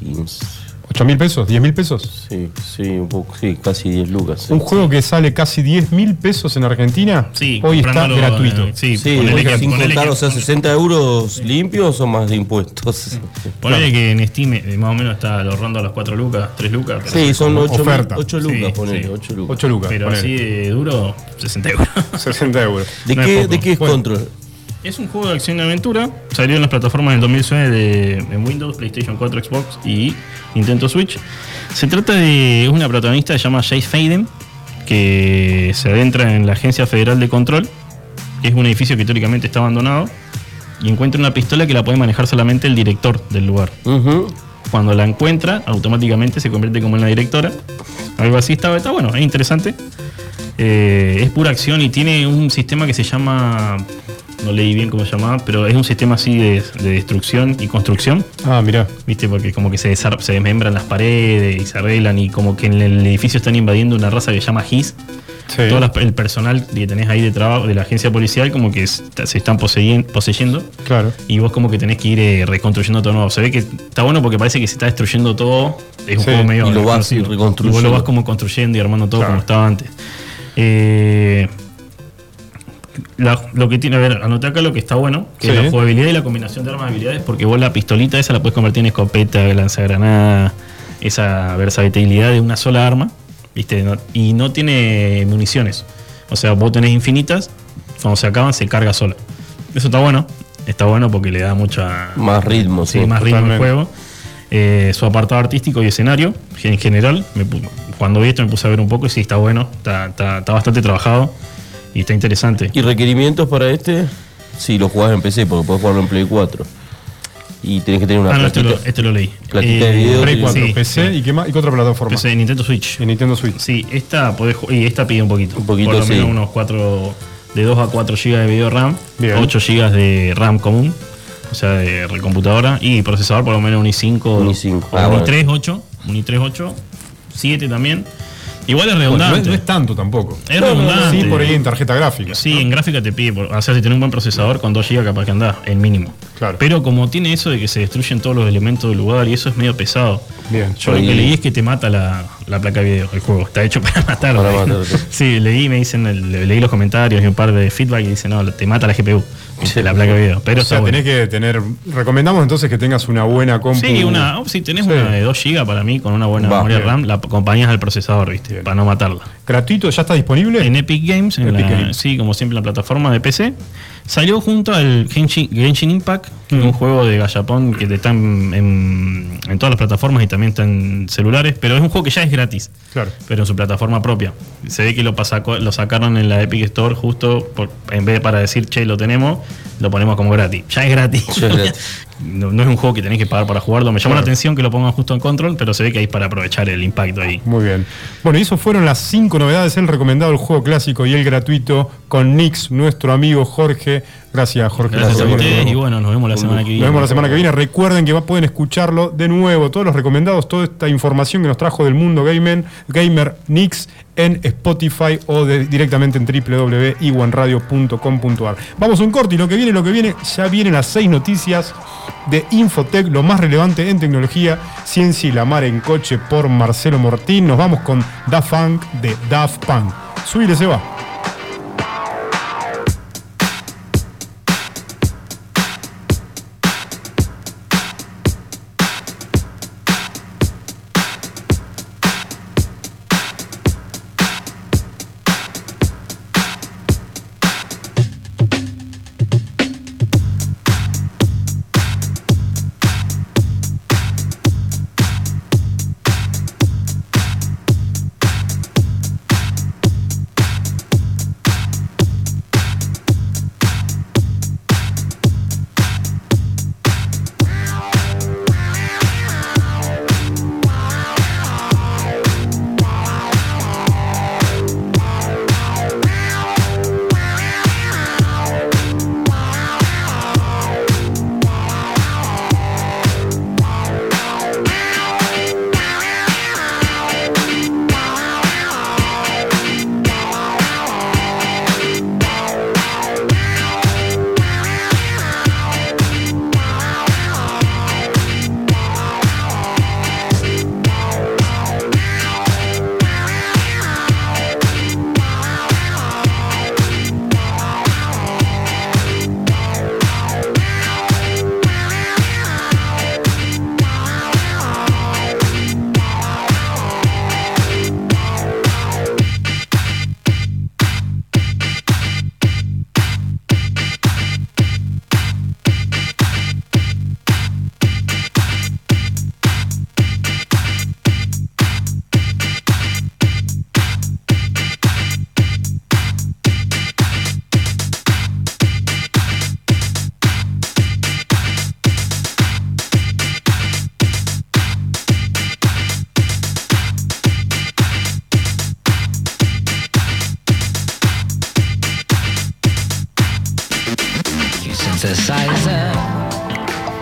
Speaker 2: 15.
Speaker 1: ¿8 mil pesos? ¿10 mil pesos?
Speaker 2: Sí, sí, un poco, sí, casi 10 lucas. sí.
Speaker 1: Un juego que sale casi 10 mil pesos en Argentina,
Speaker 6: Sí,
Speaker 1: hoy está
Speaker 6: comprándolo,
Speaker 1: gratuito.
Speaker 6: eh, sí,
Speaker 2: Sí,
Speaker 6: ponele, que,
Speaker 2: sin
Speaker 6: ponele
Speaker 2: contar,
Speaker 6: que-
Speaker 2: o sea, 60 euros limpios o más de
Speaker 6: [laughs]
Speaker 2: impuestos.
Speaker 6: ponele que en Steam eh, más o menos está lo rondo a las 4 lucas, 3 lucas. pero-
Speaker 2: Sí, son 8,
Speaker 1: Oferta.
Speaker 2: lucas,
Speaker 6: Sí,
Speaker 2: ponele,
Speaker 6: sí.
Speaker 2: 8 lucas.
Speaker 1: 8 lucas.
Speaker 6: Pero
Speaker 1: ponele.
Speaker 6: así de duro, 60 euros.
Speaker 1: 60 euros.
Speaker 2: ¿De,
Speaker 6: no es
Speaker 2: qué,
Speaker 6: poco.
Speaker 2: ¿De qué es
Speaker 1: Bueno.
Speaker 2: Control?
Speaker 6: Es un juego de acción y aventura. Salió en las plataformas del 2009 de, en Windows, PlayStation 4, Xbox y Nintendo Switch. Se trata de una protagonista que se llama Jace Faden, que se adentra en la Agencia Federal de Control, que es un edificio que teóricamente está abandonado, y encuentra una pistola que la puede manejar solamente el director del lugar.
Speaker 2: Ujú.
Speaker 6: Cuando la encuentra, automáticamente se convierte como en la directora. Algo así está, está bueno, es interesante. Eh, es pura acción y tiene un sistema que se llama. No leí bien cómo se llamaba, pero es un sistema así de, de destrucción y construcción.
Speaker 1: Ah, mirá.
Speaker 6: ¿Viste? Porque como que se, desar- se desmembran las paredes y se arreglan y como que en el edificio están invadiendo una raza que se llama GIS.
Speaker 1: Sí.
Speaker 6: Todo las- el personal que tenés ahí de trabajo de la agencia policial como que se se están poseyen- poseyendo
Speaker 1: Claro.
Speaker 6: y vos como que tenés que ir eh, reconstruyendo todo nuevo. Se ve que está bueno porque parece que se está destruyendo todo. Es
Speaker 1: Sí,
Speaker 6: un juego medio
Speaker 2: y lo vas
Speaker 6: explosivo.
Speaker 2: reconstruyendo.
Speaker 6: Y vos lo vas como construyendo y armando todo
Speaker 1: Claro.
Speaker 6: como estaba antes. Eh, la- lo que tiene, a ver, anoté acá lo que está bueno, que
Speaker 1: Sí.
Speaker 6: es la jugabilidad y la combinación de armas y habilidades, porque vos la pistolita esa la puedes convertir en escopeta, lanzagranada, esa versatilidad de una sola arma, ¿viste? No- y no tiene municiones. O sea, vos tenés infinitas, cuando se acaban se carga sola. Eso está bueno, está bueno porque le da mucha
Speaker 2: Más ritmo, sí.
Speaker 6: sí, más ritmo
Speaker 1: totalmente.
Speaker 6: al juego. Eh, su apartado artístico y escenario, en general, me pu- cuando vi esto me puse a ver un poco y sí, está bueno, está, está- está bastante trabajado y está interesante.
Speaker 2: ¿Y requerimientos para este? Sí, lo jugás en PC, porque podés jugarlo en Play 4. Y tenés que tener una
Speaker 6: Ah, no, este lo,
Speaker 2: platita.
Speaker 6: este lo leí.
Speaker 2: platita de video,
Speaker 1: Play
Speaker 2: sí,
Speaker 1: 4,
Speaker 6: sí,
Speaker 1: PC
Speaker 6: sí.
Speaker 1: y qué más, y qué otra plataforma.
Speaker 6: PC de Nintendo Switch.
Speaker 1: Y Nintendo Switch.
Speaker 6: Sí, esta podés ju- y esta pide un poquito.
Speaker 2: Un poquito,
Speaker 6: Por lo
Speaker 2: sí.
Speaker 6: menos unos 4, de 2 a 4 GB de video RAM,
Speaker 1: Bien.
Speaker 6: 8 GB de RAM común, o sea, de recomputadora y procesador por lo menos un i5,
Speaker 2: Un i5,
Speaker 6: o
Speaker 2: ah,
Speaker 6: un
Speaker 2: bueno.
Speaker 6: i3 8, un i3 8, 7 también. Igual es
Speaker 1: Bueno, no,
Speaker 6: redundante.
Speaker 1: es, no es tanto tampoco.
Speaker 6: Es redundante.
Speaker 1: Sí, por ahí en tarjeta gráfica.
Speaker 6: Sí, en gráfica te pide, por- o sea, si tenés un buen procesador con 2 GB capaz que andás, el mínimo.
Speaker 1: Claro.
Speaker 6: Pero como tiene eso de que se destruyen todos los elementos del lugar y eso es medio pesado.
Speaker 1: Bien.
Speaker 6: Yo lo que leí es que te mata la, la placa de video, el juego. Está hecho [laughs] para matarlo.
Speaker 2: Para matarte.
Speaker 6: [laughs] Sí, leí, me dicen, el- le- leí los comentarios y un par de feedback y dicen, no, te mata la GPU, la placa de video. Pero
Speaker 1: O sea,
Speaker 6: está bueno.
Speaker 1: tenés que tener. Recomendamos entonces que tengas una buena compu.
Speaker 6: Sí, una, oh, si tenés
Speaker 1: Sí.
Speaker 6: una de 2 GB para mí, con una buena
Speaker 2: Va,
Speaker 6: memoria
Speaker 1: bien.
Speaker 6: RAM, la acompañas al procesador, ¿viste? Para no matarla.
Speaker 1: ¿Gratuito? ¿Ya está disponible?
Speaker 6: En Epic Games, en
Speaker 1: Epic
Speaker 6: la-
Speaker 1: Games.
Speaker 6: sí, como siempre, en la plataforma de PC. Salió junto al Genshin, Genshin Impact, que es un juego de Gallapón que está en, en- en todas las plataformas y también está en celulares, pero es un juego que ya es gratis,
Speaker 1: Claro.
Speaker 6: pero en su plataforma propia. Se ve que lo, pasaco- lo sacaron en la Epic Store justo por- en vez de para decir, che, lo tenemos, lo ponemos como gratis. Ya es gratis.
Speaker 2: Ya es gratis.
Speaker 6: [laughs] no, no es un juego que tenés que pagar para jugarlo. Me llamó la atención que lo pongan justo en control, pero se ve que ahí es para aprovechar el impacto ahí.
Speaker 1: Muy bien. Bueno, y eso fueron las cinco novedades, el recomendado, el juego clásico y el gratuito con Nix, nuestro amigo Jorge. Gracias, Jorge.
Speaker 6: Gracias a
Speaker 1: por-
Speaker 6: ustedes y bueno, nos vemos la semana que viene.
Speaker 1: Nos vemos la semana que viene. Recuerden que va- pueden escucharlo de nuevo, todos los recomendados, toda esta información que nos trajo del mundo gamer, gamer Nix en Spotify o de- directamente en www.iwanradio.com.ar. Vamos a un corte y lo que viene, lo que viene, ya vienen las seis noticias de Infotec, lo más relevante en tecnología, ciencia y la mar en coche por Marcelo Mortín. Nos vamos con Daft Punk de Daft Punk. Subile, se va.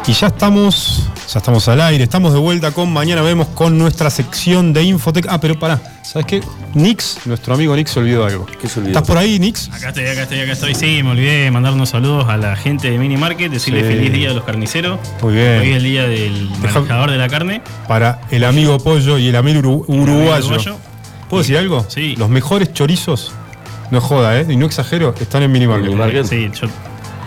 Speaker 1: Y ya estamos, ya estamos al aire, estamos de vuelta con Mañana Vemos con nuestra sección de Infotec. Ah, pero pará, ¿sabes qué? Nix, nuestro amigo Nix se olvidó algo.
Speaker 2: ¿Qué se olvidó?
Speaker 1: ¿Estás por ahí, Nix?
Speaker 6: Acá estoy, acá estoy, acá estoy. Sí, me olvidé de mandar unos saludos a la gente de Mini Market, decirle
Speaker 1: Sí.
Speaker 6: feliz día a los carniceros.
Speaker 1: Muy bien.
Speaker 6: Hoy es el día del
Speaker 1: Deja-
Speaker 6: manejador de la carne.
Speaker 1: Para el amigo Pollo y el amigo uru- uruguayo.
Speaker 6: uruguayo.
Speaker 1: ¿Puedo decir algo?
Speaker 6: Sí.
Speaker 1: Los mejores chorizos, no es joda, ¿eh? Y no exagero, están en
Speaker 2: Mini
Speaker 1: Minimarket.
Speaker 2: Market. Bien.
Speaker 6: Sí, yo,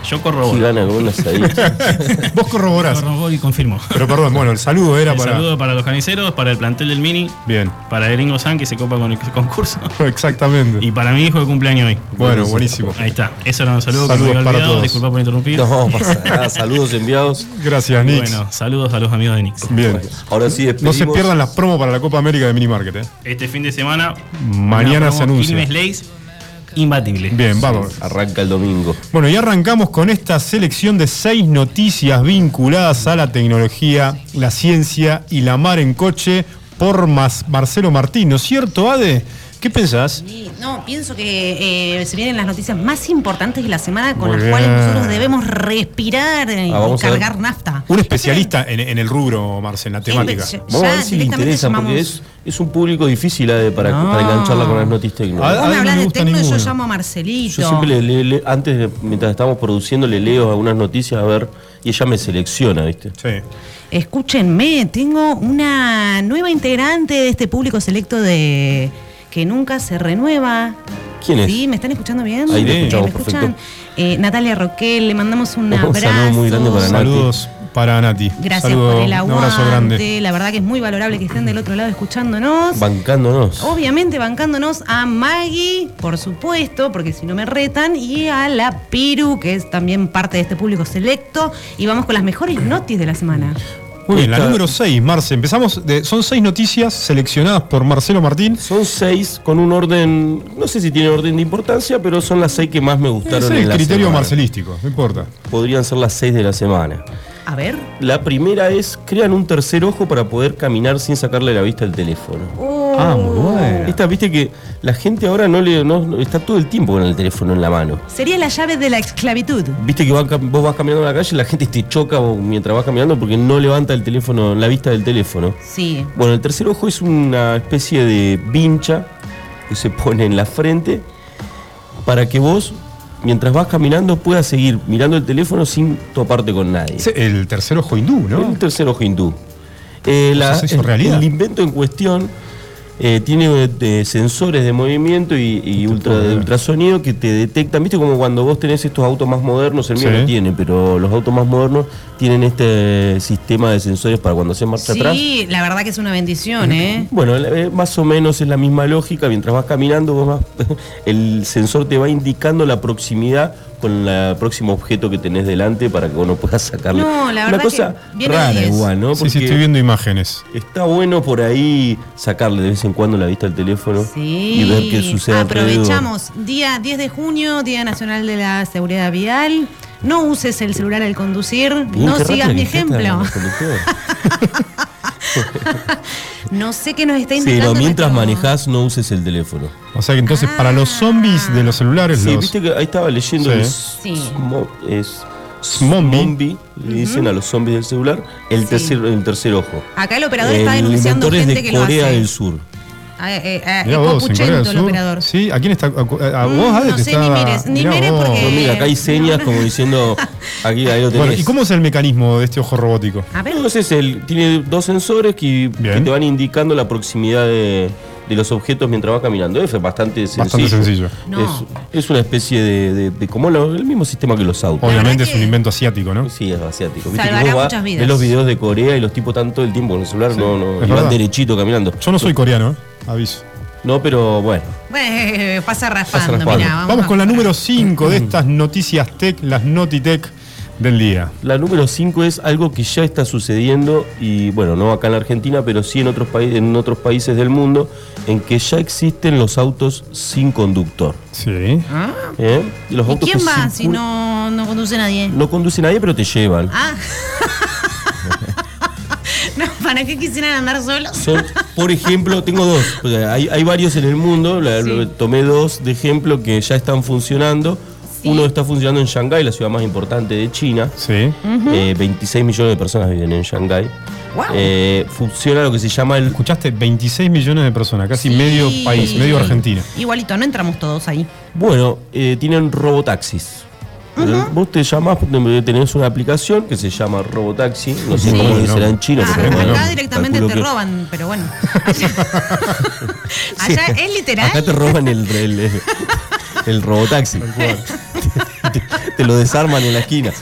Speaker 6: yo corroboro.
Speaker 2: Y gana con una
Speaker 6: [laughs]
Speaker 2: asadita.
Speaker 1: [laughs] Vos corroborás.
Speaker 6: Corroboro y confirmo.
Speaker 1: Pero perdón, bueno, el saludo era [laughs]
Speaker 6: Un
Speaker 1: para.
Speaker 6: saludo para los carniceros, para el plantel del Mini,
Speaker 1: Bien,
Speaker 6: para Gringo San que se copa con el concurso
Speaker 1: exactamente.
Speaker 6: y para mi hijo de cumpleaños hoy.
Speaker 1: Bueno, buenísimo.
Speaker 6: Ahí está. Eso era un saludo
Speaker 1: Saludos
Speaker 6: que me había
Speaker 1: para
Speaker 6: olvidado.
Speaker 1: todos.
Speaker 6: Disculpa por interrumpir.
Speaker 2: No, pasa nada. Saludos enviados.
Speaker 1: Gracias,
Speaker 6: Y
Speaker 1: Nix.
Speaker 6: Bueno, saludos a los amigos de Nix.
Speaker 1: Bien.
Speaker 2: Ahora sí,
Speaker 1: No se
Speaker 2: despedimos.
Speaker 1: pierdan las promos para la Copa América de Minimarket, ¿eh?
Speaker 6: Este fin de semana,
Speaker 1: Mañana
Speaker 6: una
Speaker 1: se
Speaker 6: promo
Speaker 1: anuncia.
Speaker 6: Quilmes Leis, imbatible.
Speaker 1: Bien, vamos.
Speaker 2: Arranca el domingo.
Speaker 1: Bueno, y arrancamos con esta selección de seis noticias vinculadas a la tecnología, la ciencia y la mar en coche por Mas- Marcelo Martín, ¿no es cierto, Ade? ¿Qué ¿Qué pensás?
Speaker 3: Y, No, pienso que eh, se vienen las noticias más importantes de la semana con
Speaker 1: Muy
Speaker 3: las cuales
Speaker 1: bien.
Speaker 3: nosotros debemos respirar y
Speaker 2: Ah, vamos a ver.
Speaker 3: cargar nafta.
Speaker 1: Un especialista en, en el rubro, Marce, en la temática.
Speaker 3: Sí,
Speaker 2: Vamos
Speaker 3: Ya
Speaker 2: a ver si le
Speaker 3: directamente
Speaker 2: interesa, porque
Speaker 3: llamamos.
Speaker 2: es, es un público difícil Ade, para,
Speaker 3: No.
Speaker 2: para engancharla con las noticias
Speaker 1: A-
Speaker 2: técnicas.
Speaker 1: a
Speaker 3: Vos me
Speaker 1: mí no
Speaker 3: hablas
Speaker 1: me
Speaker 3: de
Speaker 1: gusta
Speaker 3: tecno y yo
Speaker 1: ninguno.
Speaker 3: llamo a Marcelito.
Speaker 2: Yo siempre le, le- le- antes, de- mientras estábamos produciendo, le leo algunas noticias a ver, y ella me selecciona, ¿viste?
Speaker 1: Sí.
Speaker 3: Escúchenme, tengo una nueva integrante de este público selecto de que nunca se renueva.
Speaker 2: ¿Quién es?
Speaker 3: Sí, ¿me están escuchando bien?
Speaker 2: Ahí te
Speaker 3: Eh,
Speaker 2: escuchamos,
Speaker 3: ¿me escuchan?
Speaker 2: perfecto.
Speaker 3: Eh, Natalia Roquel, le mandamos un
Speaker 2: Un
Speaker 3: abrazo.
Speaker 2: saludo muy grande para Nati.
Speaker 1: Saludos para Nati.
Speaker 3: Gracias
Speaker 1: Saludo,
Speaker 3: por el
Speaker 1: Un abrazo grande.
Speaker 3: aguante. La verdad que es muy valorable que estén del otro lado escuchándonos.
Speaker 2: Bancándonos.
Speaker 3: Obviamente bancándonos a Maggie, por supuesto, porque si no me retan, y a la Piru, que es también parte de este público selecto. Y vamos con las mejores notis de la semana.
Speaker 1: Muy bien, la
Speaker 2: Esta-
Speaker 1: número 6, Marce. Empezamos. de- son seis noticias seleccionadas por Marcelo Martín.
Speaker 2: Son seis con un orden, no sé si tiene orden de importancia, pero son las seis que más me gustaron.
Speaker 1: Ese
Speaker 2: en
Speaker 1: es el
Speaker 2: la
Speaker 1: criterio
Speaker 2: semana.
Speaker 1: marcelístico, no importa.
Speaker 2: Podrían ser las seis de la semana.
Speaker 3: A ver.
Speaker 2: La primera es, crean un tercer ojo para poder caminar sin sacarle la vista al teléfono.
Speaker 1: Ah, muy bueno.
Speaker 2: Esta, viste que la gente ahora no le no- no- está todo el tiempo con el teléfono en la mano.
Speaker 3: Sería la llave de la esclavitud.
Speaker 2: Viste que va cam- vos vas caminando en la calle y la gente te choca vos mientras vas caminando porque no levanta el teléfono, la vista del teléfono.
Speaker 3: Sí.
Speaker 2: Bueno, el tercer ojo es una especie de vincha que se pone en la frente para que vos, mientras vas caminando, puedas seguir mirando el teléfono sin toparte con nadie.
Speaker 1: Ese- El tercer ojo hindú,
Speaker 2: Es
Speaker 1: ¿no?
Speaker 2: Un tercer ojo hindú. Eh, la-
Speaker 1: se hizo
Speaker 2: el,
Speaker 1: realidad.
Speaker 2: el invento en cuestión eh, tiene eh, de sensores de movimiento y, y ultra- de ultrasonido que te detectan. ¿Viste como cuando vos tenés estos autos más modernos? El mío
Speaker 1: Sí.
Speaker 2: no tiene, pero los autos más modernos tienen este sistema de sensores para cuando se marcha atrás.
Speaker 3: Sí, la verdad que es una bendición, ¿eh?
Speaker 2: Bueno, la- eh, más o menos es la misma lógica. Mientras vas caminando, vos vas- [laughs] el sensor te va indicando la proximidad con la- el próximo objeto que tenés delante para que vos no puedas sacarle.
Speaker 3: No, la
Speaker 2: Una
Speaker 3: verdad
Speaker 2: cosa
Speaker 3: que viene
Speaker 2: rara
Speaker 3: 10.
Speaker 2: igual,
Speaker 1: Sí,
Speaker 2: ¿no?
Speaker 1: sí,
Speaker 2: Porque
Speaker 1: estoy viendo imágenes.
Speaker 2: Está bueno por ahí sacarle de vez en cuando la vista al teléfono
Speaker 3: Sí.
Speaker 2: y ver qué sucede. alrededor.
Speaker 3: Aprovechamos. Día 10 de junio, Día Nacional de la Seguridad Vial. No uses el celular al conducir.
Speaker 2: Bien,
Speaker 3: no
Speaker 2: qué rápido
Speaker 3: sigas mi
Speaker 2: que está esta
Speaker 3: ejemplo. [laughs]
Speaker 2: conductora.
Speaker 3: No sé qué nos está
Speaker 2: Sí,
Speaker 3: indicando.
Speaker 2: no, mientras
Speaker 3: nuestro-
Speaker 2: manejás no uses el teléfono.
Speaker 1: O sea que entonces para los zombies de los celulares,
Speaker 2: Sí,
Speaker 1: los-
Speaker 2: viste que ahí estaba leyendo
Speaker 1: Sí.
Speaker 2: el
Speaker 3: Sí.
Speaker 2: smo- es
Speaker 1: Zombie.
Speaker 2: zombie, le dicen a los zombies del celular, el,
Speaker 3: Sí.
Speaker 2: tercer, el tercer ojo.
Speaker 3: Acá el operador está
Speaker 2: El
Speaker 3: denunciando
Speaker 2: inventor es
Speaker 3: gente
Speaker 2: de
Speaker 3: que
Speaker 2: Corea
Speaker 3: lo hace.
Speaker 2: del Sur.
Speaker 3: Ah, eh, ah,
Speaker 1: Mirá vos, en
Speaker 3: es
Speaker 1: Corea del
Speaker 3: copuchento el
Speaker 1: Sur.
Speaker 3: operador.
Speaker 1: Sí, ¿a quién está? ¿A, a vos,
Speaker 3: Mm,
Speaker 1: Ade,
Speaker 3: no
Speaker 1: te
Speaker 3: sé,
Speaker 1: estaba-
Speaker 3: ni mires, ni
Speaker 1: Mirá
Speaker 3: mires
Speaker 1: vos.
Speaker 2: No,
Speaker 3: porque-
Speaker 2: mira, acá hay señas como diciendo,
Speaker 3: [laughs]
Speaker 2: aquí ahí lo tenés.
Speaker 1: Bueno, ¿y cómo es el mecanismo de este ojo robótico?
Speaker 3: A ver.
Speaker 2: Entonces, él tiene dos sensores que,
Speaker 1: Bien.
Speaker 2: que te van indicando la proximidad de, de los objetos mientras vas caminando. Es bastante sencillo.
Speaker 1: Bastante sencillo.
Speaker 3: No.
Speaker 2: Es, es una especie de, de- de- como lo- el mismo sistema que los autos.
Speaker 1: Obviamente
Speaker 3: verdad
Speaker 1: es un
Speaker 3: que-
Speaker 1: invento asiático, ¿no?
Speaker 2: Sí, es asiático.
Speaker 3: Salvará
Speaker 2: que vos vas,
Speaker 3: muchas vidas.
Speaker 2: Ves los videos de Corea y los tipos tanto el tiempo con el celular, no, no,
Speaker 1: es
Speaker 2: y van
Speaker 1: verdad.
Speaker 2: derechito caminando.
Speaker 1: Yo no soy coreano, ¿eh? aviso.
Speaker 2: No, pero bueno.
Speaker 3: Bueno, pues, pasa raspando,
Speaker 2: raspando.
Speaker 3: mirá,
Speaker 1: Vamos, con la número 5
Speaker 3: [laughs]
Speaker 1: de estas noticias tech, las Notitech del día.
Speaker 2: La número 5 es algo que ya está sucediendo y bueno, no acá en la Argentina, pero sí en otros, países en otros países del mundo, en que ya existen los autos sin conductor.
Speaker 1: Sí.
Speaker 3: Ah.
Speaker 2: ¿eh? Y Los
Speaker 3: ¿Y
Speaker 2: autos
Speaker 3: quién
Speaker 2: que
Speaker 3: va
Speaker 2: circulan-
Speaker 3: si no, no conduce nadie? [laughs]
Speaker 2: No conduce nadie, pero te llevan.
Speaker 3: Ah. no, ¿para qué quisieran andar solos?
Speaker 2: Son, por ejemplo, tengo dos. o sea, hay, hay varios en el mundo. la- lo- Tomé dos de ejemplo que ya están funcionando.
Speaker 3: Sí.
Speaker 2: Uno está funcionando en Shanghái, la ciudad más importante de China.
Speaker 1: Sí.
Speaker 2: Eh, 26 millones de personas viven en Shanghái.
Speaker 3: Wow.
Speaker 2: Eh, funciona lo que se llama el
Speaker 1: Escuchaste, 26 millones de personas, casi
Speaker 3: Sí.
Speaker 1: medio país, medio Argentina.
Speaker 3: Igualito, no entramos todos ahí.
Speaker 2: Bueno, eh, tienen robotaxis. Vos te llamás, tenés una aplicación que se llama Robotaxi. No sé
Speaker 3: Sí.
Speaker 2: cómo
Speaker 1: Bueno.
Speaker 2: será en chino.
Speaker 3: Ah,
Speaker 2: pero bueno,
Speaker 3: acá directamente
Speaker 2: calculo
Speaker 3: te
Speaker 2: que-
Speaker 3: roban, pero
Speaker 1: [laughs]
Speaker 3: bueno. Allá es literal.
Speaker 2: Acá te roban el, el, el robotaxi. [laughs] te, te lo desarman en la esquina.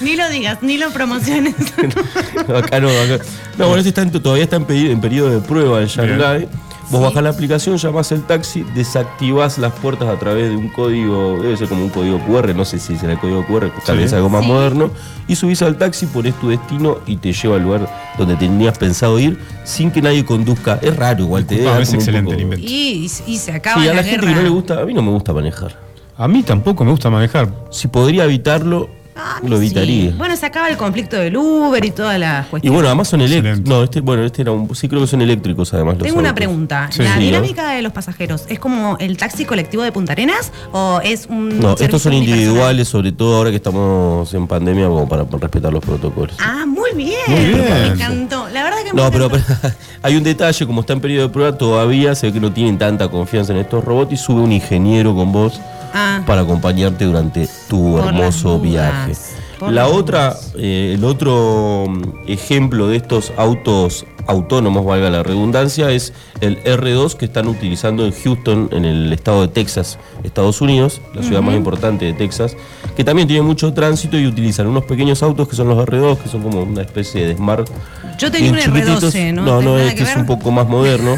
Speaker 3: Ni lo digas, ni lo promociones.
Speaker 2: Acá no, acá- No, bueno, este está en- todavía está en, peri- en periodo de prueba en Shanghái. Vos bajás la aplicación, llamás el taxi, desactivás las puertas a través de un código, debe ser como un código QR, no sé si será el código QR, tal vez algo más
Speaker 3: Sí.
Speaker 2: moderno, y subís al taxi, ponés tu destino y te lleva al lugar donde tenías pensado ir sin que nadie conduzca. Es raro, igual te
Speaker 1: Disculpame,
Speaker 2: deja
Speaker 1: es
Speaker 2: como un
Speaker 1: excelente
Speaker 2: poco-
Speaker 1: el invento.
Speaker 3: y, y se acaba
Speaker 2: Sí, a
Speaker 3: la,
Speaker 2: la gente
Speaker 3: guerra.
Speaker 2: que no le gusta, a mí no me gusta manejar.
Speaker 1: A mí tampoco me gusta manejar.
Speaker 2: Si podría evitarlo,
Speaker 3: A mí
Speaker 2: Lo evitaría.
Speaker 3: Ah, Bueno, se acaba el conflicto del Uber y todas las
Speaker 2: Y
Speaker 3: cuestiones.
Speaker 2: bueno, además son eléctricos.
Speaker 1: Excelente.
Speaker 2: No, este, bueno, este era un. Sí, creo que son eléctricos además. los
Speaker 3: Tengo una
Speaker 2: autos.
Speaker 3: pregunta.
Speaker 2: Sí.
Speaker 3: ¿La
Speaker 2: Sí, ¿no?
Speaker 3: dinámica de los pasajeros es como el taxi colectivo de Punta Arenas o es un.
Speaker 2: No,
Speaker 3: servicio
Speaker 2: estos son
Speaker 3: unipersonal?
Speaker 2: individuales, sobre todo ahora que estamos en pandemia, como para respetar los protocolos.
Speaker 3: Ah, muy bien.
Speaker 1: Muy bien.
Speaker 3: Me encantó. La verdad que me
Speaker 2: No, pero,
Speaker 3: encantó.
Speaker 2: pero [laughs] hay un detalle, como está en periodo de prueba, todavía se ve que no tienen tanta confianza en estos robots y sube un ingeniero con vos
Speaker 3: Ah.
Speaker 2: para acompañarte durante tu
Speaker 3: Por las
Speaker 2: hermoso
Speaker 3: dudas,
Speaker 2: viaje.
Speaker 3: por
Speaker 2: La
Speaker 3: las
Speaker 2: otra,
Speaker 3: dudas.
Speaker 2: eh, el otro mm, ejemplo de estos autos autónomos, valga la redundancia, es el R2 que están utilizando en Houston, en el estado de Texas, Estados Unidos, la ciudad más importante de Texas, que también tiene mucho tránsito y utilizan unos pequeños autos que son los R2, que son como una especie de smart.
Speaker 3: Yo tenía
Speaker 2: bien
Speaker 3: un R12,
Speaker 2: chiquititos.
Speaker 3: ¿no?
Speaker 2: No,
Speaker 3: ¿Tenés nada
Speaker 2: este
Speaker 3: que
Speaker 2: es un
Speaker 3: ver?
Speaker 2: poco más
Speaker 3: [laughs]
Speaker 2: moderno.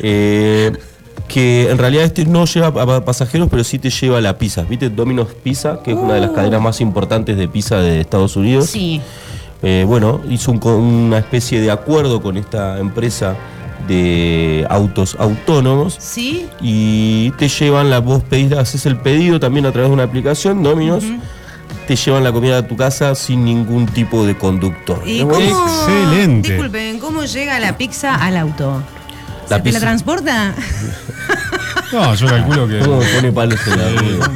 Speaker 2: Eh, que en realidad este no lleva a pa- pasajeros, pero sí te lleva a la pizza. ¿Viste? Domino's Pizza, que es una de las
Speaker 3: Uh.
Speaker 2: cadenas más importantes de pizza de Estados Unidos.
Speaker 3: Sí.
Speaker 2: Eh, bueno, hizo un co- una especie de acuerdo con esta empresa de autos autónomos
Speaker 3: Sí.
Speaker 2: y te llevan la vos pedís, haces el pedido también a través de una aplicación, Dominos, te llevan la comida a tu casa sin ningún tipo de conductor.
Speaker 3: ¿Y
Speaker 2: Es
Speaker 3: cómo,
Speaker 2: buenísimo.
Speaker 1: Excelente.
Speaker 3: Disculpen, ¿cómo llega la pizza al auto?
Speaker 2: La
Speaker 3: ¿Se te la
Speaker 2: pizza.
Speaker 3: transporta?
Speaker 1: No, yo calculo que.
Speaker 3: [laughs]
Speaker 2: ¿Cómo me pone palos en la rueda?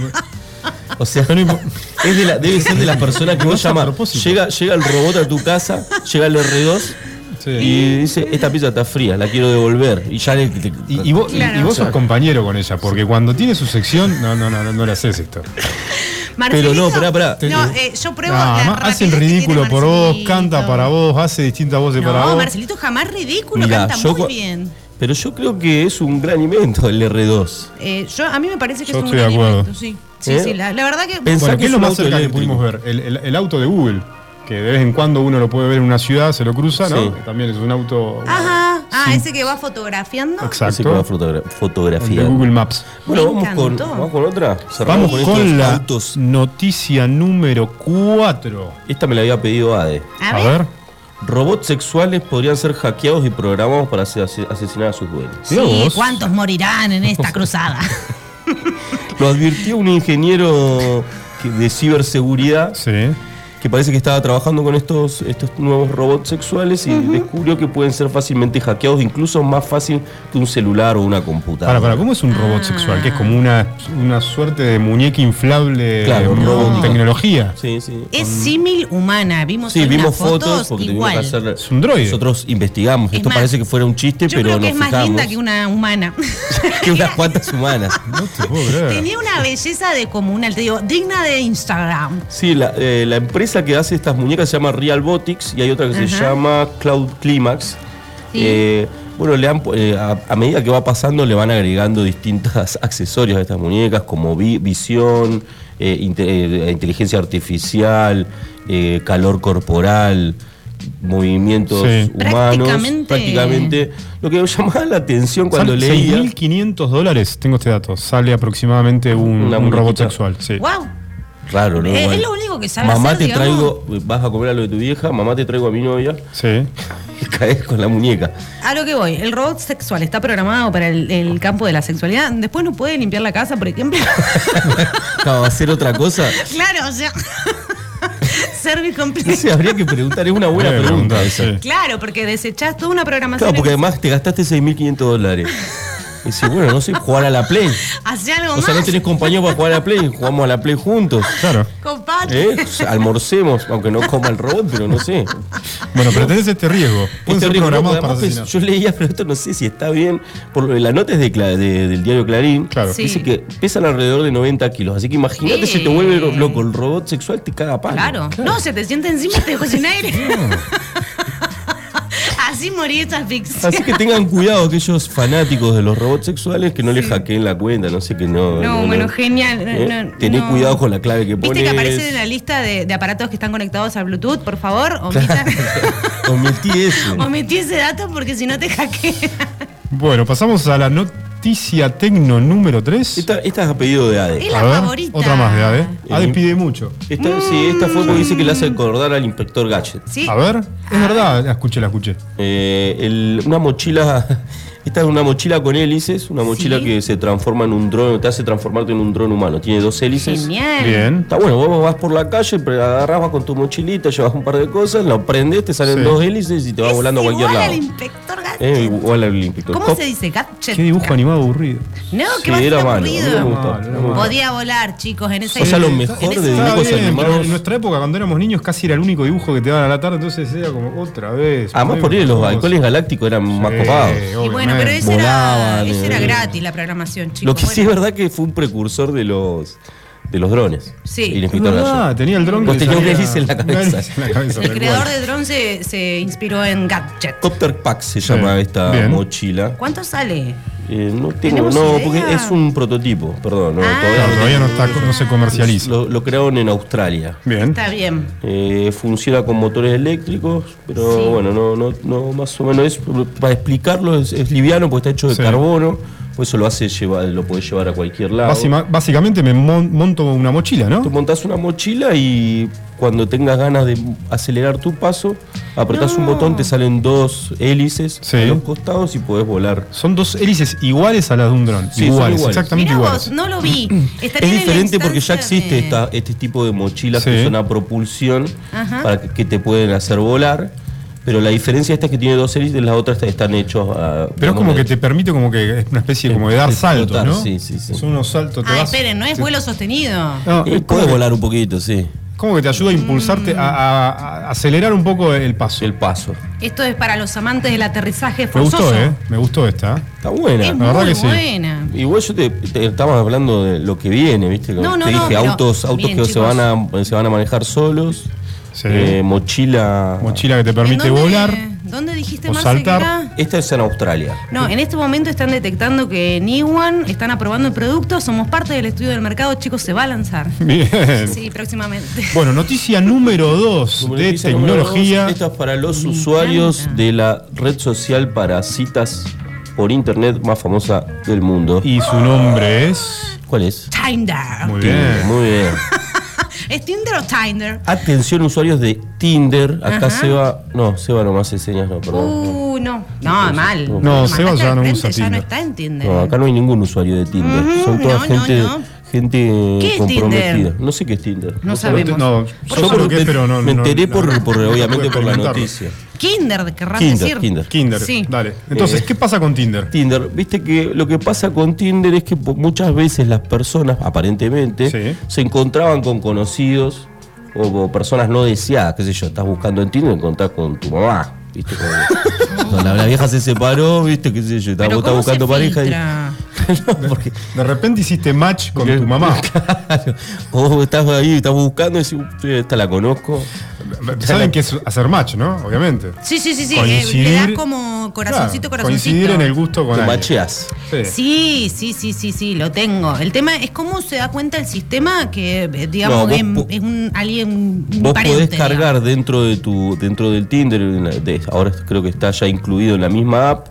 Speaker 2: O sea, es de la- debe ser de las personas que vos
Speaker 1: a
Speaker 2: llamas.
Speaker 1: propósito.
Speaker 2: Llega, llega el robot a tu casa, llega el R2
Speaker 1: Sí.
Speaker 2: y dice, esta pizza está fría, la quiero devolver. Y ya le- te-
Speaker 1: Y, y vos, y-
Speaker 3: Claro.
Speaker 1: y vos sos compañero con ella, porque cuando tiene su sección, no, no, no, no, no le haces esto.
Speaker 2: Pero no,
Speaker 3: [laughs] Marcelito.
Speaker 2: pará, pará.
Speaker 3: No, eh, yo pruebo.
Speaker 1: Nada
Speaker 3: la
Speaker 1: más, hace el
Speaker 3: rapidez que tiene
Speaker 1: Ah, ridículo por vos,
Speaker 3: Marcelito.
Speaker 1: canta para vos, hace distintas voces para
Speaker 3: No,
Speaker 1: vos.
Speaker 3: Marcelito jamás ridículo,
Speaker 2: Mirá,
Speaker 3: canta
Speaker 2: yo
Speaker 3: muy
Speaker 2: cua-
Speaker 3: bien.
Speaker 2: Pero yo creo que es un gran invento el R2.
Speaker 3: Eh, yo, a mí me parece que
Speaker 1: Yo
Speaker 3: es un
Speaker 1: estoy
Speaker 3: gran
Speaker 1: de acuerdo.
Speaker 3: invento, Sí, sí,
Speaker 2: ¿Eh?
Speaker 3: sí, la, la verdad que.
Speaker 1: Bueno,
Speaker 2: Pensá que
Speaker 1: ¿qué es
Speaker 2: es
Speaker 1: lo
Speaker 2: un
Speaker 1: más
Speaker 2: auto
Speaker 1: cerca que
Speaker 2: eléctrico.
Speaker 1: pudimos ver? El, el- el auto de Google, que de vez en cuando uno lo puede ver en una ciudad, se lo cruza, ¿no?
Speaker 2: Sí.
Speaker 1: También es un auto.
Speaker 3: Ajá, ah, ese que va fotografiando.
Speaker 2: Así con la
Speaker 1: Exacto.
Speaker 2: fotogra-
Speaker 1: De
Speaker 2: fotografía.
Speaker 1: Google Maps.
Speaker 2: Bueno,
Speaker 3: Me
Speaker 2: vamos con,
Speaker 3: encantó.
Speaker 2: vamos con otra. Cerramos
Speaker 1: Vamos con
Speaker 2: estos
Speaker 1: la
Speaker 2: autos.
Speaker 1: noticia número 4.
Speaker 2: Esta me la había pedido Ade.
Speaker 3: A ver.
Speaker 2: Robots sexuales podrían ser hackeados y programados para ase- ase- asesinar a sus dueños.
Speaker 1: Mirá
Speaker 3: Sí,
Speaker 1: vos.
Speaker 3: ¿cuántos morirán en esta
Speaker 2: [laughs]
Speaker 3: cruzada?
Speaker 2: Lo advirtió un ingeniero que- de ciberseguridad
Speaker 1: Sí.
Speaker 2: que parece que estaba trabajando con estos, estos nuevos robots sexuales y descubrió que pueden ser fácilmente hackeados, incluso más fácil que un celular o una computadora.
Speaker 1: Para, para, ¿cómo es un
Speaker 3: Ah.
Speaker 1: robot sexual? Que es como una, una suerte de muñeca inflable
Speaker 2: Claro,
Speaker 1: con
Speaker 2: robótica.
Speaker 1: tecnología.
Speaker 2: Sí, sí.
Speaker 3: es símil humana. Vimos,
Speaker 2: Sí,
Speaker 3: hoy
Speaker 2: vimos
Speaker 3: unas
Speaker 2: fotos, porque
Speaker 3: igual.
Speaker 2: tuvimos que hacer.
Speaker 1: Es un droide.
Speaker 2: Nosotros investigamos.
Speaker 3: Es
Speaker 2: Esto
Speaker 3: más,
Speaker 2: parece que fuera un chiste,
Speaker 3: Yo
Speaker 2: pero
Speaker 3: creo que
Speaker 2: nos
Speaker 3: es más
Speaker 2: fijamos
Speaker 3: linda que una humana.
Speaker 2: [laughs]
Speaker 3: [laughs]
Speaker 2: que unas cuantas humanas.
Speaker 1: No te puedo creer.
Speaker 3: Tenía una belleza de comunal, te digo, digna de Instagram.
Speaker 2: Sí, la, eh, la empresa que hace estas muñecas se llama Realbotics y hay otra que se
Speaker 3: Ajá.
Speaker 2: llama Cloud Climax.
Speaker 3: Sí.
Speaker 2: Eh, bueno, le han pu- eh, a, a medida que va pasando le van agregando distintos [laughs] accesorios a estas muñecas como vi- visión, eh, inte- eh, inteligencia artificial, eh, calor corporal, movimientos
Speaker 1: Sí.
Speaker 2: humanos.
Speaker 3: Prácticamente-
Speaker 2: prácticamente. Lo que me llamaba la atención cuando
Speaker 1: Sale
Speaker 2: leía...
Speaker 1: 6.500 dólares, tengo este dato. Sale aproximadamente un,
Speaker 2: Una
Speaker 1: un
Speaker 2: muñequita.
Speaker 1: robot sexual. Sí.
Speaker 3: Wow.
Speaker 2: Raro, ¿no?
Speaker 3: Eh, es
Speaker 2: Igual.
Speaker 3: lo único que sabe
Speaker 2: Mamá
Speaker 3: hacer,
Speaker 2: te
Speaker 3: digamos.
Speaker 2: traigo, vas a comer a lo de tu vieja, mamá te traigo a mi novia.
Speaker 1: Sí.
Speaker 2: [laughs] y caes con la muñeca. [laughs]
Speaker 3: A lo que voy, el robot sexual está programado para el, el campo de la sexualidad. Después no puede limpiar la casa,
Speaker 2: [laughs]
Speaker 3: por ejemplo.
Speaker 2: Claro, hacer otra cosa.
Speaker 3: claro, o sea. [laughs] Service
Speaker 2: No
Speaker 3: complete.
Speaker 2: sé, habría que preguntar, es una buena
Speaker 1: Buena
Speaker 2: pregunta.
Speaker 1: pregunta,
Speaker 2: esa.
Speaker 1: sí.
Speaker 3: Claro, porque desechás toda una programación.
Speaker 2: Claro, porque además te gastaste 6.500
Speaker 3: [laughs]
Speaker 2: dólares. Y decís, bueno, no sé, jugar a la Play.
Speaker 3: Hacé algo
Speaker 2: O sea, no
Speaker 3: más.
Speaker 2: tenés compañero para jugar a la Play, jugamos a la Play
Speaker 3: [laughs]
Speaker 2: juntos.
Speaker 1: Claro.
Speaker 3: Compadre.
Speaker 2: ¿Eh? O sea, almorcemos, aunque no coma el robot, pero no sé.
Speaker 1: Bueno, pero tenés este riesgo. Pueden
Speaker 2: Este
Speaker 1: ser
Speaker 2: rico,
Speaker 1: programados
Speaker 2: además,
Speaker 1: para
Speaker 2: pues,
Speaker 1: asesinar.
Speaker 2: Yo leía, pero esto no sé si está bien. Por lo de la nota es de Cla- de- del diario Clarín.
Speaker 1: Claro.
Speaker 3: Sí.
Speaker 2: Dice que pesan alrededor de 90 kilos. Así que imagínate, se te
Speaker 3: Sí.
Speaker 2: vuelve lo- loco. El robot sexual te caga a palo.
Speaker 3: Claro. No, se te sienta encima y te dejo sin aire. [laughs] Así morí esta asfixia.
Speaker 2: Así que tengan cuidado aquellos fanáticos de los robots sexuales que no les hackeen la cuenta, no sé que no.
Speaker 3: No, bueno, genial.
Speaker 2: Eh,
Speaker 3: No, no,
Speaker 2: Tené
Speaker 3: no.
Speaker 2: cuidado con la clave que pones.
Speaker 3: Viste que
Speaker 2: [laughs]
Speaker 3: aparece en la lista de, de aparatos que están conectados a Bluetooth, por favor,
Speaker 2: [laughs]
Speaker 3: omita,
Speaker 2: Omití eso.
Speaker 3: [laughs] omití ese dato porque si no te hackean.
Speaker 2: [laughs]
Speaker 1: Bueno, pasamos a la no- Justicia Tecno número 3.
Speaker 2: Esta, esta es a pedido de ADE.
Speaker 3: Es la favorita.
Speaker 1: Otra más de ADE. ADE
Speaker 2: Eh.
Speaker 1: pide mucho.
Speaker 2: Esta, sí, esta fue
Speaker 3: Mm.
Speaker 2: porque dice que le hace acordar al inspector Gadget.
Speaker 3: Sí.
Speaker 1: A ver, es verdad, la escuché, la escuché.
Speaker 2: Eh, el- una mochila. [laughs] Esta es una mochila con hélices, una mochila
Speaker 3: Sí.
Speaker 2: que se transforma en un dron, te hace transformarte en un dron humano. Tiene dos hélices.
Speaker 3: Genial.
Speaker 1: Bien.
Speaker 2: Está bueno, vos vas por la calle, pre- agarrás, vas con tu mochilita, llevas un par de cosas, lo prendes, te salen
Speaker 1: Sí.
Speaker 2: dos hélices y te va
Speaker 3: Es
Speaker 2: volando a cualquier
Speaker 3: igual
Speaker 2: lado.
Speaker 3: al inspector Gadget.
Speaker 2: Eh, igual al olímpico.
Speaker 3: ¿Cómo
Speaker 2: Cop-
Speaker 3: se dice? Gadget.
Speaker 1: Qué dibujo animado aburrido.
Speaker 3: No,
Speaker 2: Sí,
Speaker 3: que va a ser
Speaker 2: era malo, no me
Speaker 3: aburrido.
Speaker 2: gustaba,
Speaker 1: No,
Speaker 2: no me gustaba.
Speaker 3: Podía volar, chicos, en ese
Speaker 2: O sea, lo
Speaker 3: en
Speaker 2: mejor
Speaker 3: ese-
Speaker 2: de
Speaker 1: Está
Speaker 2: dibujos
Speaker 1: bien,
Speaker 2: animados.
Speaker 1: pero en nuestra época, cuando éramos niños, casi era el único dibujo que te daban a la tarde, entonces era como otra vez.
Speaker 2: Además, por ahí Ah, los balcones galácticos eran más copados.
Speaker 3: Y bueno, pero
Speaker 1: es
Speaker 3: ese era,
Speaker 2: Volaban,
Speaker 3: ese era
Speaker 2: eh.
Speaker 3: gratis la programación, chicos.
Speaker 2: Lo que sí es
Speaker 3: Bueno,
Speaker 2: verdad que fue un precursor de los de los drones. Y
Speaker 3: Sí.
Speaker 2: el
Speaker 1: Es
Speaker 2: inspector
Speaker 1: verdad,
Speaker 2: Gadget.
Speaker 1: tenía el dron
Speaker 2: Vos
Speaker 1: que
Speaker 2: tenías
Speaker 1: [laughs]
Speaker 2: un
Speaker 1: salía-
Speaker 2: hélice en la cabeza.
Speaker 1: en la cabeza,
Speaker 3: el
Speaker 1: tal
Speaker 3: creador
Speaker 1: cual.
Speaker 3: de Drone se, se inspiró en Gadget.
Speaker 2: Copter Pack se llama
Speaker 1: Bien.
Speaker 2: esta
Speaker 1: Bien.
Speaker 2: mochila.
Speaker 3: ¿Cuánto sale?
Speaker 2: Eh, no tengo,
Speaker 3: ¿Tenemos
Speaker 2: no,
Speaker 3: idea?
Speaker 2: porque es un prototipo, perdón. No,
Speaker 3: Ah.
Speaker 2: todavía
Speaker 1: Claro,
Speaker 2: no
Speaker 1: todavía no, está, no se
Speaker 2: tenemos.
Speaker 1: comercializa.
Speaker 2: Lo, lo crearon en Australia.
Speaker 1: Bien.
Speaker 3: Está bien.
Speaker 2: Eh, funciona con motores eléctricos, pero
Speaker 3: Sí.
Speaker 2: bueno, no, no, no, más o menos es, para explicarlo, es, es liviano porque está hecho de
Speaker 1: Sí.
Speaker 2: carbono, por eso lo hace llevar, lo puedes llevar a cualquier lado.
Speaker 1: Básima- básicamente me mon- monto una mochila,
Speaker 2: Tú
Speaker 1: ¿no?
Speaker 2: montás una mochila y cuando tengas ganas de acelerar tu paso, apretás un
Speaker 3: No.
Speaker 2: botón, te salen dos hélices
Speaker 1: Sí.
Speaker 2: a los costados y podés volar.
Speaker 1: Son dos hélices iguales a las de un dron.
Speaker 2: Sí, son
Speaker 1: iguales,
Speaker 2: iguales.
Speaker 1: exactamente
Speaker 3: Mirá
Speaker 1: iguales.
Speaker 3: vos, no lo vi. Estaría
Speaker 2: Es
Speaker 3: en la
Speaker 2: diferente porque ya
Speaker 3: instancia
Speaker 2: existe
Speaker 3: de-
Speaker 2: esta- este tipo de mochilas
Speaker 1: Sí.
Speaker 2: que son a propulsión
Speaker 3: Ajá.
Speaker 2: para que, que te pueden hacer volar. Pero la diferencia esta es que tiene dos hélices, las otras están hechos a.
Speaker 1: Pero es como
Speaker 2: digamos,
Speaker 1: que te permite como que es una especie de como de dar
Speaker 2: Explotar,
Speaker 1: saltos, ¿no?
Speaker 2: sí, sí, sí.
Speaker 1: Son unos saltos. te
Speaker 3: Ah,
Speaker 1: vas- Ah,
Speaker 3: esperen, no es vuelo sostenido.
Speaker 1: No, es
Speaker 2: eh,
Speaker 1: como
Speaker 2: puedes
Speaker 1: que-
Speaker 2: volar un poquito, sí.
Speaker 1: como que te ayuda a impulsarte, a, a- a acelerar un poco el paso.
Speaker 2: El paso.
Speaker 3: Esto es para los amantes del aterrizaje
Speaker 1: Me
Speaker 3: forzoso.
Speaker 1: gustó, ¿eh? Me gustó esta. ¿eh?
Speaker 2: Está buena. Ah.
Speaker 3: Es
Speaker 1: La verdad
Speaker 3: muy
Speaker 1: que sí.
Speaker 3: buena.
Speaker 2: Igual yo te, te- estábamos hablando de lo que viene, ¿viste?
Speaker 3: No, no,
Speaker 2: te
Speaker 3: no,
Speaker 2: dije,
Speaker 3: pero-
Speaker 2: autos, autos
Speaker 3: bien,
Speaker 2: que se
Speaker 3: chicos.
Speaker 2: van, a, se van a manejar solos,
Speaker 1: Sí.
Speaker 2: eh, mochila...
Speaker 1: Mochila que te permite
Speaker 3: ¿En dónde- [laughs]
Speaker 1: volar.
Speaker 3: ¿Dónde dijiste,
Speaker 1: o
Speaker 3: Marce,
Speaker 1: saltar.
Speaker 3: que era?
Speaker 2: Esta es en Australia.
Speaker 3: No, en este momento están detectando que en Iwan están aprobando el producto, somos parte del estudio del mercado, chicos, se va a lanzar.
Speaker 1: Bien.
Speaker 3: Sí, próximamente.
Speaker 1: Bueno, noticia número 2
Speaker 2: Como
Speaker 1: de
Speaker 2: noticia número
Speaker 1: tecnología.
Speaker 2: dos, Esta es para los usuarios
Speaker 3: encanta.
Speaker 2: de la red social para citas por internet más famosa del mundo.
Speaker 1: Y su nombre es.
Speaker 2: ¿Cuál es?
Speaker 3: Tinder.
Speaker 1: Muy bien.
Speaker 2: Muy
Speaker 1: [laughs]
Speaker 2: bien.
Speaker 3: [laughs] ¿Es Tinder o Tinder?
Speaker 2: Atención usuarios de Tinder. Acá
Speaker 3: Ajá.
Speaker 2: Seba... No, Seba nomás hace señas, no, perdón.
Speaker 3: Uh, no. No, mal.
Speaker 2: No,
Speaker 3: Lo
Speaker 1: Seba
Speaker 3: mandaste
Speaker 1: ya
Speaker 3: al
Speaker 1: no
Speaker 3: frente,
Speaker 1: usa
Speaker 3: Ya no
Speaker 1: Tinder.
Speaker 3: está en Tinder.
Speaker 2: No, acá no hay ningún usuario de Tinder.
Speaker 3: Ujú,
Speaker 2: Son todas
Speaker 3: no, no,
Speaker 2: gente,
Speaker 3: no.
Speaker 2: gente
Speaker 3: ¿Qué es
Speaker 2: comprometida.
Speaker 3: Tinder?
Speaker 2: No sé qué es Tinder.
Speaker 3: No
Speaker 1: Yo
Speaker 3: sabemos.
Speaker 1: No,
Speaker 2: Yo
Speaker 1: yo
Speaker 2: por-
Speaker 1: coloqué, pero no.
Speaker 2: me
Speaker 1: no-
Speaker 2: enteré
Speaker 1: la-
Speaker 2: por,
Speaker 1: no
Speaker 2: por-
Speaker 1: pude
Speaker 2: obviamente por la
Speaker 1: experimentarlo.
Speaker 2: noticia.
Speaker 3: Kinder, querrás
Speaker 2: Kinder,
Speaker 3: decir.
Speaker 2: Kinder.
Speaker 1: Kinder,
Speaker 3: Sí.
Speaker 1: dale. Entonces,
Speaker 2: Eh.
Speaker 1: ¿qué pasa con Tinder?
Speaker 2: Tinder, viste que lo que pasa con Tinder es que po- muchas veces las personas, aparentemente,
Speaker 1: Sí.
Speaker 2: se encontraban con conocidos o, o personas no deseadas, qué sé yo, estás buscando en Tinder encontrás con tu mamá, viste
Speaker 3: [laughs]
Speaker 2: como- Cuando la, la vieja se separó, viste, qué sé yo, estás,
Speaker 3: Pero
Speaker 2: estás
Speaker 3: ¿cómo
Speaker 2: buscando
Speaker 3: se
Speaker 2: pareja y,
Speaker 3: filtra?
Speaker 2: [laughs] No, porque-
Speaker 1: De repente hiciste match [laughs] con tu
Speaker 2: [laughs]
Speaker 1: mamá.
Speaker 2: Claro. Vos estás ahí, estás buscando y decís, "Uy, esta la conozco.
Speaker 1: Saben que es hacer match, ¿no? Obviamente.
Speaker 3: Sí, sí, sí, sí. eh,
Speaker 1: Coincidir-
Speaker 3: Le das como corazoncito,
Speaker 1: Claro,
Speaker 3: corazoncito.
Speaker 1: Coincidir en el gusto con
Speaker 2: Te
Speaker 1: alguien.
Speaker 2: macheás.
Speaker 1: Sí.
Speaker 3: Sí, sí, sí, sí, sí, lo tengo. El tema es cómo se da cuenta el sistema que, eh,
Speaker 2: No,
Speaker 3: digamos,
Speaker 2: vos
Speaker 3: es,
Speaker 2: po-
Speaker 3: es un alguien un
Speaker 2: Vos
Speaker 3: pariente,
Speaker 2: podés cargar dentro de tu dentro del Tinder, en la- de- ahora creo que está ya incluido en la misma app,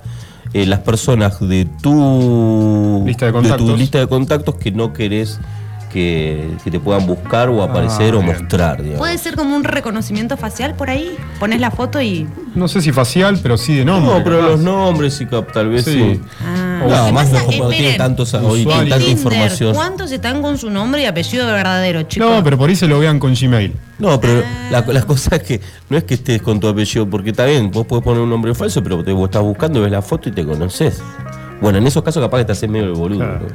Speaker 2: eh, las personas de tu
Speaker 1: Lista de
Speaker 2: tu
Speaker 1: contactos.
Speaker 2: lista de contactos que no querés que, que te puedan buscar o aparecer o
Speaker 1: Ah, bien.
Speaker 2: mostrar, digamos.
Speaker 3: digamos. Puede ser como un reconocimiento facial por ahí. Pones la foto y.
Speaker 1: No sé si facial, pero sí de nombre.
Speaker 2: no, pero
Speaker 1: capaz.
Speaker 2: los nombres y cap- tal vez
Speaker 1: Sí.
Speaker 2: sí.
Speaker 3: Ah,
Speaker 2: No,
Speaker 3: lo que
Speaker 2: además
Speaker 3: pasa-
Speaker 2: no, no tiene
Speaker 3: esperen,
Speaker 2: tantos hoy,
Speaker 1: usuarios.
Speaker 2: tiene tanta
Speaker 3: Tinder,
Speaker 2: información.
Speaker 3: ¿Cuántos están con su nombre y apellido de verdadero, chicos?
Speaker 1: No, pero por ahí se lo vean con Gmail.
Speaker 2: No, pero
Speaker 3: Ah.
Speaker 2: la, la cosa es que no es que estés con tu apellido, porque está bien, vos podés poner un nombre falso, pero te vos estás buscando, ves la foto y te conoces. Bueno, en esos casos capaz que te haces medio el boludo.
Speaker 1: Claro.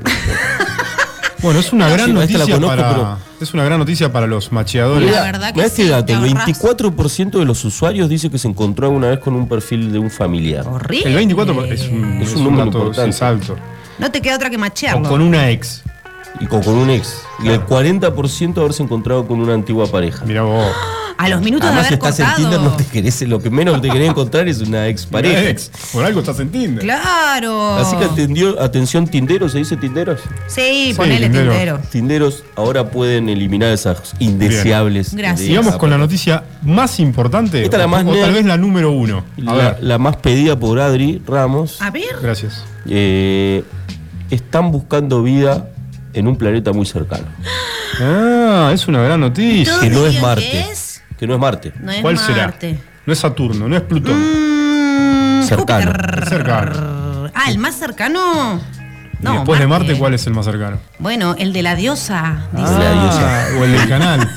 Speaker 1: Bueno, es una gran
Speaker 2: Ah, sí, esta la
Speaker 1: noticia
Speaker 2: conozco,
Speaker 1: para.
Speaker 2: pero-
Speaker 1: Es una gran noticia para los macheadores.
Speaker 3: La
Speaker 2: Mirá,
Speaker 3: verdad que
Speaker 2: mirá este
Speaker 3: sí,
Speaker 2: dato,
Speaker 3: te ahorrás.
Speaker 2: 24% de los usuarios dice que se encontró alguna vez con un perfil de un familiar.
Speaker 3: Horrible.
Speaker 1: El 24 es un,
Speaker 2: Es
Speaker 1: es
Speaker 2: un
Speaker 1: un
Speaker 2: número
Speaker 1: dato
Speaker 2: importante.
Speaker 1: sí, alto.
Speaker 3: No te queda otra que
Speaker 1: O
Speaker 3: machearlo.
Speaker 1: con una ex.
Speaker 2: Y con, con un ex. Y el 40% haberse encontrado con una antigua pareja.
Speaker 1: Mira vos.
Speaker 3: A los minutos
Speaker 2: Además, si
Speaker 3: de haber
Speaker 2: estás
Speaker 3: cortado.
Speaker 2: en Tinder, no te querés, lo que menos te querés encontrar es una ex pareja.
Speaker 1: Una ex. Por algo estás en Tinder.
Speaker 3: Claro.
Speaker 2: Así que atendió, atención, tinderos, ¿se dice tinderos?
Speaker 3: Sí,
Speaker 1: Sí,
Speaker 3: ponele
Speaker 1: tintero.
Speaker 3: tintero.
Speaker 2: Tinderos ahora pueden eliminar esas indeseables.
Speaker 3: Bien. Gracias.
Speaker 2: de
Speaker 1: Sigamos
Speaker 2: esa
Speaker 1: con la noticia más importante.
Speaker 2: Esta es la
Speaker 1: o-
Speaker 2: más
Speaker 1: o
Speaker 2: nerd.
Speaker 1: tal vez la número uno. A
Speaker 2: La,
Speaker 1: ver.
Speaker 3: Ah.
Speaker 2: la más pedida por Adri Ramos.
Speaker 3: A ver.
Speaker 1: Gracias.
Speaker 2: Eh, están buscando vida en un planeta muy cercano.
Speaker 1: Ah, es una gran noticia.
Speaker 2: Que no es
Speaker 7: digan
Speaker 2: Marte.
Speaker 7: que es?
Speaker 2: Que no es Marte.
Speaker 7: No es
Speaker 1: ¿Cuál
Speaker 7: Marte.
Speaker 1: será? No es Saturno, no es Plutón.
Speaker 3: Mm,
Speaker 2: Cercano.
Speaker 1: Es cercano.
Speaker 3: Ah, el más cercano. No,
Speaker 1: y después de
Speaker 3: Marte.
Speaker 1: Marte, ¿cuál es el más cercano? Ah,
Speaker 3: Bueno, el de la diosa. dice.
Speaker 2: La diosa.
Speaker 1: o el del canal.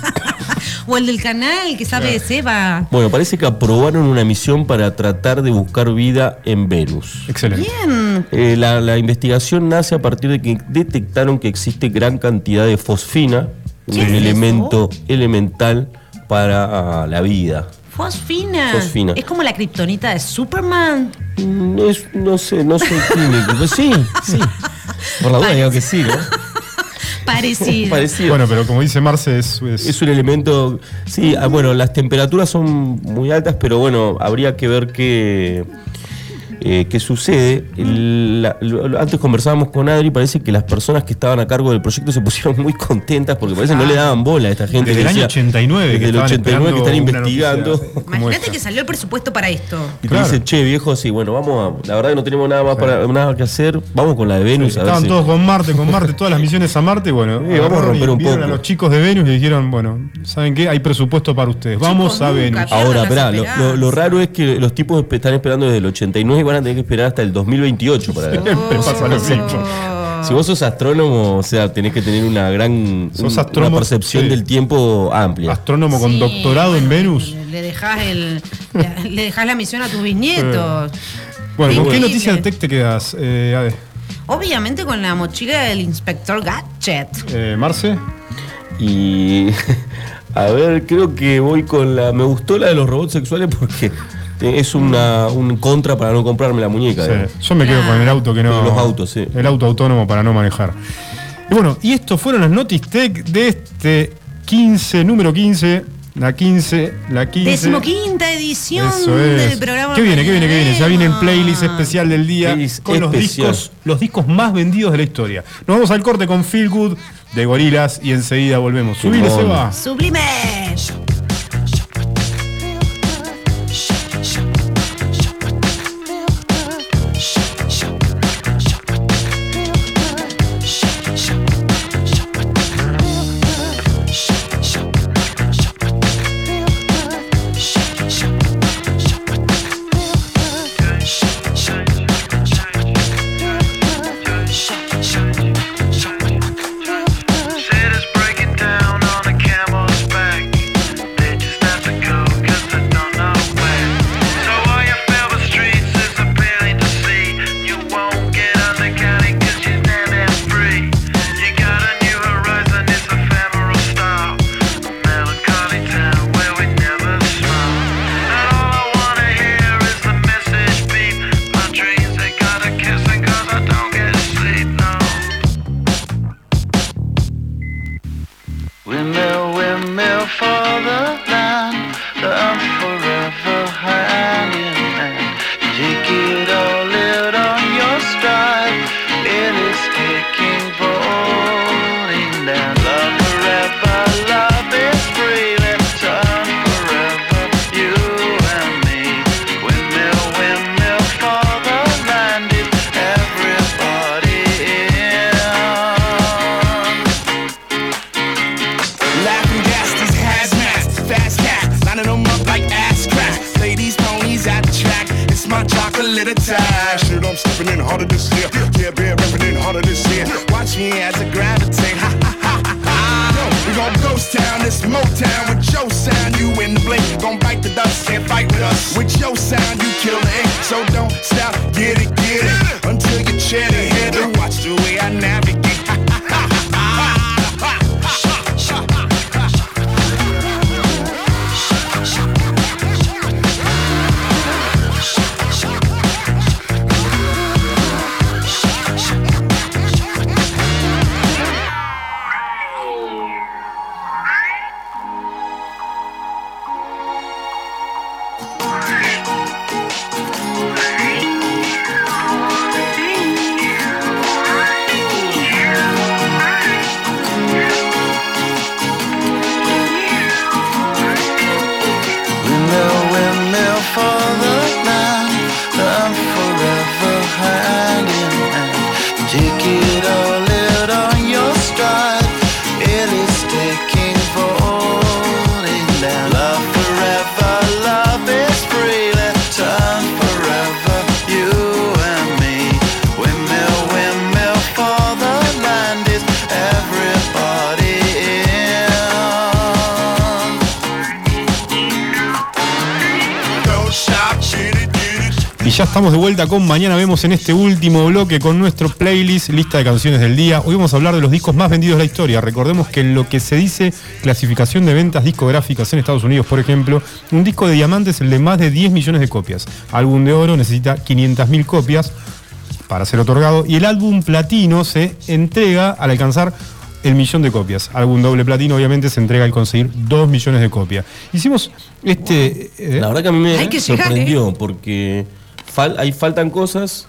Speaker 3: O el del canal que sabe de Seba.
Speaker 2: Bueno, parece que aprobaron una misión para tratar de buscar vida en Venus.
Speaker 1: Excelente.
Speaker 3: Bien.
Speaker 2: Eh, la, la investigación nace a partir de que detectaron que existe gran cantidad de fosfina, un
Speaker 3: ¿Qué es
Speaker 2: elemento elemental para ah, la vida.
Speaker 3: Fosfina.
Speaker 2: Fosfina.
Speaker 3: Es como la kriptonita de Superman.
Speaker 2: No, es- no sé,
Speaker 1: [laughs]
Speaker 2: no soy químico, pero sí, sí. Por la duda digo que sí, ¿no? [laughs]
Speaker 3: Parecido.
Speaker 2: Parecido.
Speaker 1: Bueno, pero como dice Marce, es, es-
Speaker 2: Es un elemento. Sí, ah, bueno, las temperaturas son muy altas, pero bueno, habría que ver qué, eh, qué sucede. El- la- lo- lo- antes conversábamos con Adri, parece que las personas que estaban a cargo del proyecto se pusieron muy contentas porque parece que no le daban bola a esta gente.
Speaker 1: Desde
Speaker 2: que
Speaker 1: el año 89 que
Speaker 2: Desde el
Speaker 1: estaban
Speaker 2: 89 que están
Speaker 1: esperando una
Speaker 2: investigando.
Speaker 1: noticia, sí. como
Speaker 3: Imagínate
Speaker 1: esta.
Speaker 3: que salió el presupuesto para esto.
Speaker 2: Y
Speaker 1: Claro.
Speaker 2: te dicen, che, viejo, sí, bueno, vamos a. La verdad que no tenemos nada más para, nada que hacer. Vamos con la de Venus a ver
Speaker 1: Estaban
Speaker 2: si-
Speaker 1: todos con Marte, con Marte, todas las misiones a Marte, bueno,
Speaker 2: Eh, vamos a romper
Speaker 1: agarraron y
Speaker 2: un
Speaker 1: vieron
Speaker 2: poco.
Speaker 1: a los chicos de Venus y dijeron, bueno, ¿saben qué? Hay presupuesto para ustedes. Vamos
Speaker 3: Chicos,
Speaker 1: a
Speaker 3: nunca
Speaker 1: Venus.
Speaker 3: pierdan
Speaker 2: Ahora,
Speaker 3: las
Speaker 2: esperá, lo,
Speaker 3: esperanzas.
Speaker 2: lo- lo raro es que los tipos esp- están esperando desde el 89 y van a tener que esperar hasta el 2028 para ver.
Speaker 1: Siempre pasa lo mismo.
Speaker 2: Si vos sos astrónomo, o sea, tenés que tener una gran
Speaker 1: Sos
Speaker 2: un- una
Speaker 1: astrónomo,
Speaker 2: percepción
Speaker 1: sí.
Speaker 2: del tiempo amplia.
Speaker 1: Astrónomo con
Speaker 3: Sí,
Speaker 1: doctorado en
Speaker 3: bueno,
Speaker 1: Venus.
Speaker 3: Le dejás, el, le dejás la misión a tus bisnietos.
Speaker 1: Bueno, ¿con qué
Speaker 3: Increíble.
Speaker 1: noticia del tech te quedas, eh, Ade?
Speaker 3: Obviamente con la mochila del inspector Gadget.
Speaker 1: Eh, Marce?
Speaker 2: Y [laughs] a ver, creo que voy con la. Me gustó la de los robots sexuales porque te- es una un contra para no comprarme la muñeca. digamos.
Speaker 1: Sí, Yo me quedo con el auto que no.
Speaker 2: Sí, los autos, sí.
Speaker 1: El auto autónomo para no manejar. Y bueno, y estos fueron las Notis Tech de este 15, número 15, la 15, la 15.
Speaker 3: Decimoquinta edición
Speaker 1: Eso es.
Speaker 3: del programa.
Speaker 1: ¿Qué viene? ¿Qué viene? ¿Qué viene? Ya viene el playlist especial del día
Speaker 2: Playlist
Speaker 1: con
Speaker 2: especial.
Speaker 1: los discos, los discos más vendidos de la historia. Nos vamos al corte con Feel Good de Gorilas y enseguida volvemos.
Speaker 2: Qué
Speaker 1: Subile,
Speaker 2: mono.
Speaker 1: Seba.
Speaker 3: Sublime.
Speaker 4: Said it's breaking down on a camel's back. They just have to go 'cause they don't know when. So all you feel the streets is a penny to see. You won't get undercounted 'cause you're dead and free. You got a new horizon, it's ephemeral style. A melancholy town where we never smile. And all I wanna hear is the message beat. My dreams, they gotta kiss and 'cause I don't get sleep, no. Windmill, windmill for the land, the earth forever high and in hand. Take it all, it on your stride. It is taking falling down. Love forever, love is free. Let's turn forever, you and me. Windmill, windmill for the land. Is everybody in?
Speaker 8: Laughing gas, these hazmats, fast cat, lining them up like ass crack. Ladies, ponies at the track, it's my chocolate attack. Shit, I'm stepping in harder this year. Yeah, bear repping in harder this year. Watch me as I gravitate. Ha ha ha ha ha. Yo, We gon' ghost town, this Motown with your sound. You in the blink, gon' bite the dust, can't fight with us. With your sound, you kill the ink, so don't stop, get it, get it. Until you cheddar head to watch the way I navigate. Ha ha ha ha ha.
Speaker 4: Windmill, windmill for the land, the forever hand in hand. Take it
Speaker 1: Y ya estamos de vuelta con Mañana Vemos en este último bloque con nuestro playlist, lista de canciones del día. Hoy vamos a hablar de los discos más vendidos de la historia. Recordemos que en lo que se dice clasificación de ventas discográficas en Estados Unidos, por ejemplo, un disco de diamantes es el de más de 10 millones de copias. Álbum de oro necesita 500.000 copias para ser otorgado y el álbum platino se entrega al alcanzar el millón de copias. Álbum doble platino obviamente se entrega al conseguir 2 millones de copias. Hicimos este... eh,
Speaker 2: La verdad que a mí me
Speaker 3: Hay que llegar, ¿eh?
Speaker 2: sorprendió porque fal- ahí faltan cosas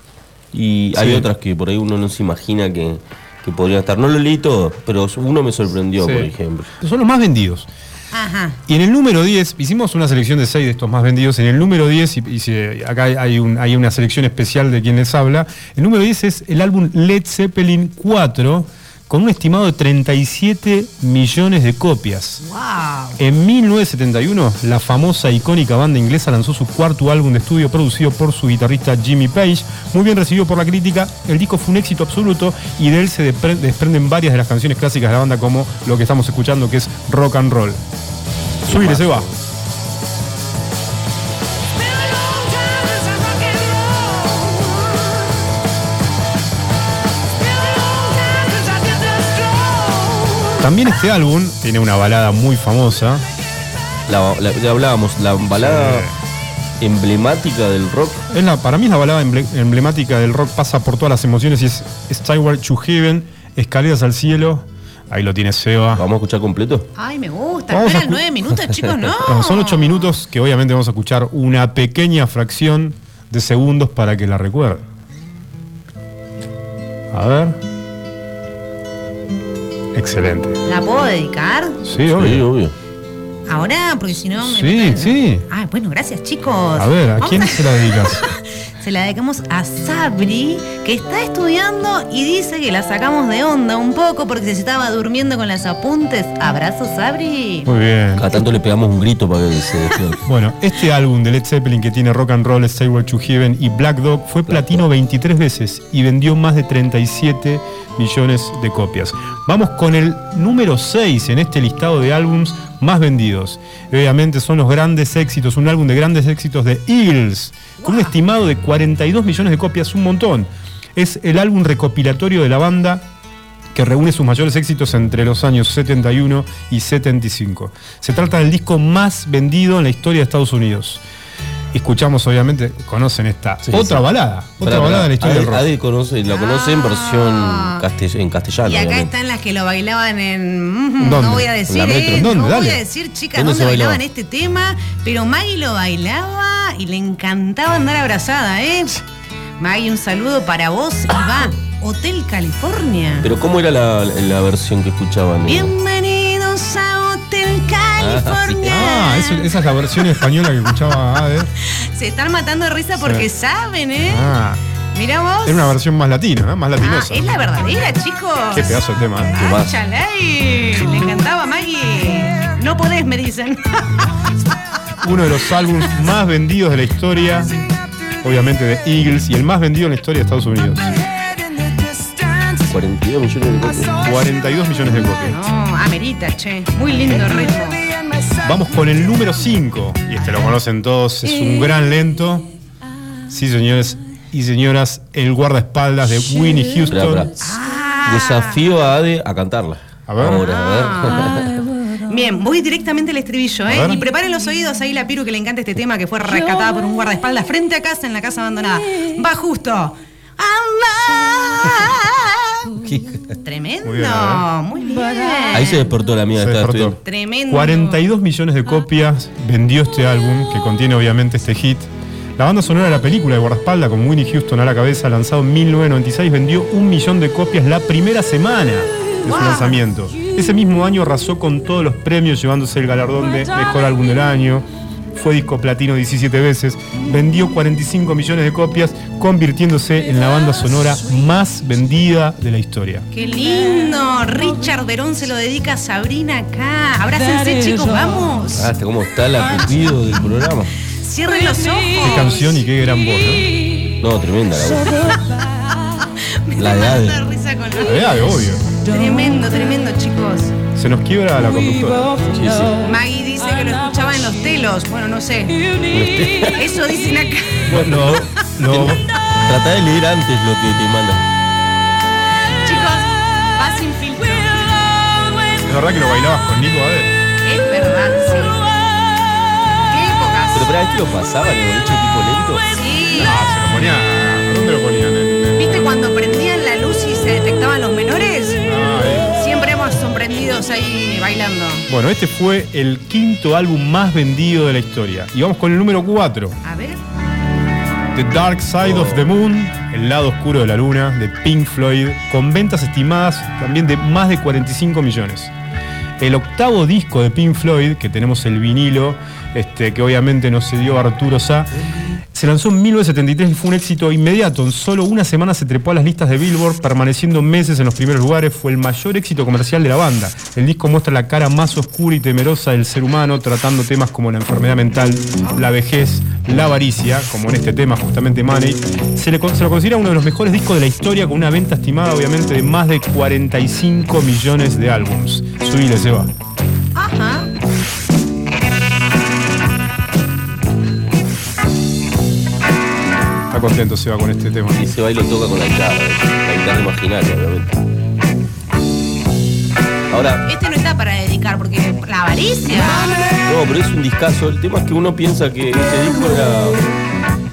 Speaker 2: y hay
Speaker 1: Sí.
Speaker 2: otras que por ahí uno no se imagina que, que podrían estar. No lo leí todo, pero uno me sorprendió,
Speaker 1: sí.
Speaker 2: por ejemplo.
Speaker 1: Son los más vendidos.
Speaker 3: Ajá.
Speaker 1: Y en el número 10, hicimos una selección de 6 de estos más vendidos. En el número 10, y, y si- acá hay- hay, un- hay una selección especial de quien les habla. El número 10 es el álbum Led Zeppelin 4, con un estimado de 37 millones de copias.
Speaker 3: Wow.
Speaker 1: En 1971, la famosa e icónica banda inglesa lanzó su cuarto álbum de estudio producido por su guitarrista Jimmy Page. Muy bien recibido por la crítica, el disco fue un éxito absoluto y de él se despre- desprenden varias de las canciones clásicas de la banda como lo que estamos escuchando que es Rock and Roll. Subile, se va. También este álbum tiene una balada muy famosa.
Speaker 2: La, la- ya hablábamos, la balada emblemática del rock.
Speaker 1: Es la- para mí es la balada emble- emblemática del rock, pasa por todas las emociones y es Skyward to Heaven, Escaleras al Cielo. Ahí lo tiene Seba.
Speaker 2: ¿Vamos a escuchar completo?
Speaker 3: Ay, me gusta.
Speaker 1: Vamos
Speaker 3: No
Speaker 1: a escu-
Speaker 3: eran nueve minutos,
Speaker 1: [laughs]
Speaker 3: chicos, no.
Speaker 1: No, son ocho minutos que obviamente vamos a escuchar una pequeña fracción de segundos para que la recuerden. A ver. Excelente.
Speaker 3: ¿La puedo dedicar?
Speaker 1: Sí,
Speaker 2: Sí,
Speaker 1: obvio.
Speaker 2: obvio.
Speaker 3: Ahora, porque si no me.
Speaker 1: Sí, sí.
Speaker 3: Ah, bueno, gracias, chicos.
Speaker 1: A ver, ¿a
Speaker 3: Vamos
Speaker 1: quién se la dedicas?
Speaker 3: Se la dedicamos a Sabri, que está estudiando y dice que la sacamos de onda un poco porque se estaba durmiendo con las apuntes. Abrazo, Sabri.
Speaker 1: Muy bien.
Speaker 2: Cada tanto le pegamos un grito para que se despierte.
Speaker 1: Bueno, este álbum de Led Zeppelin que tiene Rock and Roll, Stairway to Heaven y Black Dog fue platino 23 veces y vendió más de 37 millones de copias. Vamos con el número 6 en este listado de álbums más vendidos. Obviamente son los grandes éxitos, un álbum de grandes éxitos de Eagles, con un estimado de 42 millones de copias, un montón. Es el álbum recopilatorio de la banda que reúne sus mayores éxitos entre los años 71 y 75. Se trata del disco más vendido en la historia de Estados Unidos. Escuchamos, obviamente, conocen esta otra
Speaker 2: sí.
Speaker 1: balada, [laughs] otra
Speaker 2: Pará,
Speaker 1: balada
Speaker 2: pará.
Speaker 1: de la historia
Speaker 2: Adel-
Speaker 1: del rock.
Speaker 2: Adel conoce, la conoce en versión castell- en castellano.
Speaker 1: Ah,
Speaker 3: Ah. Y acá
Speaker 2: obviamente.
Speaker 3: están las que lo bailaban en.
Speaker 1: ¿Dónde?
Speaker 3: No voy a decir,
Speaker 2: La metro.
Speaker 3: eh,
Speaker 1: ¿Dónde?
Speaker 3: no voy
Speaker 1: Dale.
Speaker 3: a decir, chicas,
Speaker 2: ¿Dónde
Speaker 3: dónde,
Speaker 2: se bailaba?
Speaker 3: bailaban este tema, pero Maggie lo bailaba y le encantaba andar abrazada, ¿eh? Maggie, un saludo
Speaker 1: [laughs]
Speaker 3: para vos y va. Hotel California.
Speaker 2: Pero ¿cómo era la, la versión que escuchaban?
Speaker 3: Bienvenidos a Hotel California.
Speaker 1: Ah, eso- esa es la versión española que escuchaba Ade.
Speaker 3: Se están matando de risa porque saben, ¿eh?
Speaker 1: Ah,
Speaker 3: Mirá vos.
Speaker 1: era una versión más latina, ¿eh? más
Speaker 3: Ah,
Speaker 1: latinosa.
Speaker 3: es la verdadera, chicos.
Speaker 1: Qué pedazo de tema. ¿eh?
Speaker 3: Ah, chalai. Le encantaba a Maggie. No podés, me dicen.
Speaker 1: Uno de los álbumes más vendidos de la historia, obviamente de Eagles, y el más vendido en la historia de Estados Unidos.
Speaker 2: 42 millones de copias.
Speaker 1: 42 millones de copias.
Speaker 3: No, amerita, che. Muy lindo ritmo.
Speaker 1: Vamos con el número 5. Y este lo conocen todos, es un gran lento. Sí, señores y señoras, el guardaespaldas de Winnie
Speaker 2: Esperá,
Speaker 1: Houston.
Speaker 2: esperá. Desafío a Ade a cantarla.
Speaker 1: A ver.
Speaker 2: Ahora, a ver.
Speaker 3: Bien, voy directamente al estribillo,
Speaker 1: A
Speaker 3: ¿eh?
Speaker 1: ver.
Speaker 3: Y preparen los oídos ahí la Piru que le encanta este tema que fue rescatada por un guardaespaldas frente a casa en la casa abandonada. Va justo. ¡Amá! Tremendo,
Speaker 1: Muy bien, a
Speaker 3: muy bien.
Speaker 2: [laughs] Ahí se despertó la amiga.
Speaker 1: Se
Speaker 2: estaba
Speaker 1: despertó.
Speaker 2: estudiando.
Speaker 3: Tremendo.
Speaker 1: 42 millones de copias vendió este álbum, que contiene obviamente este hit. La banda sonora de la película de guardaespaldas con Winnie Houston a la cabeza, lanzado en 1996, vendió un millón de copias la primera semana de su lanzamiento. Ese mismo año arrasó con todos los premios, llevándose el galardón de Mejor Álbum del Año. Fue disco platino 17 veces, vendió 45 millones de copias, convirtiéndose en la banda sonora más vendida de la historia.
Speaker 3: Qué lindo. Richard Verón se lo dedica a Sabrina acá. Abrácense, chicos, vamos.
Speaker 2: Ah, hasta cómo está la cupido del programa.
Speaker 3: Cierren los
Speaker 1: Qué
Speaker 3: ojos. [laughs]
Speaker 1: canción y qué gran voz, ¿no?
Speaker 2: No, tremenda la voz. La de
Speaker 3: Mata de
Speaker 2: Ade.
Speaker 3: risa con los-
Speaker 1: La verdad, obvio.
Speaker 3: Tremendo, tremendo, chicos.
Speaker 1: Se nos quiebra la conductora.
Speaker 2: Sí, sí.
Speaker 3: Maggie dice dice que lo escuchaba en los telos. Bueno, no sé. Eso dicen acá. [laughs]
Speaker 1: Bueno, no.
Speaker 2: Trata de leer antes lo que te manda.
Speaker 3: Chicos, va sin filtro.
Speaker 1: Es verdad que lo bailabas con Nico, a ver.
Speaker 3: Es verdad, sí. Qué épocas.
Speaker 2: Pero para esto lo pasaba en el boliche tipo lento.
Speaker 3: Sí.
Speaker 1: Ah, se lo ponían. ¿Dónde lo ponían? En- en-
Speaker 3: ¿Viste cuando prendían la luz y se detectaban los menores?
Speaker 1: Ah, ahí.
Speaker 3: Siempre hemos sorprendidos ahí bailando.
Speaker 1: Bueno, este fue el quinto álbum más vendido de la historia. Y vamos con el número 4,
Speaker 3: A ver.
Speaker 1: The Dark Side of the Moon, El lado oscuro de la luna, de Pink Floyd, con ventas estimadas también de más de 45 millones. El octavo disco de Pink Floyd, que tenemos el vinilo, este, que obviamente nos cedió Arturo Sá, se lanzó en 1973 y fue un éxito inmediato. En solo una semana se trepó a las listas de Billboard, permaneciendo meses en los primeros lugares. Fue el mayor éxito comercial de la banda. El disco muestra la cara más oscura y temerosa del ser humano, tratando temas como la enfermedad mental, la vejez, la avaricia, como en este tema justamente Money. Se, le con- se lo considera uno de los mejores discos de la historia, con una venta estimada obviamente de más de 45 millones de álbums. Subile, se va.
Speaker 3: Ajá.
Speaker 1: Está contento Seba con este tema.
Speaker 2: Y se va y lo toca con la guitarra, la guitarra imaginaria, obviamente. Ahora,
Speaker 3: Este no está para dedicar porque la avaricia.
Speaker 2: no, pero es un discazo. El tema es que uno piensa que este disco era.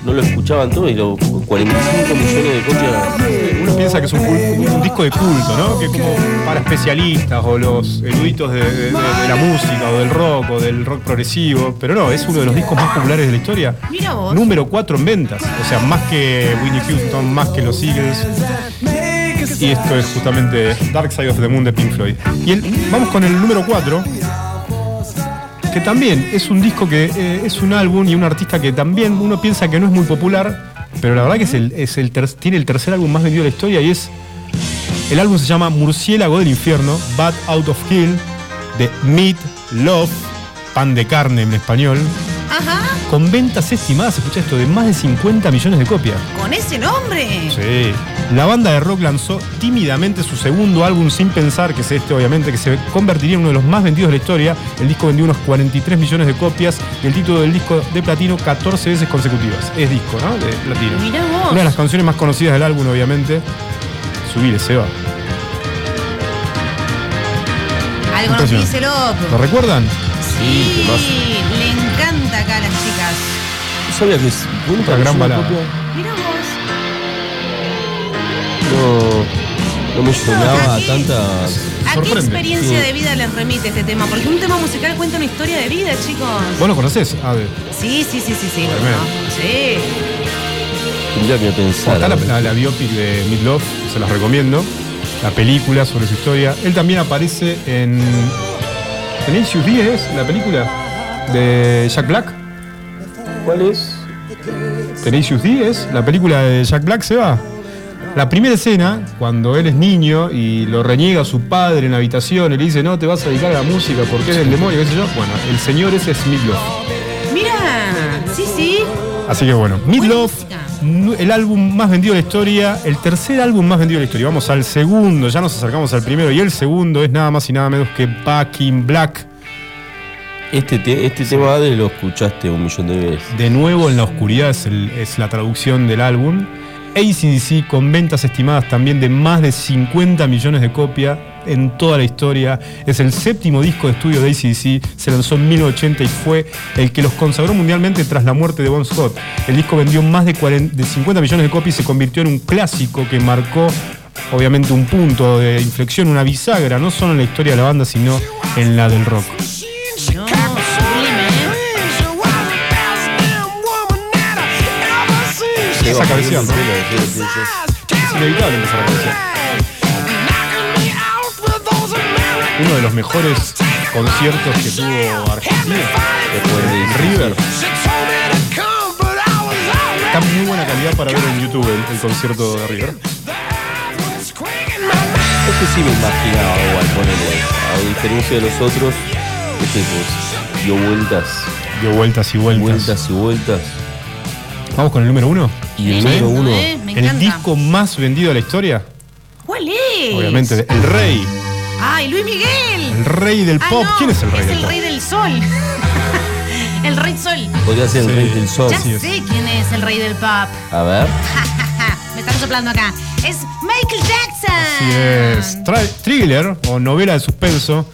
Speaker 2: No lo escuchaban todos y los 45 millones de copias.
Speaker 1: Uno piensa que es un, cul- un disco de culto, ¿no? Que es como para especialistas o los eruditos de, de- de- de la música o del rock o del rock progresivo. Pero no, es uno de los discos más populares de la historia.
Speaker 3: Mira vos.
Speaker 1: Número 4 en ventas. O sea, más que Winnie Houston, más que los Eagles. Y esto es justamente Dark Side of the Moon de Pink Floyd. Y el- vamos con el número 4. que también es un disco que eh, es un álbum y un artista que también uno piensa que no es muy popular, pero la verdad que es el, es el ter- tiene el tercer álbum más vendido de la historia y es. El álbum se llama Murciélago del Infierno, Bad Out of Hill, de Meat, Love, pan de carne en español,
Speaker 3: Ajá.
Speaker 1: con ventas estimadas, escucha esto, de más de 50 millones de copias.
Speaker 3: Con ese nombre.
Speaker 1: Sí. La banda de rock lanzó tímidamente su segundo álbum sin pensar, que es este obviamente, que se convertiría en uno de los más vendidos de la historia. El disco vendió unos 43 millones de copias y el título del disco de platino 14 veces consecutivas. Es disco, ¿no? De platino.
Speaker 3: Mirá vos.
Speaker 1: Una de las canciones más conocidas del álbum, obviamente. Subile, Seba.
Speaker 3: Algo nos
Speaker 1: Impresionante.
Speaker 3: dice
Speaker 1: ¿Lo
Speaker 3: loco.
Speaker 1: recuerdan?
Speaker 2: Sí,
Speaker 3: Sí, le encanta acá a las chicas.
Speaker 2: ¿Sabías que es
Speaker 1: Otra gran balada.
Speaker 3: Mirá vos.
Speaker 2: No, no me sonaba
Speaker 3: Aquí.
Speaker 2: tantas.
Speaker 3: ¿A qué
Speaker 1: Sorprende.
Speaker 3: experiencia
Speaker 2: Sí.
Speaker 3: de vida les remite este tema? Porque un tema musical cuenta una historia de vida, chicos.
Speaker 1: ¿Vos lo conocés? A ver.
Speaker 3: Sí, sí, sí, sí, sí. lo
Speaker 1: Tremendo.
Speaker 3: conozco. Sí.
Speaker 2: Tendría que pensar.
Speaker 1: Está la, la- la biopic de Midlove, se las recomiendo. La película sobre su historia. Él también aparece en. En Ancious D, ¿es? la película de Jack Black.
Speaker 2: ¿Cuál es?
Speaker 1: Tenacious D es la película de Jack Black, se va. La primera escena, cuando él es niño y lo reniega a su padre en la habitación y le dice, no te vas a dedicar a la música porque es el demonio, qué sé yo. Bueno, el señor ese es Midlove.
Speaker 3: Mira. Sí, sí.
Speaker 1: Así que bueno, Midlove,
Speaker 3: música.
Speaker 1: el álbum más vendido de la historia, el tercer álbum más vendido de la historia. Vamos al segundo, ya nos acercamos al primero y el segundo es nada más y nada menos que Back in Black.
Speaker 2: Este, te- este tema Adri lo escuchaste un millón de veces.
Speaker 1: De nuevo en la oscuridad es, el- es la traducción del álbum. ACDC con ventas estimadas también de más de 50 millones de copias en toda la historia. Es el séptimo disco de estudio de ACDC. Se lanzó en 1980 y fue el que los consagró mundialmente tras la muerte de Bon Scott. El disco vendió más de, 40 de 50 millones de copias y se convirtió en un clásico que marcó obviamente un punto de inflexión, una bisagra, no solo en la historia de la banda, sino en la del rock.
Speaker 3: No, sublime, ¿eh?
Speaker 1: Esa canción, ¿no?
Speaker 4: Es
Speaker 1: inevitable empezar a canción. Uno de los mejores conciertos que tuvo Argentina en River. Está muy buena calidad para ver en YouTube el, el concierto de River.
Speaker 2: Este sí me imaginaba igual, ponele. A diferencia de los otros, este pues, dio vueltas,
Speaker 1: Dio vueltas y vueltas.
Speaker 2: vueltas y vueltas.
Speaker 1: Vamos con el número uno.
Speaker 2: Y el
Speaker 1: Sí.
Speaker 2: número uno,
Speaker 3: Eh, Me encanta.
Speaker 1: El disco más vendido de la historia.
Speaker 3: ¿Cuál es?
Speaker 1: Obviamente, el rey.
Speaker 3: ¡Ay, Luis Miguel!
Speaker 1: El rey del
Speaker 3: Ah,
Speaker 1: pop.
Speaker 3: no,
Speaker 1: ¿Quién es el rey
Speaker 3: es
Speaker 1: del
Speaker 3: el
Speaker 1: pop?
Speaker 3: rey del sol. [laughs] El Rey Sol.
Speaker 2: Podría ser
Speaker 1: Oh,
Speaker 2: el
Speaker 1: Sí.
Speaker 2: rey del sol.
Speaker 3: Ya sé quién es el Rey del Pop. Ah,
Speaker 2: A ver.
Speaker 3: Me están soplando acá. Es Michael Jackson.
Speaker 1: Así es. Tra- thriller o novela de suspenso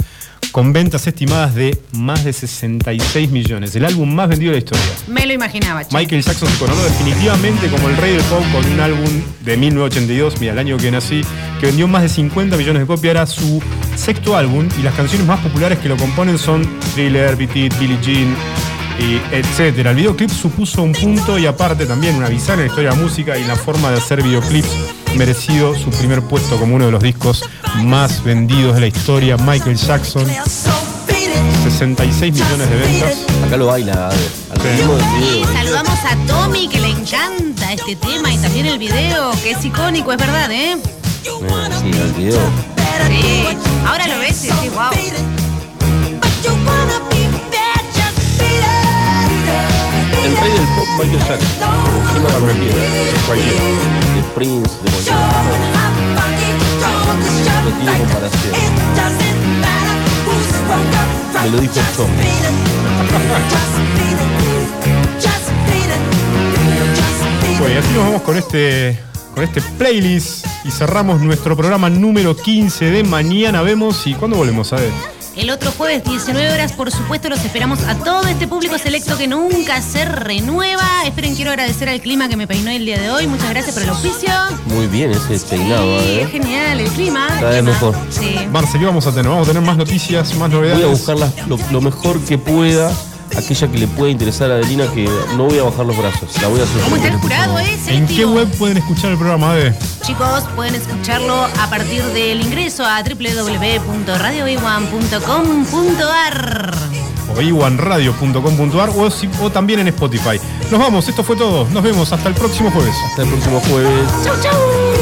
Speaker 1: con ventas estimadas de más de 66 millones. El álbum más vendido de la historia.
Speaker 3: Me lo imaginaba, che.
Speaker 1: Michael Jackson se coronó definitivamente como el rey del pop con un álbum de 1982, mira, el año que nací, que vendió más de 50 millones de copias. Era su sexto álbum y las canciones más populares que lo componen son Thriller, Beat It, Billie Jean, y etc. El videoclip supuso un punto y aparte también una bizarra en la historia de la música y en la forma de hacer videoclips. Merecido su primer puesto como uno de los discos más vendidos de la historia. Michael Jackson, 66 millones de ventas.
Speaker 2: Acá lo baila, a ver. Al
Speaker 1: Sí.
Speaker 2: ritmo del
Speaker 3: Y
Speaker 2: video.
Speaker 3: saludamos a Tommy, que le encanta este tema y también el video, que es icónico, es verdad, ¿eh?
Speaker 2: Eh, sí, al video.
Speaker 3: Sí. Ahora lo ves y decís, wow.
Speaker 2: El rey del pop, Michael Jackson. Encima de cualquiera. De Prince, de cualquiera. No tiene comparación. Me lo dijo el zombie.
Speaker 1: Bueno, y así nos vamos con este, con este playlist y cerramos nuestro programa número 15 de mañana. Vemos y cuándo volvemos a ver.
Speaker 3: El otro jueves, 19 horas, por supuesto, los esperamos a todo este público selecto que nunca se renueva. Esperen, quiero agradecer al clima que me peinó el día de hoy. Muchas gracias por el auspicio.
Speaker 2: Muy bien ese peinado,
Speaker 3: Sí, es
Speaker 2: ¿eh?
Speaker 3: genial, el clima. el
Speaker 2: Cada vez
Speaker 3: clima.
Speaker 2: mejor.
Speaker 3: Sí.
Speaker 1: Marce, ¿qué vamos a tener? Vamos a tener más noticias, más novedades.
Speaker 2: Voy a buscar las- lo, lo mejor que pueda. Aquella que le pueda interesar a Adelina, que no voy a bajar los brazos. La voy a
Speaker 3: ¿Cómo está
Speaker 2: sorprender.
Speaker 3: el jurado, eh?
Speaker 1: ¿En qué
Speaker 3: Celestino?
Speaker 1: web pueden escuchar el programa de?
Speaker 3: Chicos, pueden escucharlo a partir del ingreso a www.radioiwan.com.ar.
Speaker 1: O iwanradio.com.ar o, si- o también en Spotify. Nos vamos, esto fue todo. Nos vemos hasta el próximo jueves.
Speaker 2: Hasta el próximo jueves.
Speaker 3: ¡Chau, chau!